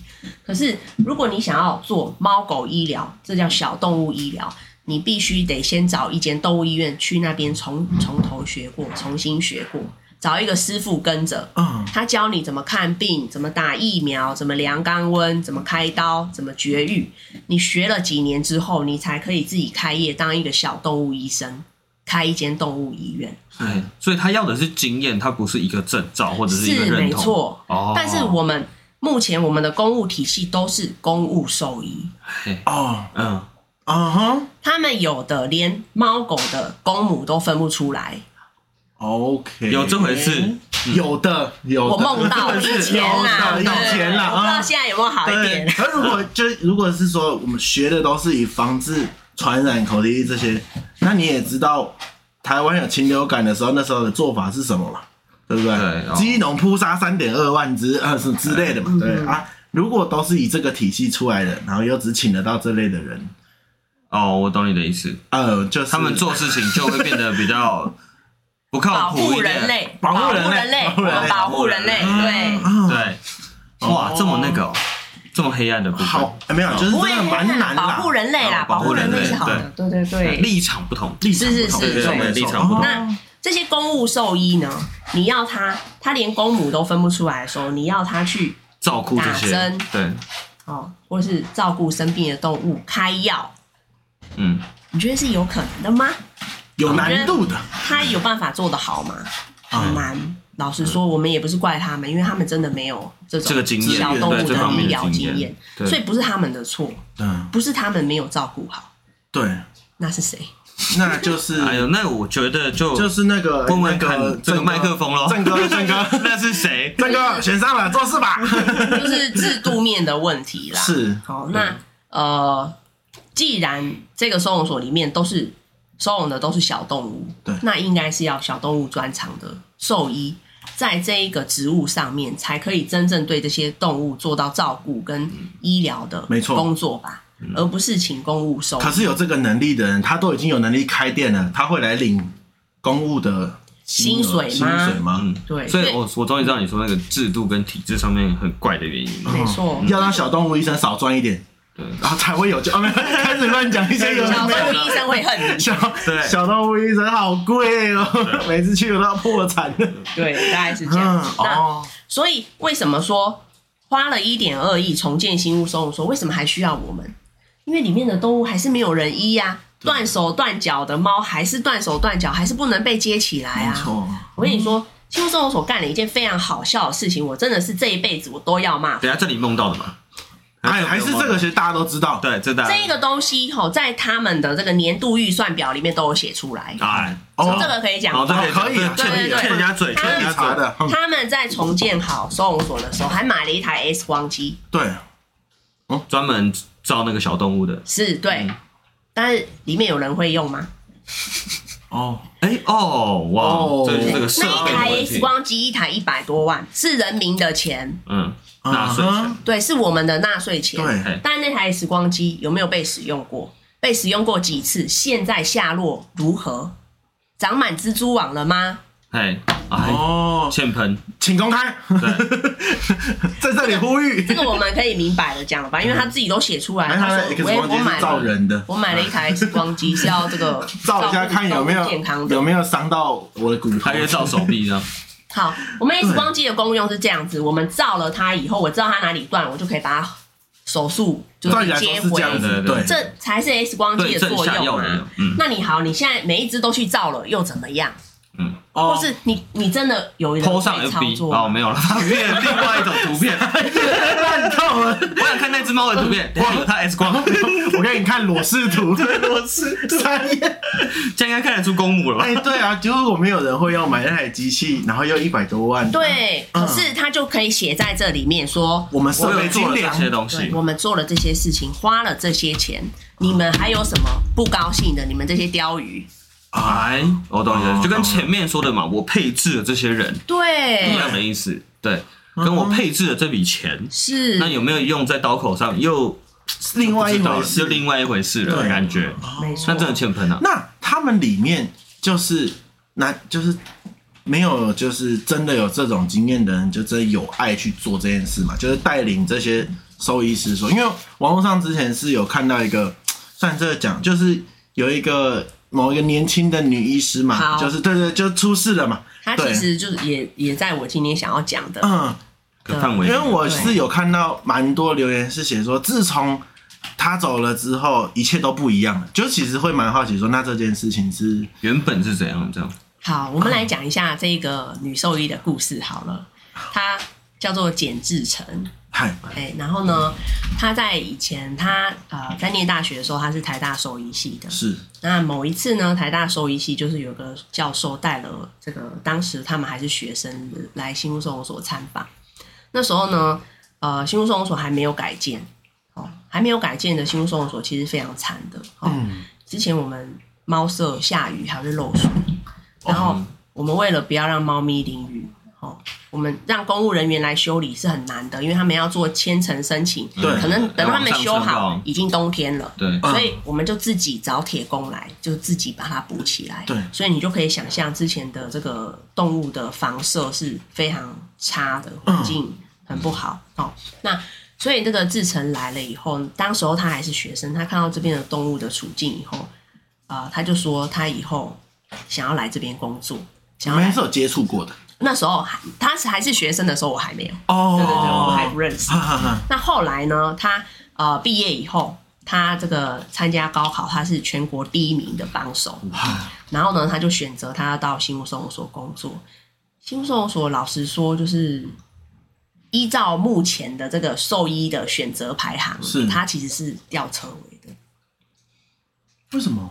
[SPEAKER 3] 可是如果你想要做猫狗医疗，这叫小动物医疗，你必须得先找一间动物医院去那边从从头学过，重新学过，找一个师傅跟着，
[SPEAKER 2] 嗯，
[SPEAKER 3] 他教你怎么看病，怎么打疫苗，怎么量肛温，怎么开刀，怎么绝育。你学了几年之后，你才可以自己开业，当一个小动物医生，开一间动物医院。
[SPEAKER 1] 哎，所以他要的是经验，他不是一个证照或者一个
[SPEAKER 3] 是
[SPEAKER 1] 认
[SPEAKER 3] 没
[SPEAKER 1] 同，
[SPEAKER 3] 错
[SPEAKER 1] 哦，
[SPEAKER 3] 但是我们目前我们的公务体系都是公务兽医，
[SPEAKER 1] 嘿
[SPEAKER 2] 哦，
[SPEAKER 1] 嗯，
[SPEAKER 2] 啊哈
[SPEAKER 3] 他们有的连猫狗的公母都分不出来。
[SPEAKER 2] ，OK，
[SPEAKER 1] 有这回事，
[SPEAKER 2] 有的有的，
[SPEAKER 3] 我梦到以前啦，
[SPEAKER 2] 有的以前啦，
[SPEAKER 3] 对我不知道
[SPEAKER 2] 啊，
[SPEAKER 3] 现在有没有好一
[SPEAKER 2] 对
[SPEAKER 3] 点。。
[SPEAKER 2] 而如
[SPEAKER 3] *laughs*
[SPEAKER 2] 果就如果是说我们学的都是以防治传染口蹄疫这些，那你也知道台湾有禽流感的时候，那时候的做法是什么嘛？对不对？
[SPEAKER 1] 对哦嗯
[SPEAKER 2] 基隆扑杀三点二万只，呃，是之类的嘛？对啊。如果都是以这个体系出来的，然后又只请得到这类的人，
[SPEAKER 1] 哦，我懂你的意思，
[SPEAKER 2] 呃，就是
[SPEAKER 1] 他们做事情就会变得比
[SPEAKER 2] *laughs*
[SPEAKER 1] 较不
[SPEAKER 3] 保
[SPEAKER 1] 靠谱
[SPEAKER 3] 护
[SPEAKER 1] 一
[SPEAKER 3] 人
[SPEAKER 1] 点，
[SPEAKER 3] 类，
[SPEAKER 2] 保
[SPEAKER 3] 保
[SPEAKER 2] 护
[SPEAKER 3] 护
[SPEAKER 2] 人类
[SPEAKER 3] 人类哦
[SPEAKER 2] 保护人类，
[SPEAKER 3] 保护人类，对。
[SPEAKER 2] 啊，
[SPEAKER 1] 对，哇，这么那个、哦，这么黑暗的部分，
[SPEAKER 2] 好，
[SPEAKER 1] 哦
[SPEAKER 2] 哎没有，就是
[SPEAKER 3] 不
[SPEAKER 2] 真
[SPEAKER 3] 会啊
[SPEAKER 2] 的蛮难啦
[SPEAKER 3] 保护人类啦，
[SPEAKER 2] 保
[SPEAKER 3] 哦保
[SPEAKER 2] 护
[SPEAKER 3] 护
[SPEAKER 2] 人
[SPEAKER 3] 人
[SPEAKER 2] 类
[SPEAKER 3] 类是好的，对对对。
[SPEAKER 1] 立场不同，
[SPEAKER 2] 立场
[SPEAKER 3] 是是
[SPEAKER 2] 不同
[SPEAKER 3] 是
[SPEAKER 2] 对
[SPEAKER 3] 是
[SPEAKER 2] 对对
[SPEAKER 1] 立场不同
[SPEAKER 2] 哦
[SPEAKER 3] 那这些公务兽医呢？你要他，他连公母都分不出来的时候，你要他去
[SPEAKER 1] 照顾这些
[SPEAKER 3] 打针，
[SPEAKER 1] 对，
[SPEAKER 3] 哦，或是照顾生病的动物开药，
[SPEAKER 1] 嗯，
[SPEAKER 3] 你觉得是有可能的吗？
[SPEAKER 2] 有难度的，
[SPEAKER 3] 他有办法做得好
[SPEAKER 1] 嗯
[SPEAKER 3] 吗？很难。老实说，我们也不是怪他们，因为他们真的没有这种
[SPEAKER 1] 这个经验
[SPEAKER 3] 小动物
[SPEAKER 1] 对这方
[SPEAKER 3] 的
[SPEAKER 1] 面
[SPEAKER 3] 医
[SPEAKER 1] 的
[SPEAKER 3] 疗
[SPEAKER 1] 经验
[SPEAKER 3] 经验，
[SPEAKER 1] 对
[SPEAKER 3] 所以不是他们的错，
[SPEAKER 2] 嗯，
[SPEAKER 3] 不是他们没有照顾好，
[SPEAKER 2] 对，
[SPEAKER 3] 那是
[SPEAKER 1] *laughs*
[SPEAKER 3] 谁？
[SPEAKER 2] 那就是
[SPEAKER 1] 哎呦，那我觉得就
[SPEAKER 2] 嗯就是那个
[SPEAKER 1] 问问
[SPEAKER 2] 那
[SPEAKER 1] 看
[SPEAKER 2] 个
[SPEAKER 1] 这个麦克风咯
[SPEAKER 2] 郑哥，郑哥，
[SPEAKER 1] *laughs* 那是谁？
[SPEAKER 2] 郑哥选上了，做事吧。
[SPEAKER 3] 就是制度面的问题
[SPEAKER 2] *laughs*
[SPEAKER 3] 啦。
[SPEAKER 2] 是
[SPEAKER 3] 好，那呃，既然这个收容所里面都是收容的都是小动物，
[SPEAKER 2] 对
[SPEAKER 3] 那应该是要小动物专长的兽医，在这一个职务上面，才可以真正对这些动物做到照顾跟医疗的
[SPEAKER 2] 嗯没错嗯
[SPEAKER 3] 工作吧，而不是请公务收。
[SPEAKER 2] 可是有这个能力的人，他都已经有能力开店了，他会来领公务的金额
[SPEAKER 3] 薪水吗
[SPEAKER 2] 薪水吗
[SPEAKER 1] 嗯？*laughs*
[SPEAKER 3] 对，
[SPEAKER 1] 所
[SPEAKER 3] 所
[SPEAKER 1] 以
[SPEAKER 3] 以
[SPEAKER 1] 我我终于知道你说那个制度跟体制上面很怪的原因了。
[SPEAKER 3] 没错，
[SPEAKER 2] 嗯要让小动物医生少赚一点，
[SPEAKER 1] 对
[SPEAKER 2] 然后才会有救。啊，没有，开始乱讲一 *laughs* 些有的
[SPEAKER 3] 小
[SPEAKER 2] 没
[SPEAKER 3] 动
[SPEAKER 2] 有
[SPEAKER 3] 物
[SPEAKER 2] 的。
[SPEAKER 3] 医生会恨你。
[SPEAKER 2] 小
[SPEAKER 1] 对
[SPEAKER 2] 小动物医生好贵哦，
[SPEAKER 1] 对
[SPEAKER 2] 每次去我都要破 *laughs* 产。
[SPEAKER 3] 对，大概是这
[SPEAKER 2] 嗯
[SPEAKER 3] 样子。那
[SPEAKER 2] 哦，
[SPEAKER 3] 所以为什么说花了一点二亿重建新屋收容所，为什么还需要我们？因为里面的动物还是没有人医呀、断手断脚的猫还是断手断脚，还是不能被接起来
[SPEAKER 2] 没
[SPEAKER 3] 啊！
[SPEAKER 2] 错，
[SPEAKER 3] 我跟你说，新屋收容所干了一件非常好笑的事情，我真的是这一辈子我都要骂。
[SPEAKER 1] 等一下这里梦到的嘛，
[SPEAKER 2] 哎，还是这个，其实大家都知道。
[SPEAKER 1] 对，这大家
[SPEAKER 3] 这个东西吼，在他们的这个年度预算表里面都有写出来，
[SPEAKER 1] 哎，
[SPEAKER 2] 哦
[SPEAKER 3] 这个可以讲。
[SPEAKER 1] 哦，这可以
[SPEAKER 2] 可以啊
[SPEAKER 1] 这
[SPEAKER 3] 对对对
[SPEAKER 1] 欠人家嘴，欠
[SPEAKER 3] 他
[SPEAKER 1] 人
[SPEAKER 2] 理
[SPEAKER 1] 家
[SPEAKER 2] 查
[SPEAKER 1] 嘴，
[SPEAKER 2] 的，嗯
[SPEAKER 3] 他们在重建好收容所的时候，还买了一台 X 光机，
[SPEAKER 2] 对，
[SPEAKER 1] 专门照那个小动物的。
[SPEAKER 3] 是对，
[SPEAKER 1] 嗯
[SPEAKER 3] 但是里面有人会用吗？
[SPEAKER 2] 哦，
[SPEAKER 1] 哎哦，
[SPEAKER 2] 哦
[SPEAKER 1] 哇，这就是这个设
[SPEAKER 3] 那一
[SPEAKER 1] 备的
[SPEAKER 3] 台
[SPEAKER 1] 问
[SPEAKER 3] X
[SPEAKER 1] 题。
[SPEAKER 3] 光机一台一百多万，是人民的钱，
[SPEAKER 1] 嗯，
[SPEAKER 3] 啊
[SPEAKER 1] 纳税
[SPEAKER 2] 嗯
[SPEAKER 1] 钱
[SPEAKER 2] 哼，
[SPEAKER 3] 对，是我们的纳税钱。
[SPEAKER 2] 对，
[SPEAKER 1] 哎
[SPEAKER 3] 但那台 X 光机有没有被使用过？被使用过几次？现在下落如何？长满蜘蛛网了吗？
[SPEAKER 1] 哎哎，
[SPEAKER 2] 哦，
[SPEAKER 1] 欠喷，
[SPEAKER 2] 请公开，
[SPEAKER 3] *laughs*
[SPEAKER 2] 在这里呼吁 *laughs*
[SPEAKER 3] 这。个我们可以明摆的讲了吧，因为他自己都写出来，
[SPEAKER 2] 哎，他
[SPEAKER 3] 他
[SPEAKER 2] 的
[SPEAKER 3] 说
[SPEAKER 2] X
[SPEAKER 3] 我
[SPEAKER 2] 光机
[SPEAKER 3] 我买
[SPEAKER 2] 是照
[SPEAKER 3] 了，
[SPEAKER 2] 人的，
[SPEAKER 3] 我买了一
[SPEAKER 2] *laughs*
[SPEAKER 3] 台 X 光机是要这个
[SPEAKER 2] 照一下
[SPEAKER 3] 顾
[SPEAKER 2] 看有没
[SPEAKER 3] 照顾健
[SPEAKER 2] 有
[SPEAKER 3] 康
[SPEAKER 2] 有
[SPEAKER 3] 的。
[SPEAKER 2] 没有伤到我的骨头
[SPEAKER 1] 还可以。
[SPEAKER 2] *laughs*
[SPEAKER 1] 照手臂这
[SPEAKER 3] 哦
[SPEAKER 1] 样。
[SPEAKER 3] 好，我们 X 光机的功用是这样子，我们照了它以后，我知道它哪里断，我就可以把它手术就
[SPEAKER 2] 照理
[SPEAKER 3] 是
[SPEAKER 2] 来
[SPEAKER 3] 接
[SPEAKER 2] 说是这
[SPEAKER 3] 回
[SPEAKER 2] 样子，
[SPEAKER 1] 对对
[SPEAKER 2] 对
[SPEAKER 1] 对，
[SPEAKER 3] 这才是 X 光机
[SPEAKER 1] 对
[SPEAKER 3] 的
[SPEAKER 1] 症
[SPEAKER 3] 作
[SPEAKER 1] 下
[SPEAKER 3] 用
[SPEAKER 1] 药的
[SPEAKER 3] 嘛
[SPEAKER 1] 人。，嗯
[SPEAKER 3] 那你好，你现在每一只都去照了，又怎么样？或
[SPEAKER 2] 哦，
[SPEAKER 3] 是你你真的有人
[SPEAKER 1] ，PO 上
[SPEAKER 3] 会操
[SPEAKER 1] FB
[SPEAKER 3] 作
[SPEAKER 1] 哦，
[SPEAKER 3] 吗？
[SPEAKER 1] 没有了，变成另外一种图
[SPEAKER 3] *laughs*
[SPEAKER 1] 片。
[SPEAKER 2] 烂透了！
[SPEAKER 1] 我想看那只猫的图片，哇，有它 X
[SPEAKER 3] *laughs*
[SPEAKER 1] 光，
[SPEAKER 2] *laughs* 我给你看裸视
[SPEAKER 1] *laughs*
[SPEAKER 2] 图，
[SPEAKER 1] 我是
[SPEAKER 2] 三页。
[SPEAKER 1] 这样应该看得出公母了吧
[SPEAKER 2] 哎，？对啊，就是我们有人会要买那台机器，然后又一百多万。，
[SPEAKER 3] 对，
[SPEAKER 2] 嗯
[SPEAKER 3] 可是它就可以写在这里面说，
[SPEAKER 2] 我们
[SPEAKER 1] 我
[SPEAKER 2] 设备
[SPEAKER 1] 有做
[SPEAKER 2] 精
[SPEAKER 1] 了这
[SPEAKER 2] 良，
[SPEAKER 1] 些东
[SPEAKER 3] 对
[SPEAKER 1] 西，
[SPEAKER 3] 我们做了这些事情，花了这些钱，你们还有什么不高兴的？你们这些鲷鱼，
[SPEAKER 1] 哎，我懂你
[SPEAKER 2] 哦
[SPEAKER 1] 的，就跟
[SPEAKER 2] 懂了
[SPEAKER 1] 前面说的嘛，我配置了这些人一
[SPEAKER 3] 对，
[SPEAKER 1] 样的意思，对，跟我配置了这笔钱，
[SPEAKER 3] 是
[SPEAKER 1] 那有没有用在刀口上又
[SPEAKER 2] 另外一
[SPEAKER 1] 不知道
[SPEAKER 2] 回
[SPEAKER 1] 了
[SPEAKER 2] 事
[SPEAKER 1] 就。另外一回事了，
[SPEAKER 2] 对
[SPEAKER 1] 感觉。
[SPEAKER 3] 没
[SPEAKER 1] 那
[SPEAKER 3] 错
[SPEAKER 1] 真，的欠喷啊！
[SPEAKER 2] 那他们里面就是那就是没有就是真的有这种经验的人，就真的有爱去做这件事嘛，就是带领这些兽医师说，因为网络上之前是有看到一个，算这个讲就是有一个某一个年轻的女医师嘛，
[SPEAKER 3] 好
[SPEAKER 2] 就是对对，就出事了嘛，
[SPEAKER 3] 它其实就是也也在我今天想要讲的，
[SPEAKER 2] 嗯，
[SPEAKER 1] 可范围
[SPEAKER 2] 因为我是有看到蛮多留言是写说，自从他走了之后，一切都不一样了，就其实会蛮好奇说，那这件事情是
[SPEAKER 1] 原本是怎样这样？
[SPEAKER 3] 好，我们来讲一下这个女兽医的故事好了。她叫做简志成，
[SPEAKER 2] 嗨
[SPEAKER 3] 哎，然后呢，她在以前她呃在念大学的时候，她是台大兽医系的。
[SPEAKER 2] 是。
[SPEAKER 3] 那某一次呢，台大兽医系就是有个教授带了这个当时他们还是学生来新屋收容所参访。那时候呢，呃，新屋收容所还没有改建，哦，还没有改建的新屋收容所其实非常惨的。哦，
[SPEAKER 1] 嗯
[SPEAKER 3] 之前我们猫舍下雨还会漏水，
[SPEAKER 1] 哦
[SPEAKER 3] 然后我们为了不要让猫咪淋雨，哦，我们让公务人员来修理是很难的，因为他们要做千层申请，
[SPEAKER 2] 对
[SPEAKER 3] 可能等到他们修
[SPEAKER 1] 往上
[SPEAKER 3] 好
[SPEAKER 1] 报
[SPEAKER 3] 已经冬天了。
[SPEAKER 1] 对，
[SPEAKER 2] 嗯
[SPEAKER 3] 所以我们就自己找铁工来，就自己把它补起来。
[SPEAKER 2] 对
[SPEAKER 3] 所以你就可以想象之前的这个动物的房舍是非常差的，环境很不好、
[SPEAKER 2] 嗯
[SPEAKER 3] 哦。那所以这个志成来了以后，当时候他还是学生，他看到这边的动物的处境以后，啊、他就说他以后想要来这边工作，
[SPEAKER 2] 你
[SPEAKER 3] 想要
[SPEAKER 2] 们
[SPEAKER 3] 来
[SPEAKER 2] 是。有接触过的
[SPEAKER 3] 那时候还他是还是学生的时候，我还没有，
[SPEAKER 2] 哦
[SPEAKER 3] 对对对，我还不认识。
[SPEAKER 2] 哈哈哈，
[SPEAKER 3] 那后来呢，他呃毕业以后，他这个参加高考，他是全国第一名的榜首。
[SPEAKER 2] 嗯啊
[SPEAKER 3] 然后呢，他就选择他要到新屋收容所工作。新屋收容所老实说，就是依照目前的这个兽医的选择排行，
[SPEAKER 2] 是
[SPEAKER 3] 他其实是吊车尾的。
[SPEAKER 2] 为什么？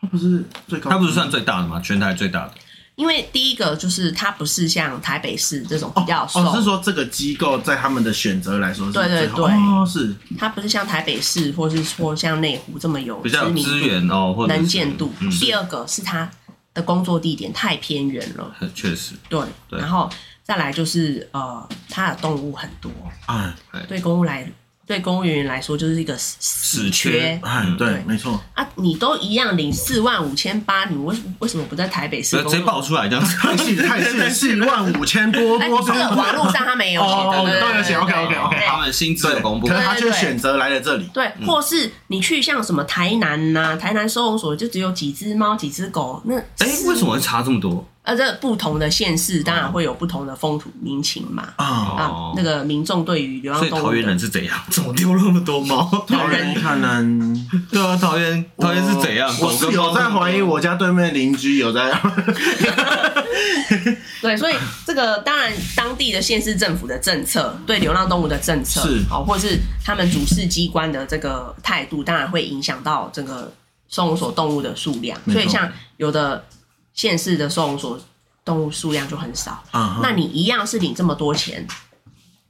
[SPEAKER 2] 他不是最高，
[SPEAKER 1] 它不是算最大的吗？全台最大的。
[SPEAKER 3] 因为第一个就是它不是像台北市这种
[SPEAKER 2] 哦
[SPEAKER 3] 比较瘦，
[SPEAKER 2] 哦，是说这个机构在他们的选择来说是
[SPEAKER 3] 对对
[SPEAKER 2] 最后
[SPEAKER 3] 对
[SPEAKER 2] 哦是
[SPEAKER 3] 它不是像台北市或是说像内湖这么有
[SPEAKER 1] 比较
[SPEAKER 3] 知
[SPEAKER 1] 有
[SPEAKER 3] 名
[SPEAKER 1] 资
[SPEAKER 3] 度
[SPEAKER 1] 源哦，或者是
[SPEAKER 3] 能见度。
[SPEAKER 1] 嗯，
[SPEAKER 3] 第二个是他的工作地点太偏远了，
[SPEAKER 1] 很确实，
[SPEAKER 3] 对。
[SPEAKER 1] 对
[SPEAKER 3] 然后再来就是呃，他的动物很多，
[SPEAKER 2] 哎
[SPEAKER 3] 对公务来对公务人员来说就是一个死
[SPEAKER 1] 死
[SPEAKER 3] 死
[SPEAKER 1] 缺
[SPEAKER 3] 缺
[SPEAKER 2] 哎，对，没错，
[SPEAKER 3] 啊！你都一样领四万五千八，你为为什么不在台北市
[SPEAKER 1] 呃直
[SPEAKER 3] 工
[SPEAKER 1] 接
[SPEAKER 3] 作？
[SPEAKER 1] 爆出来这样子，
[SPEAKER 2] 太细太细，是一万五千多
[SPEAKER 3] 哎，
[SPEAKER 2] 多
[SPEAKER 3] 这个网络上他没有写
[SPEAKER 2] 哦
[SPEAKER 1] *laughs*
[SPEAKER 3] 的，对对
[SPEAKER 2] 都有写
[SPEAKER 3] 对
[SPEAKER 1] 啊
[SPEAKER 2] OK，OK，OK，
[SPEAKER 3] 对
[SPEAKER 1] 哦他们薪资有公布哎
[SPEAKER 2] 可，是他却选择来了这里，
[SPEAKER 3] 对，
[SPEAKER 1] 嗯
[SPEAKER 3] 或是你去像什么台南呐、台南收容所就只有几只猫、几只狗，那
[SPEAKER 1] 哎，为什么会差这么多？
[SPEAKER 3] 呃，这不同的县市当然会有不同的风土民情嘛。
[SPEAKER 2] 啊，
[SPEAKER 1] 哦
[SPEAKER 3] 啊，那个民众对于流
[SPEAKER 1] 所
[SPEAKER 3] 浪
[SPEAKER 1] 以
[SPEAKER 3] 动物
[SPEAKER 1] 桃园
[SPEAKER 3] 的
[SPEAKER 1] 人是怎样？怎么丢那么多
[SPEAKER 2] *laughs*
[SPEAKER 1] 猫？
[SPEAKER 2] 桃园可能
[SPEAKER 1] 对啊，桃园桃园是怎样？
[SPEAKER 2] 我
[SPEAKER 1] 狗
[SPEAKER 2] 是
[SPEAKER 1] 跟猫
[SPEAKER 2] 有在
[SPEAKER 1] 那么多
[SPEAKER 2] 怀疑我家对面邻居有在，
[SPEAKER 3] 对，所以这个当然当地的县市政府的政策，对流浪动物的政策，
[SPEAKER 2] 是
[SPEAKER 3] 哦，或是他们主事机关的这个态度，当然会影响到这个收容所动物的数量。
[SPEAKER 2] 没错
[SPEAKER 3] 所以像有的县市的收容所动物数量就很少，
[SPEAKER 2] 啊
[SPEAKER 3] 那你一样是领这么多钱，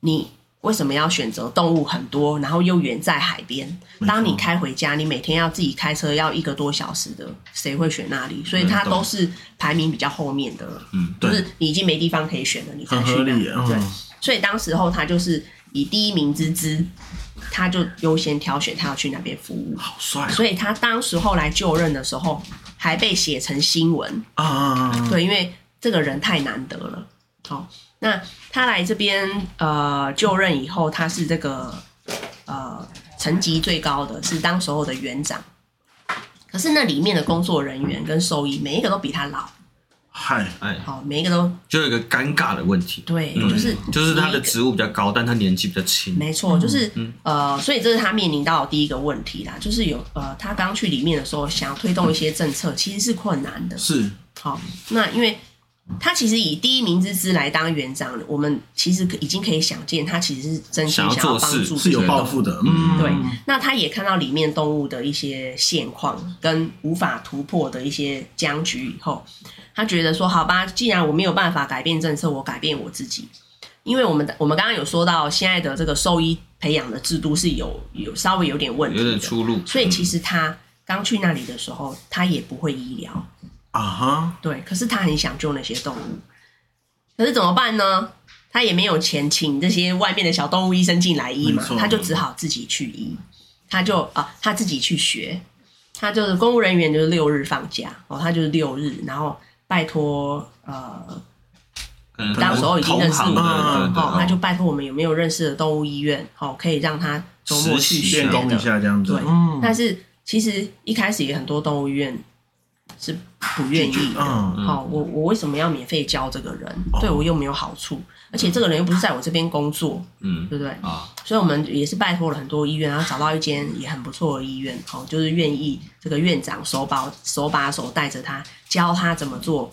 [SPEAKER 3] 你。为什么要选择动物很多，然后又远在海边？
[SPEAKER 2] 没错
[SPEAKER 3] 当你开回家，你每天要自己开车要一个多小时的，谁会选那里？所以
[SPEAKER 1] 嗯
[SPEAKER 3] 它
[SPEAKER 1] 懂
[SPEAKER 3] 都是排名比较后面的就
[SPEAKER 2] 嗯对
[SPEAKER 3] 是你已经没地方可以选了，你才
[SPEAKER 2] 很
[SPEAKER 3] 去
[SPEAKER 2] 合
[SPEAKER 3] 那
[SPEAKER 2] 理
[SPEAKER 3] 里。
[SPEAKER 2] 耶，嗯
[SPEAKER 3] 对，所以当时候他就是以第一名之资，他就优先挑选他要去那边服务。
[SPEAKER 2] 好帅
[SPEAKER 3] 所以他当时候来就任的时候，还被写成新闻，
[SPEAKER 2] 啊啊！
[SPEAKER 3] 对，因为这个人太难得了。哦，那他来这边呃就任以后，他是这个呃层级最高的，是当时候的园长。可是那里面的工作人员跟兽医，每一个都比他老，
[SPEAKER 2] 嗨，
[SPEAKER 1] 哎，
[SPEAKER 3] 好、每一个都
[SPEAKER 1] 就有一个尴尬的问题，
[SPEAKER 3] 对，
[SPEAKER 1] 嗯
[SPEAKER 3] 就是
[SPEAKER 1] 就是他
[SPEAKER 3] 每
[SPEAKER 1] 的
[SPEAKER 3] 一个
[SPEAKER 1] 职务比较高，但他年纪比较轻，
[SPEAKER 3] 没错，就是、
[SPEAKER 1] 嗯
[SPEAKER 3] 呃，所以这是他面临到的第一个问题啦，就是有呃，他刚去里面的时候，想要推动一些政策，其实是困难的。
[SPEAKER 2] 是
[SPEAKER 3] 好，那因为他其实以第一名之资来当园长，我们其实已经可以想见，他其实是真心
[SPEAKER 1] 想要
[SPEAKER 3] 想
[SPEAKER 1] 做
[SPEAKER 3] 要帮
[SPEAKER 1] 事
[SPEAKER 3] 助
[SPEAKER 2] 是有
[SPEAKER 3] 这个
[SPEAKER 2] 抱负的，嗯，
[SPEAKER 3] 对，那他也看到里面动物的一些现况跟无法突破的一些僵局以后，他觉得说：“好吧，既然我没有办法改变政策，我改变我自己。”因为我们的我们刚刚有说到，现在的这个兽医培养的制度是有有稍微有点问
[SPEAKER 1] 有
[SPEAKER 3] 题
[SPEAKER 1] 点
[SPEAKER 3] 的，
[SPEAKER 1] 出入，
[SPEAKER 3] 所以其实他刚去那里的时候，他也不会医疗，
[SPEAKER 2] 啊哈，
[SPEAKER 3] 对，可是他很想救那些动物，可是怎么办呢？他也没有钱请这些外面的小动物医生进来医嘛
[SPEAKER 2] 没错，
[SPEAKER 3] 他就只好自己去医，他就啊他自己去学，他就是公务人员就是六日放假哦，他就是六日，然后拜托呃
[SPEAKER 1] 嗯可能
[SPEAKER 3] 当时候已经
[SPEAKER 1] 同
[SPEAKER 3] 认识
[SPEAKER 1] 行的
[SPEAKER 2] 我
[SPEAKER 1] 人，
[SPEAKER 2] 们
[SPEAKER 1] 对
[SPEAKER 3] 哦，他
[SPEAKER 1] 对
[SPEAKER 3] 就拜托我们有没有认识的动物医院哦，可以让他周末去
[SPEAKER 1] 实习
[SPEAKER 3] 学
[SPEAKER 2] 练功一
[SPEAKER 3] 的，
[SPEAKER 2] 下这样子
[SPEAKER 3] 对，，
[SPEAKER 2] 嗯
[SPEAKER 3] 但是其实一开始也很多动物医院是不愿意的，
[SPEAKER 2] 嗯，
[SPEAKER 3] 好、我我为什么要免费教这个人？
[SPEAKER 2] 哦
[SPEAKER 3] 对我又没有好处，而且这个人又不是在我这边工作，
[SPEAKER 1] 嗯
[SPEAKER 3] 对不对？
[SPEAKER 1] 啊，
[SPEAKER 3] 所以我们也是拜托了很多医院，然后找到一间也很不错的医院，哦，就是愿意这个院长手把手把手带着他，教他怎么做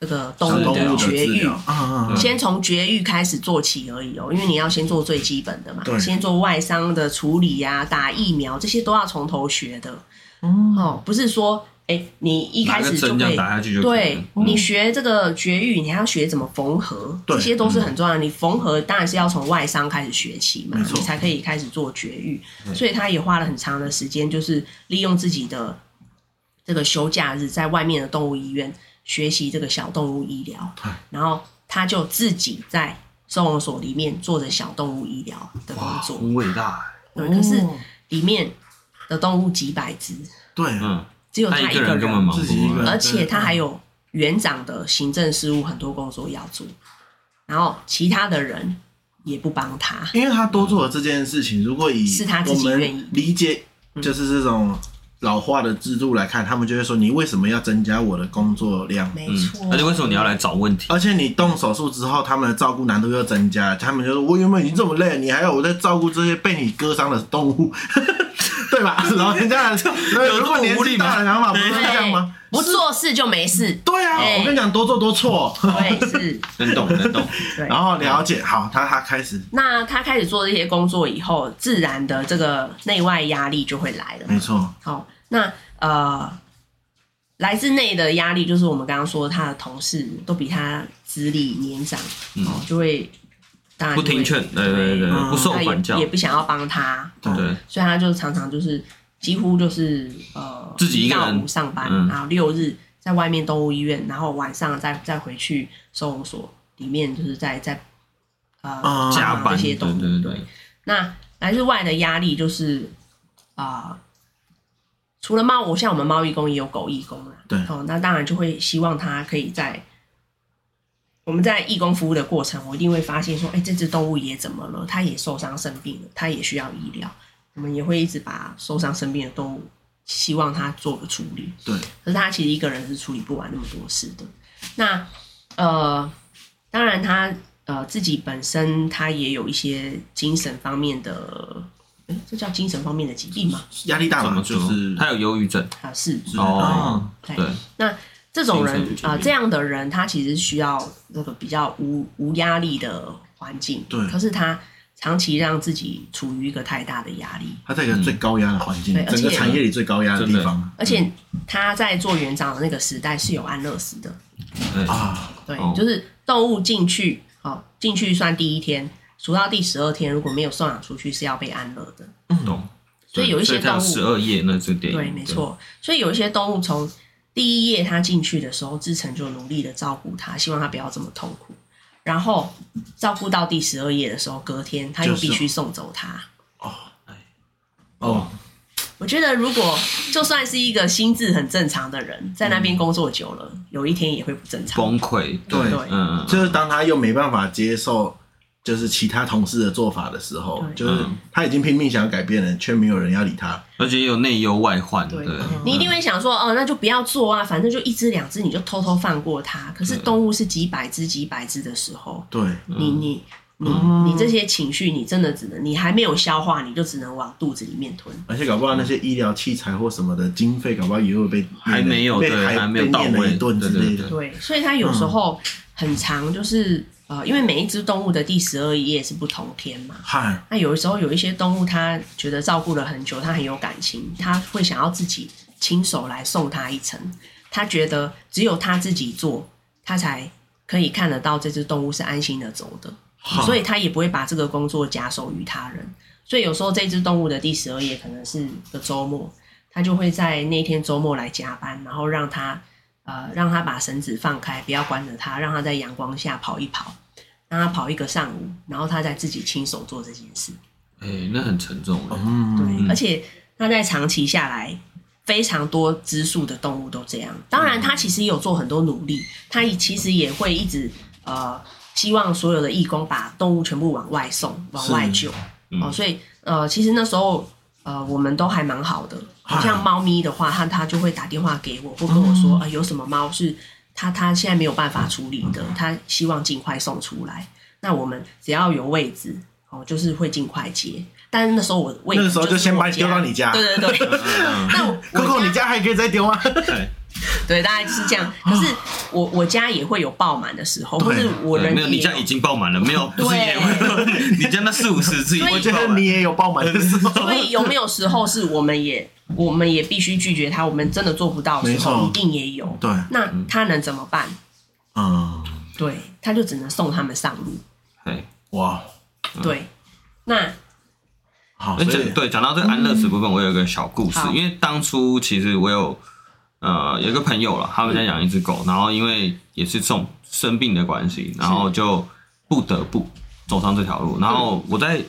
[SPEAKER 3] 这个动
[SPEAKER 2] 小
[SPEAKER 3] 物
[SPEAKER 2] 动物
[SPEAKER 3] 的
[SPEAKER 2] 的
[SPEAKER 3] 绝
[SPEAKER 2] 治
[SPEAKER 3] 育
[SPEAKER 2] 疗，，啊啊，
[SPEAKER 3] 先从绝育开始做起而已哦，因为你要先做最基本的嘛
[SPEAKER 2] 对，
[SPEAKER 3] 先做外伤的处理呀、打疫苗这些都要从头学的。哦，不是说哎、你一
[SPEAKER 1] 拿
[SPEAKER 3] 开
[SPEAKER 1] 个
[SPEAKER 3] 始就
[SPEAKER 1] 针这
[SPEAKER 3] 可
[SPEAKER 1] 样
[SPEAKER 3] 以
[SPEAKER 1] 打下去就可嗯以
[SPEAKER 3] 对
[SPEAKER 1] 了，
[SPEAKER 3] 你学这个绝育，你还要学怎么缝合，
[SPEAKER 2] 对
[SPEAKER 3] 这些都是
[SPEAKER 1] 嗯
[SPEAKER 3] 很重要的。你缝合当然是要从外伤开始学起嘛
[SPEAKER 2] 没，错
[SPEAKER 3] 你才可以开始做绝育。所以他也花了很长的时间，就是利用自己的这个休假日，在外面的动物医院学习这个小动物医疗
[SPEAKER 2] 哎，
[SPEAKER 3] 然后他就自己在收容所里面做着小动物医疗的工
[SPEAKER 1] 哇，
[SPEAKER 3] 作。
[SPEAKER 1] 很伟大，
[SPEAKER 3] 对，可是
[SPEAKER 2] 哦
[SPEAKER 3] 里面的动物几百只，
[SPEAKER 2] 对，
[SPEAKER 1] 嗯，
[SPEAKER 3] 只有
[SPEAKER 1] 他
[SPEAKER 3] 他
[SPEAKER 1] 一
[SPEAKER 3] 一
[SPEAKER 1] 个人
[SPEAKER 3] 个
[SPEAKER 1] 根本
[SPEAKER 3] 人，
[SPEAKER 1] 忙
[SPEAKER 2] 自己一
[SPEAKER 1] 不
[SPEAKER 2] 个
[SPEAKER 1] 过
[SPEAKER 2] 人
[SPEAKER 1] 来，
[SPEAKER 3] 而且他还有园长的行政事务很多工作要做，然后其他的人也不帮他。
[SPEAKER 1] 嗯
[SPEAKER 2] 因为他多做了这件事情，如果以
[SPEAKER 3] 是他自
[SPEAKER 2] 我
[SPEAKER 3] 己愿意嗯
[SPEAKER 2] 们理解，就是这种老化的制度来看，他们就会说你为什么要增加我的工作量？
[SPEAKER 3] 没
[SPEAKER 1] 嗯
[SPEAKER 3] 错，，
[SPEAKER 1] 而且为什么你要来找问题？
[SPEAKER 2] 而且你动手术之后，他们的照顾难度又增加了。他们就说：“我原本已经这么累了，你还要我在照顾这些被你割伤的动物， *laughs* 对吧？” *laughs* 老人家
[SPEAKER 1] 有
[SPEAKER 2] 有如果年纪大的想法不是这样吗？
[SPEAKER 3] 不做事就没事。
[SPEAKER 2] 对啊，
[SPEAKER 3] 哎
[SPEAKER 2] 我跟你讲，多做多错。
[SPEAKER 3] 对，是，
[SPEAKER 1] 能
[SPEAKER 3] *laughs*
[SPEAKER 1] 懂能懂，
[SPEAKER 3] 对。
[SPEAKER 2] 然后了
[SPEAKER 1] 嗯
[SPEAKER 2] 解好，他他开始
[SPEAKER 3] 那他开始做这些工作以后，自然的这个内外压力就会来了。
[SPEAKER 1] 嗯
[SPEAKER 2] 没错，
[SPEAKER 3] 好，那呃，来自内的压力就是我们刚刚说他的同事都比他资历年长，
[SPEAKER 1] 嗯
[SPEAKER 3] 哦，就会当然
[SPEAKER 1] 不
[SPEAKER 3] 就会
[SPEAKER 1] 听劝，对对对，对
[SPEAKER 2] 嗯
[SPEAKER 1] 不受
[SPEAKER 3] 他也
[SPEAKER 1] 管教
[SPEAKER 3] 也，不想要帮他，哦
[SPEAKER 2] 对
[SPEAKER 1] 对，
[SPEAKER 3] 所以他就常常就是几乎就是呃
[SPEAKER 1] 自己一个人
[SPEAKER 3] 到五上班，
[SPEAKER 1] 嗯
[SPEAKER 3] 然后六日在外面动物医院，然后晚上再再回去收容所里面，就是在在呃
[SPEAKER 2] 啊
[SPEAKER 1] 加
[SPEAKER 3] 这
[SPEAKER 1] 班，对
[SPEAKER 3] 些动物。
[SPEAKER 1] 对对，
[SPEAKER 3] 那来自外的压力就是啊、除了猫，我像我们猫义工也有狗义工啦，
[SPEAKER 2] 对
[SPEAKER 3] 哦，那当然就会希望它可以在我们在义工服务的过程，我一定会发现说，哎、这只动物也怎么了？它也受伤生病了，它也需要医疗，我们也会一直把受伤生病的动物，希望它做个处理。
[SPEAKER 2] 对，
[SPEAKER 3] 可是他其实一个人是处理不完那么多事的。那呃，当然他呃自己本身他也有一些精神方面的，诶，这叫精神方面的疾病嘛？
[SPEAKER 2] 压力大
[SPEAKER 1] 怎
[SPEAKER 2] 嘛，
[SPEAKER 1] 么
[SPEAKER 2] 就
[SPEAKER 1] 说？
[SPEAKER 2] 是嗯
[SPEAKER 1] 他有忧郁症
[SPEAKER 3] 啊，是
[SPEAKER 2] 之类的
[SPEAKER 1] 哦，
[SPEAKER 3] 对
[SPEAKER 1] 对，
[SPEAKER 3] 那这种人
[SPEAKER 1] 精神疾病
[SPEAKER 3] 啊、呃这样的人他其实需要那个比较无无压力的环境，
[SPEAKER 2] 对
[SPEAKER 3] 可是他长期让自己处于一个太大的压力，
[SPEAKER 2] 它在一个最高压的环境
[SPEAKER 3] 对，而且
[SPEAKER 2] 整个产业里最高压的地方
[SPEAKER 3] 而且
[SPEAKER 1] 嗯
[SPEAKER 3] 他在做园长的那个时代是有安乐死的，
[SPEAKER 1] 对，
[SPEAKER 2] 啊，
[SPEAKER 3] 对，
[SPEAKER 1] 哦
[SPEAKER 3] 就是动物进去，好、进去算第一天，数到第十二天，如果没有送养出去是要被安乐的。
[SPEAKER 1] 懂。
[SPEAKER 3] 嗯所以有一些动
[SPEAKER 1] 十
[SPEAKER 3] 物，
[SPEAKER 1] 二页那是电影，
[SPEAKER 3] 对，没。错。所以有一些动物从第一页它进去的时候，志成就努力的照顾它，希望它不要这么痛苦。然后照顾到第十二页的时候，隔天他又
[SPEAKER 2] 就是
[SPEAKER 3] 必须送走它。
[SPEAKER 2] 哦，
[SPEAKER 3] 我觉得，如果就算是一个心智很正常的人，在那边工作久了，有一天也会不正常。
[SPEAKER 1] 崩溃，
[SPEAKER 2] 对
[SPEAKER 3] 对
[SPEAKER 1] 嗯，
[SPEAKER 2] 就是当他又没办法接受就是其他同事的做法的时候，
[SPEAKER 3] 对
[SPEAKER 2] 就是
[SPEAKER 1] 嗯
[SPEAKER 2] 他已经拼命想要改变了，却没有人要理他。
[SPEAKER 1] 而且也有内忧外患，
[SPEAKER 3] 对
[SPEAKER 1] 对，
[SPEAKER 3] 你一定会想说，哦，那就不要做啊，反正就一只两只，你就偷偷放过它。可是动物是几百只、几百只的时候，
[SPEAKER 2] 对，
[SPEAKER 3] 你你你你这些情绪，你真的只能，你还没有消化，你就只能往肚子里面吞。
[SPEAKER 2] 而且搞不好那些医疗器材或什么的经费，搞不好也会被
[SPEAKER 1] 还没有
[SPEAKER 2] 被
[SPEAKER 1] 对还没有到
[SPEAKER 2] 被念了
[SPEAKER 1] 位
[SPEAKER 2] 一顿之
[SPEAKER 1] 对对
[SPEAKER 2] 类的
[SPEAKER 1] 对。
[SPEAKER 3] 对，所以它有时候很长，就是呃，因为每一只动物的第十二页是不同天嘛。
[SPEAKER 2] 嗨，
[SPEAKER 3] 那有的时候有一些动物，它觉得照顾了很久，它很有感情，它会想要自己亲手来送它一程。它觉得只有它自己做，它才可以看得到这只动物是安心的走的，
[SPEAKER 2] 好
[SPEAKER 3] 所以它也不会把这个工作假手于他人。所以有时候这只动物的第十二页可能是个周末，它就会在那天周末来加班，然后让它呃让它把绳子放开，不要关着它，让它在阳光下跑一跑。让它跑一个上午，然后它再自己亲手做这件事。
[SPEAKER 1] 哎，那很沉重哎，
[SPEAKER 2] 嗯，
[SPEAKER 3] 对，而且它在长期下来，非常多只数的动物都这样。当然，它其实也有做很多努力，它也其实也会一直呃，希望所有的义工把动物全部往外送、往外救。
[SPEAKER 1] 嗯
[SPEAKER 3] 哦，所以呃，其实那时候呃，我们都还蛮好的。
[SPEAKER 2] 啊
[SPEAKER 3] 像猫咪的话，它它就会打电话给我，或跟我说啊、呃有什么猫是它它现在没有办法处理的，它希望尽快送出来。那我们只要有位置，哦，就是会尽快接。但是那时候我的位置
[SPEAKER 2] 那个时候
[SPEAKER 3] 就
[SPEAKER 2] 就是先
[SPEAKER 3] 我
[SPEAKER 2] 把你丢到你家嗯
[SPEAKER 3] 对
[SPEAKER 2] *laughs*
[SPEAKER 3] 对对。那我我
[SPEAKER 2] Coco，你家还可以再丢吗？ *laughs*
[SPEAKER 1] 对，
[SPEAKER 3] 对，大概就是这样。可是我我家也会有爆满的时候，或是我人
[SPEAKER 1] 没有，
[SPEAKER 3] 也
[SPEAKER 1] 你家已经爆满了，没有，不是
[SPEAKER 3] 对
[SPEAKER 1] 也会， *laughs* 你家那四五十只已
[SPEAKER 3] 所
[SPEAKER 2] 我
[SPEAKER 3] 以
[SPEAKER 1] 经
[SPEAKER 2] 觉
[SPEAKER 1] 爆
[SPEAKER 2] 得
[SPEAKER 1] 满
[SPEAKER 2] 你，也有爆满的时候。
[SPEAKER 3] 所以有没有时候是我们也我们也必须拒绝他，我们真的做不到的时候，
[SPEAKER 2] 没错
[SPEAKER 3] 一定也有。
[SPEAKER 2] *laughs* 对，
[SPEAKER 3] 那他能怎么办？
[SPEAKER 2] 嗯，
[SPEAKER 3] 对，他就只能送他们上路。
[SPEAKER 1] 哎，
[SPEAKER 2] 哇，嗯
[SPEAKER 3] 对，那
[SPEAKER 2] 好，
[SPEAKER 1] 而
[SPEAKER 2] 哦所
[SPEAKER 1] 且
[SPEAKER 2] 以
[SPEAKER 1] 对，讲到这个安乐死部分，我有一个小故事
[SPEAKER 3] 嗯好，
[SPEAKER 1] 因为当初其实我有呃有一个朋友了，他们家养一只狗，然后因为也是重生病的关系，然后就不得不走上这条路。然后我在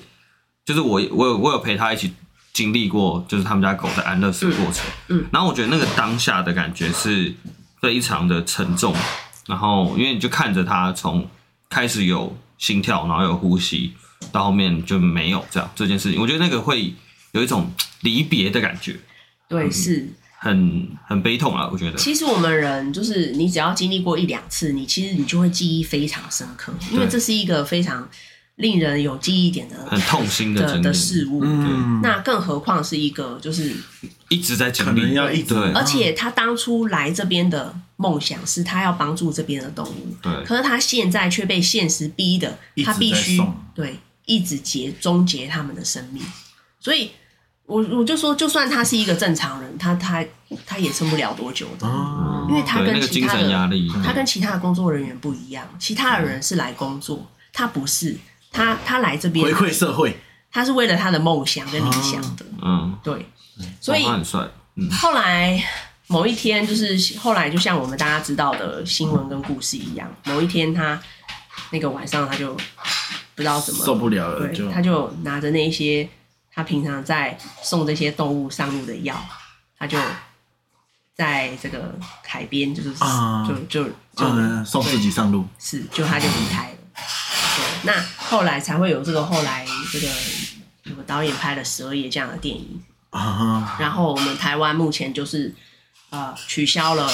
[SPEAKER 1] 就是我我有我有陪他一起经历过，就是他们家狗的安乐死过程。
[SPEAKER 3] 嗯嗯
[SPEAKER 1] 然后我觉得那个当下的感觉是非常的沉重，然后因为你就看着它从开始有心跳，然后有呼吸，到后面就没有这样这件事情，我觉得那个会有一种离别的感觉，
[SPEAKER 2] 嗯
[SPEAKER 3] 对是，
[SPEAKER 1] 很很悲痛啊，我觉得。
[SPEAKER 3] 其实我们人就是你只要经历过一两次，你其实你就会记忆非常深刻，因为
[SPEAKER 1] 对
[SPEAKER 3] 这是一个非常令人有记忆点的
[SPEAKER 1] 很痛心的
[SPEAKER 3] 的
[SPEAKER 1] 经
[SPEAKER 3] 的
[SPEAKER 1] 验，
[SPEAKER 3] 事物。
[SPEAKER 2] 嗯，
[SPEAKER 3] 那更何况是一个就是
[SPEAKER 1] 一直在经历，
[SPEAKER 2] 可能要一直
[SPEAKER 1] 对
[SPEAKER 3] 而且他当初来这边的梦想是他要帮助这边的动物，
[SPEAKER 1] 对
[SPEAKER 3] 可是他现在却被现实逼的
[SPEAKER 2] 一，直
[SPEAKER 3] 他必须
[SPEAKER 2] 在送
[SPEAKER 3] 对一直结终结他们的生命，所以。我我就说，就算他是一个正常人，他他他也撑不了多久的，
[SPEAKER 2] 哦
[SPEAKER 3] 因为他
[SPEAKER 1] 嗯对
[SPEAKER 3] 跟
[SPEAKER 1] 那个
[SPEAKER 3] 其
[SPEAKER 1] 精
[SPEAKER 3] 他
[SPEAKER 1] 神压
[SPEAKER 3] 的
[SPEAKER 1] 力，
[SPEAKER 2] 嗯
[SPEAKER 3] 他跟其他的工作人员不一样，其他的人是来工作，他不是，他他来这边
[SPEAKER 2] 回馈哦社会，
[SPEAKER 3] 他是为了他的梦想跟理想的，
[SPEAKER 1] 嗯，
[SPEAKER 3] 对，所以
[SPEAKER 1] 哇他
[SPEAKER 2] 啊
[SPEAKER 1] 很帅，嗯，
[SPEAKER 3] 后来某一天，就是后来就像我们大家知道的新闻跟故事一样，某一天他那个晚上他就不知道怎么
[SPEAKER 2] 受不了了，就
[SPEAKER 3] 对，他就拿着那一些他平常在送这些动物上路的药，他就在这个海边，就是、
[SPEAKER 2] 啊
[SPEAKER 3] 就就就、
[SPEAKER 2] 嗯，送自己上路，
[SPEAKER 3] 是，就他就离开了。对，那后来才会有这个后来这个有个导演拍了《蛇爷》这样的电影。
[SPEAKER 2] 啊，
[SPEAKER 3] 然后我们台湾目前就是呃取消了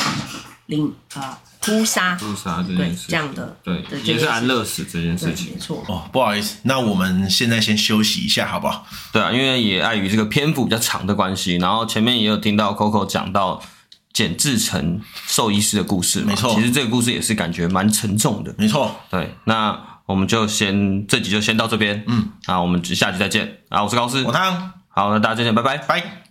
[SPEAKER 3] 零呃扑杀，
[SPEAKER 1] 自杀啊这件
[SPEAKER 3] 嗯对
[SPEAKER 1] 事，
[SPEAKER 3] 这样的
[SPEAKER 1] 对
[SPEAKER 3] 对，
[SPEAKER 1] 嗯也是安乐死这件
[SPEAKER 3] 对，
[SPEAKER 1] 事情
[SPEAKER 3] 没。错。
[SPEAKER 2] 哦，不好意思，那我们现在先休息一下，好不好？
[SPEAKER 1] 对啊，因为也碍于这个篇幅比较长的关系，然后前面也有听到 Coco 讲到简志成兽医师的故事嘛，
[SPEAKER 2] 没错
[SPEAKER 1] 其实这个故事也是感觉蛮沉重的。
[SPEAKER 2] 没错，
[SPEAKER 1] 对，那我们就先这集就先到这边，嗯，那我们下集再见啊，我是高斯
[SPEAKER 2] 我，汤，
[SPEAKER 1] 好，那大家再见，拜拜。
[SPEAKER 2] 拜。